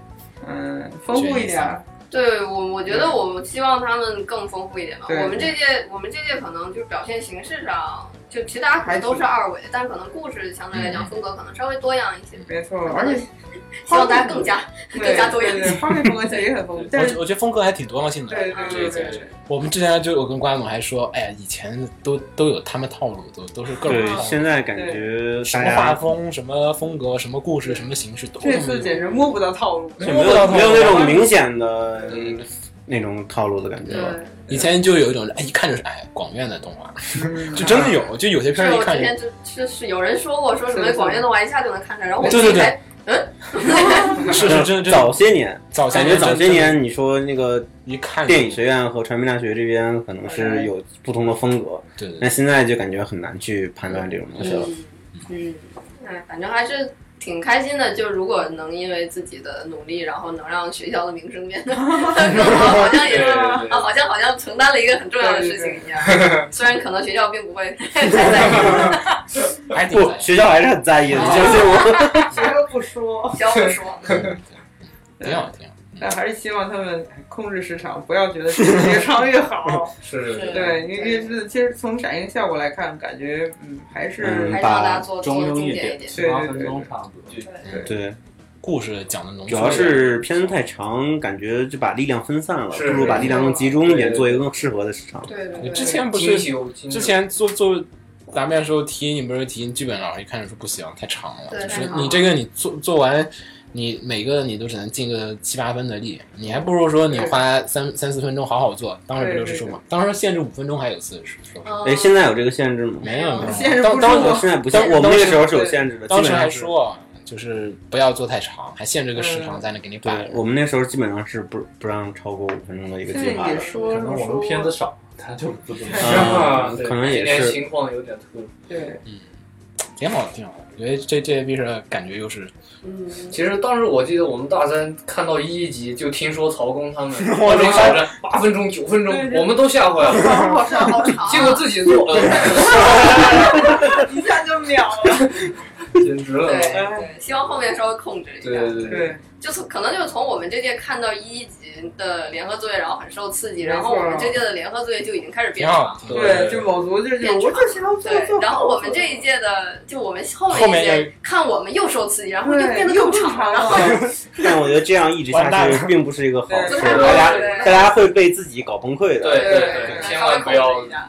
嗯，丰富一点儿，
对我，我觉得我们希望他们更丰富一点吧。
对
我们这届，我们这届可能就是表现形式上，就其实大家可能都是二维，但可能故事相对来
嗯
讲风格可能稍微多样一些，
没错，而且
希望大家更加更
对
加多
对
元。
对，画面风格其实也很丰富，但
我觉
是
我觉得风格还挺多样性的。
对对对对。
我们之前就我跟关总还说，哎呀，以前都都有他们套路，都都是各种
对
套，路，
现在感觉
什
大
么画
家
风、什么风格、什么故事、什么形式都
这次简直摸不到套路。
没
就没有没有那种明显的嗯那种套路的感觉
对，
了。
以前就有一种，哎，一看就是哎广院的动画，就真的有，就有些片
是
儿一
我之
看就
前就就是有人说过，说什么
是
广电动画一下就能看出来，然后我
对
自己
对
还
是是真的真的
早些年，
早些
感
年
觉早
真
些
的
年你说那个
一看
电影学院和传媒大学这边可能是有不同的风格，
对对
那现在就感觉很难去判断这种东西了。
嗯嗯，哎，反正还是挺开心的。就如果能因为自己的努力，然后能让学校的名声变得 更好，好像也是
对对对
啊，好像好像承担了一个很重要的事情一样。虽然可能学校并不会 太在意，
对，还挺
不，学校还是很在意的，你相信我。
谁都不说，
学校不说。
挺好挺好。
但还是希望他们控制市场，不要觉得自己越唱越好。
是是，
对，因为是其实从展映效果来看，感觉嗯还是
还是让大家
把
做做
中庸
精简一
一点，
点。
七八分钟差不多。
对，
故事讲的浓
主
缩，
要是片子太长，感觉就把力量分散了，不
是
如把力量更集中一
对对
点，
对
做一个更适合的市场。
对对
你
对，
之前不
精
是
修，精修
之前做做答辩的时候题，你不是提剧本老师一看就说不行，太长了，
对
就
太
是
长
你
了
这个你做做完。你每个你都只能尽个七八分的力，你还不如说你花三三四分钟好好做。当时不就是说嘛，当时限制五分钟还有次数，说
嗯
哎，现在有这个限制吗？
没有没
现
有。
实
当
不
嗯当
是
我
吗
我
现在不像我们那个时候是有限制的，基
当
本
时
上
还
是。
说就是不要做太长，还限制个时长在那给你摆
对
着。
我们那时候基本上是不不让超过五分钟的一个计
对
划
也
的，
说
可能我
说
们片子少，他就 不怎么
嗯
啊对
可能也是
今年情况有点特殊。
对
嗯挺好的，挺好的。我觉得这这毕设感觉又是
嗯，
其实当时我记得我们大三看到一集就听说曹公他们
我
我
的
都
妈
吵着八分钟九分
对
钟，
对
我们都吓坏了，
好长好长啊，
结果自己做，
一下就秒了。哎
简直了
对。对，希望后面稍微控制一下。
对对对，
对，
就是可能就是从我们这届看到一一级的联合作业，然后很受刺激，然后
没
我
错啊
们这届的联合作业就已经开始
挺
变
好
化。
的。
对，就某族就是我就想要做
对
做，。
然后我们这一届的，就我们后
后
面
面
一
也
届看我们又受刺激，然后又
对
变得
又
更
更
长，
长
然 后
了，
但我觉得这样一直下去并不是一个好事，
对
不太好
大家
对
大家会被自己搞崩溃的。
对对
对
对千
稍微
万
控
不
制
要
一下，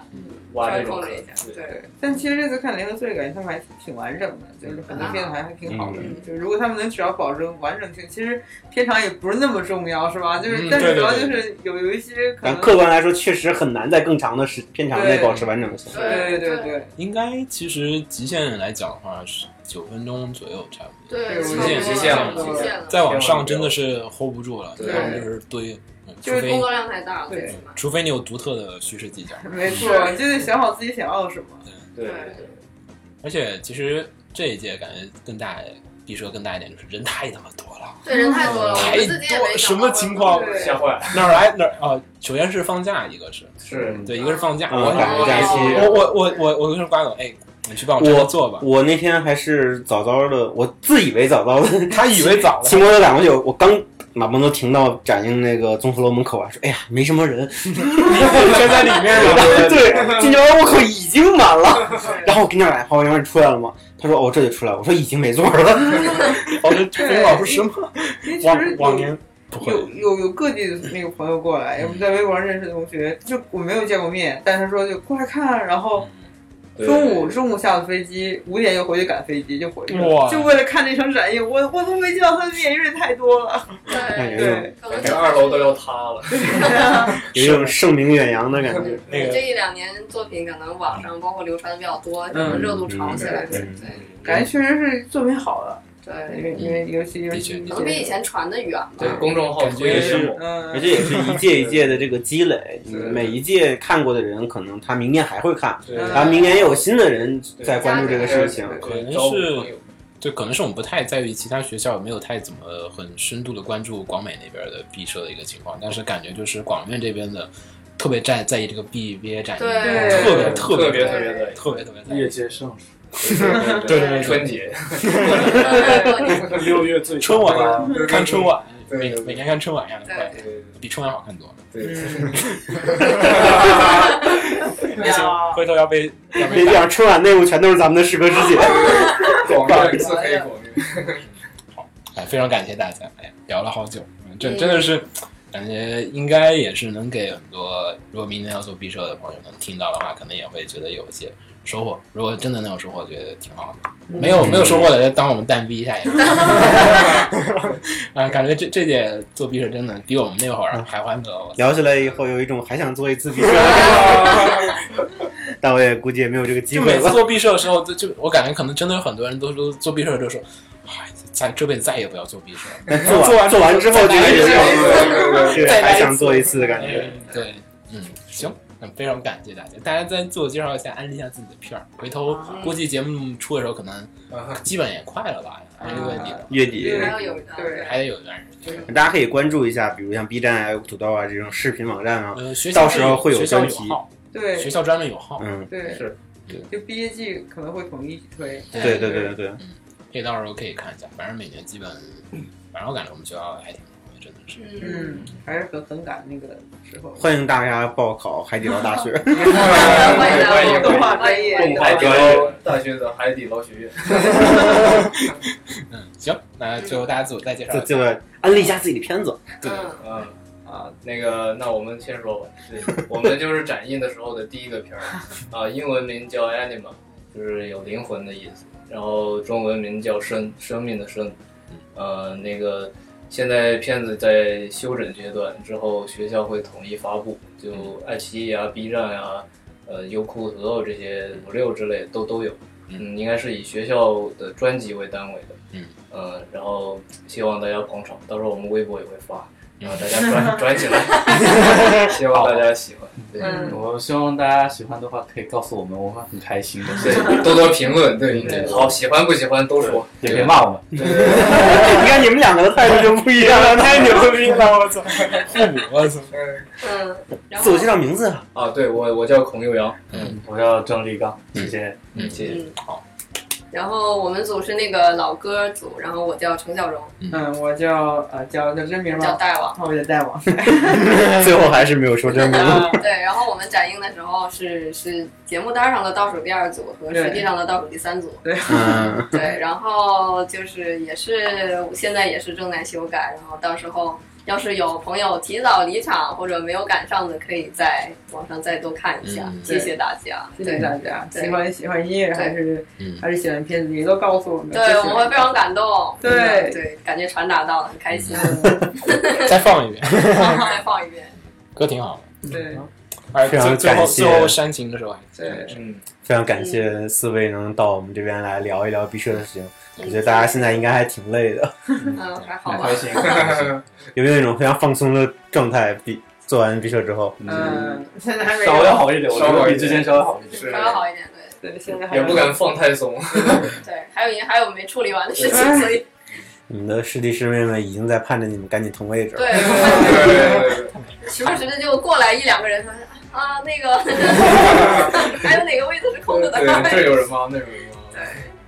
挖
稍
这
微
种
控
坑
制一下，对。
对，但其实这次看《联合罪》，感觉他们还挺挺完整的，就是很
啊
多片子还还挺好的。
嗯
就如果他们能只要保证完整性，其实片长也不是那么重要，是吧？就是、
嗯
但
对
是
对
主要
对
就是有有一些可
但
能，
客观来说，确实很难在更长的时片长内保持完整性。
对对
对
对，
应该其实极限来讲的话是九分钟左右差不多。
对，
极
差不
限
多
极限
了
了
极限了，
再往上真的是 hold 不住了，
对
他们就是堆，嗯除
就是
工
非
作量太大了，
对
最起码
除非你有独特的叙事技巧。
没错，
是
就得想好自己想要什么。
对
对
而且其实这一届感觉更大必说更大一点，就是人太他妈多了，
对人太多了，我
太
们自己也
多
没
了，什么情况？
对
吓坏了，
哪儿来哪儿啊？首先是放假，一个是
是
对，一个是放假。
嗯
我
赶
着假期
我我我我我跟瓜总，哎，你去帮我这么做吧。
我那天还是早早的，我自以为早早的
他以为早了，
骑摩托赶过去，我刚马蒙都停到展映那个综合楼门口啊，说哎呀没什么人，
全在里面了。
对，金角路口已经满了。然后我跟那买花，我说你出来了吗？他说哦这就出来，我说已经没座了。
我说冯老师什么？
其实
往往
有
年不会
有有有各地的那个朋友过来，我们在微博上认识的同学，就我没有见过面，但他说就过来看，然后中午中午下了飞机，五点又回去赶飞机就回去了，
哇
就为了看那场展映，我我都没见到他的面，因为太多了。
哎有一
对，
种
对，
可能
这
就
二楼都要塌了，
有一种盛名远扬的感觉。
那个
这一两年作品可能网上包括流传的比较多，
嗯
就是热度炒起来，
对
对
对
感觉确实是作品好了，因
对，
为因为尤其尤其
可能比以前传的远吧
对。公众号
啊感觉
推的
是
猛，
而
嗯，
且也是一届一届的这个 积累，你每一届看过的人，可能他明年还会看，
对
然后明年又有新的人嗯在关注这个事情。
可能
招
是
朋友
对，可能是我们不太在于其他学校没有太怎么很深度的关注广美那边的毕设的一个情况，但是感觉就是广院这边的特别在在意这个毕毕业展，
对
特别特
特别
别
特别的
特别特别在
夜
意。
间盛世，
对
对
春节，
对
六月最
春晚啊
对
看春晚，
对
每
对对
每年看春晚一样的快，
对对
比春晚好看多了。
对对，
嗯
不行，回头要被要被
别这样，春晚内幕全都是咱们的师哥师 姐。
广告自黑广告。
哎，非常感谢大家，哎，聊了好久，嗯这真的是感觉应该也是能给很多如果明年要做毕设的朋友们听到的话，可能也会觉得有一些收获。如果真的能有收获，觉得挺好的。没有没有收获的，就当我们蛋逼一下也是。啊，感觉这这届做毕设真的比我们那会儿还欢乐。我
聊起来以后，有一种还想做一次 比赛，但我也估计也没有这个机
就
会
每次
了。
做毕设的时候，就就我感觉可能真的有很多人都都做毕设就说，哎，再这辈子再也不要做毕设了。
但做完做完之后，就
再
是
来一次
对
再来一次
还想做一次的感 觉。
对，嗯，行，那非常感谢大家，大家再自我介绍一下，安利一下自己的片儿。回头估计节目出的时候，可能基本也快了吧，还有月底了，
月底
对，还要有一个
对
还得有一段时间。
大家可以关注一下，比如像 B 站啊、土豆啊这种视频网站啊。
呃，学校
到时候会有
学校
专
有
题
号，
对
学校专门有号，
嗯，
对
是
对
就毕业季可能会统一推，
对对对对对，
这到时候可以看一下。反正每年基本，反正我感觉我们学校还挺好的，真的是。
嗯，
嗯，还是很很赶那个时候。
欢迎大家报考海底捞大学。
欢迎欢迎
动画专业，
动
海底捞大学的海底捞学院，
嗯，行，那最后大家自我再介绍
就
一下。
就安利一下自己的片子。
嗯，
嗯啊，那个，那我们先说吧，对，我们就是展映的时候的第一个片儿，啊，英文名叫 Anima，就是有灵魂的意思，然后中文名叫生生命的生，呃，那个现在片子在修整阶段，之后学校会统一发布，就爱奇艺啊、B 站啊、呃优酷、所有这些五六之类都都有，嗯，应该是以学校的专辑为单位的，
嗯，
呃，然后希望大家捧场，到时候我们微博也会发。然后大家转转起来，希望大家喜欢，对，
嗯
我希望大家喜欢的话可以告诉我们，我会很开心的。
对，多多评论，对，
对
好，喜欢不喜欢都说，
也可以骂我们。
对，对对
你看你们两个的态度就不一样 了，太牛逼了！我操，
我操，
嗯，然
自
后
我介绍名字啊，
啊，对我我叫孔佑阳，
我叫郑立刚，谢谢。
嗯，
谢谢，
嗯然后我们组是那个老歌组，然后我叫程小荣，
嗯，我叫呃叫叫真名
叫
吗？
大王。
那我叫大王。
最后还是没有说真名。
对，然后我们展映的时候是是节目单上的倒数第二组和实际上的倒数第三组，
嗯，
对，然后就是也是现在也是正在修改，然后到时候要是有朋友提早离场或者没有赶上的，可以在网上再多看一下，
嗯
谢谢大家，
谢
对
谢大家，
对
喜欢喜欢音乐还是
嗯
还是喜欢片子，也都告诉我们。
对，我们会非常感动，
对
嗯对，感觉传达到了，很开 心，
再放一遍，
然后再放一遍，
歌挺好的。
对
嗯
而且
非常
最最后
感谢
最后煽情的时候还
对
嗯，
非常感谢四位能到我们这边来聊一聊毕设的事情。我觉得大家现在应该还挺累的，
嗯还好
很
吧
开，心。
嗯
有没有一种非常放松的状态？毕做完毕设之后，
嗯，现在还没有
稍微好一点，我觉
稍微
得
好一点
比之前稍微好一点。
是
稍微好一点，对。
对，现在还
也不敢放太松。
对，还有一还有没处理完的事
哎
情，所以
你们的师弟师妹们已经在盼着你们赶紧腾位置 了。
对，
对对对
时不时的就过来一两个人说啊，那个还有哪个位置是空着的？
对，这有人吗？那有人吗？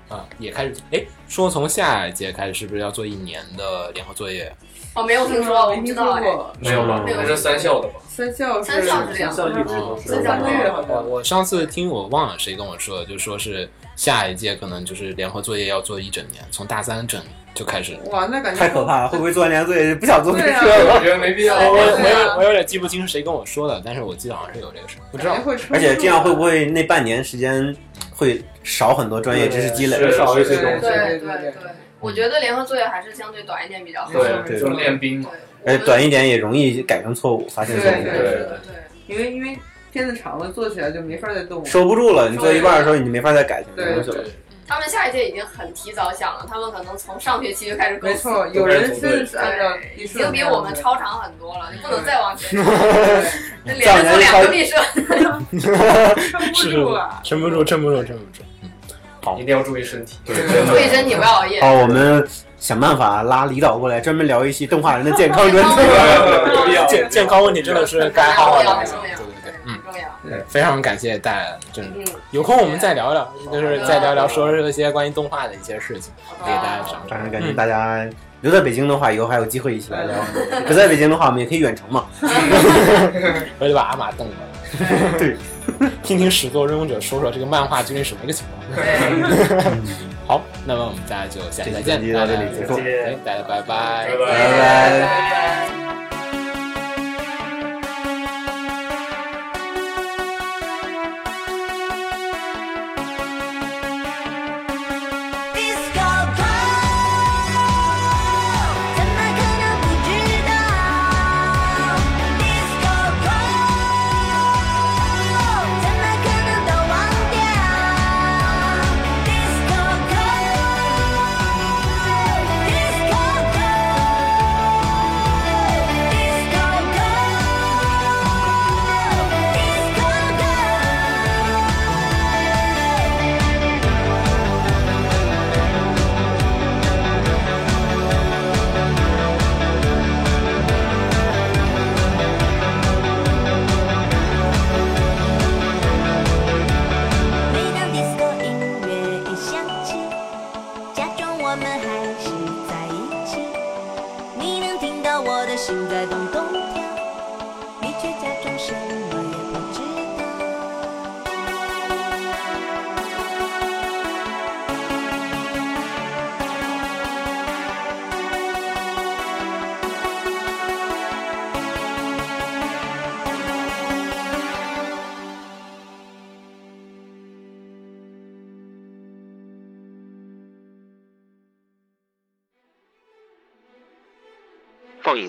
啊，也开始哎，说从下一届开始是不是要做一年的联合作业？
我哦没有听说，我不知道哎。
没有吧？那是三校的吧？
三校是
三校是这样
三校一直都是
三校
三月好
我
像
哦我上次听我忘了谁跟我说的，就说是下一届可能就是联合作业要做一整年，从大三整就开始。
哇，那感觉
太可怕了，会不会做完连罪不想做这
对啊
个了？
我觉得没必要。
我我
对啊
有我有点记不清是谁跟我说的，但是我记得好像是有这个事，不知道
感觉。会撑住
而且这样会不会那半年时间会少很多专业知识积累？
对是
少一些
对
东西。
对
对
对
对
对，我觉得联合作业还是相对短一点比较好。
对，就是练
嗯
兵
对
嘛。，
我
哎
而
们
且短一点也容易改正错误，发现错
对
对
误，
对对对。
因为因为片子长了，做起来就没法再动了。
收不住了。你做一半的时候，你就没法再改这个东西了。
对，
他们下一届已经很提早想了，他们可能从上学期就开始构
没
思，
错，有人真的是按照
对，
一
已
顺
经
的
比我们超长很多了，你不能再往前，
嗯
对
这连着做两个毕设，
撑不住啊了，
撑不住，撑不住，撑不住。
一定要注意身体。对，
嗯
注意身体，不要熬夜。
哦
好，哦我们想办法拉李导过来，专门聊一期动画人的健康专题。
有必要。
健健康问题真的是该好好
很重要，
聊
很
一下。
重要，
对对对，嗯，
很重要。
非常感谢大家，真的
嗯，
有空我们再聊聊，就是再聊聊说说一些关于动画的一些事情，
好
给大家讲
反
讲。
正感觉大家留在北京的话，以后还有机会一起来聊；不在北京的话，我们也可以远程嘛。
我就把阿玛瞪了。
对，
听听始作俑者说说这个漫画究竟什么一个情况。
对，
好，那么我们大家就下期再见
这期，就
大
到
家
这里结束
哎大家拜拜。
拜拜
拜
拜。
Disco Go，怎么可能不知道？Disco Go，怎么可能都忘掉？Disco Go，Disco Go，Disco Go，Disco Go。每当 disco 音乐一响起，假装我们还是在一起。你能听到我的心在咚咚跳，你却假装什么也不知道。
放映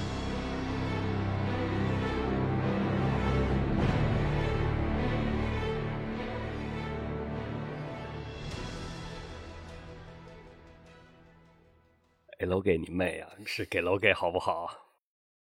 给楼给你妹啊！是给楼给好不好？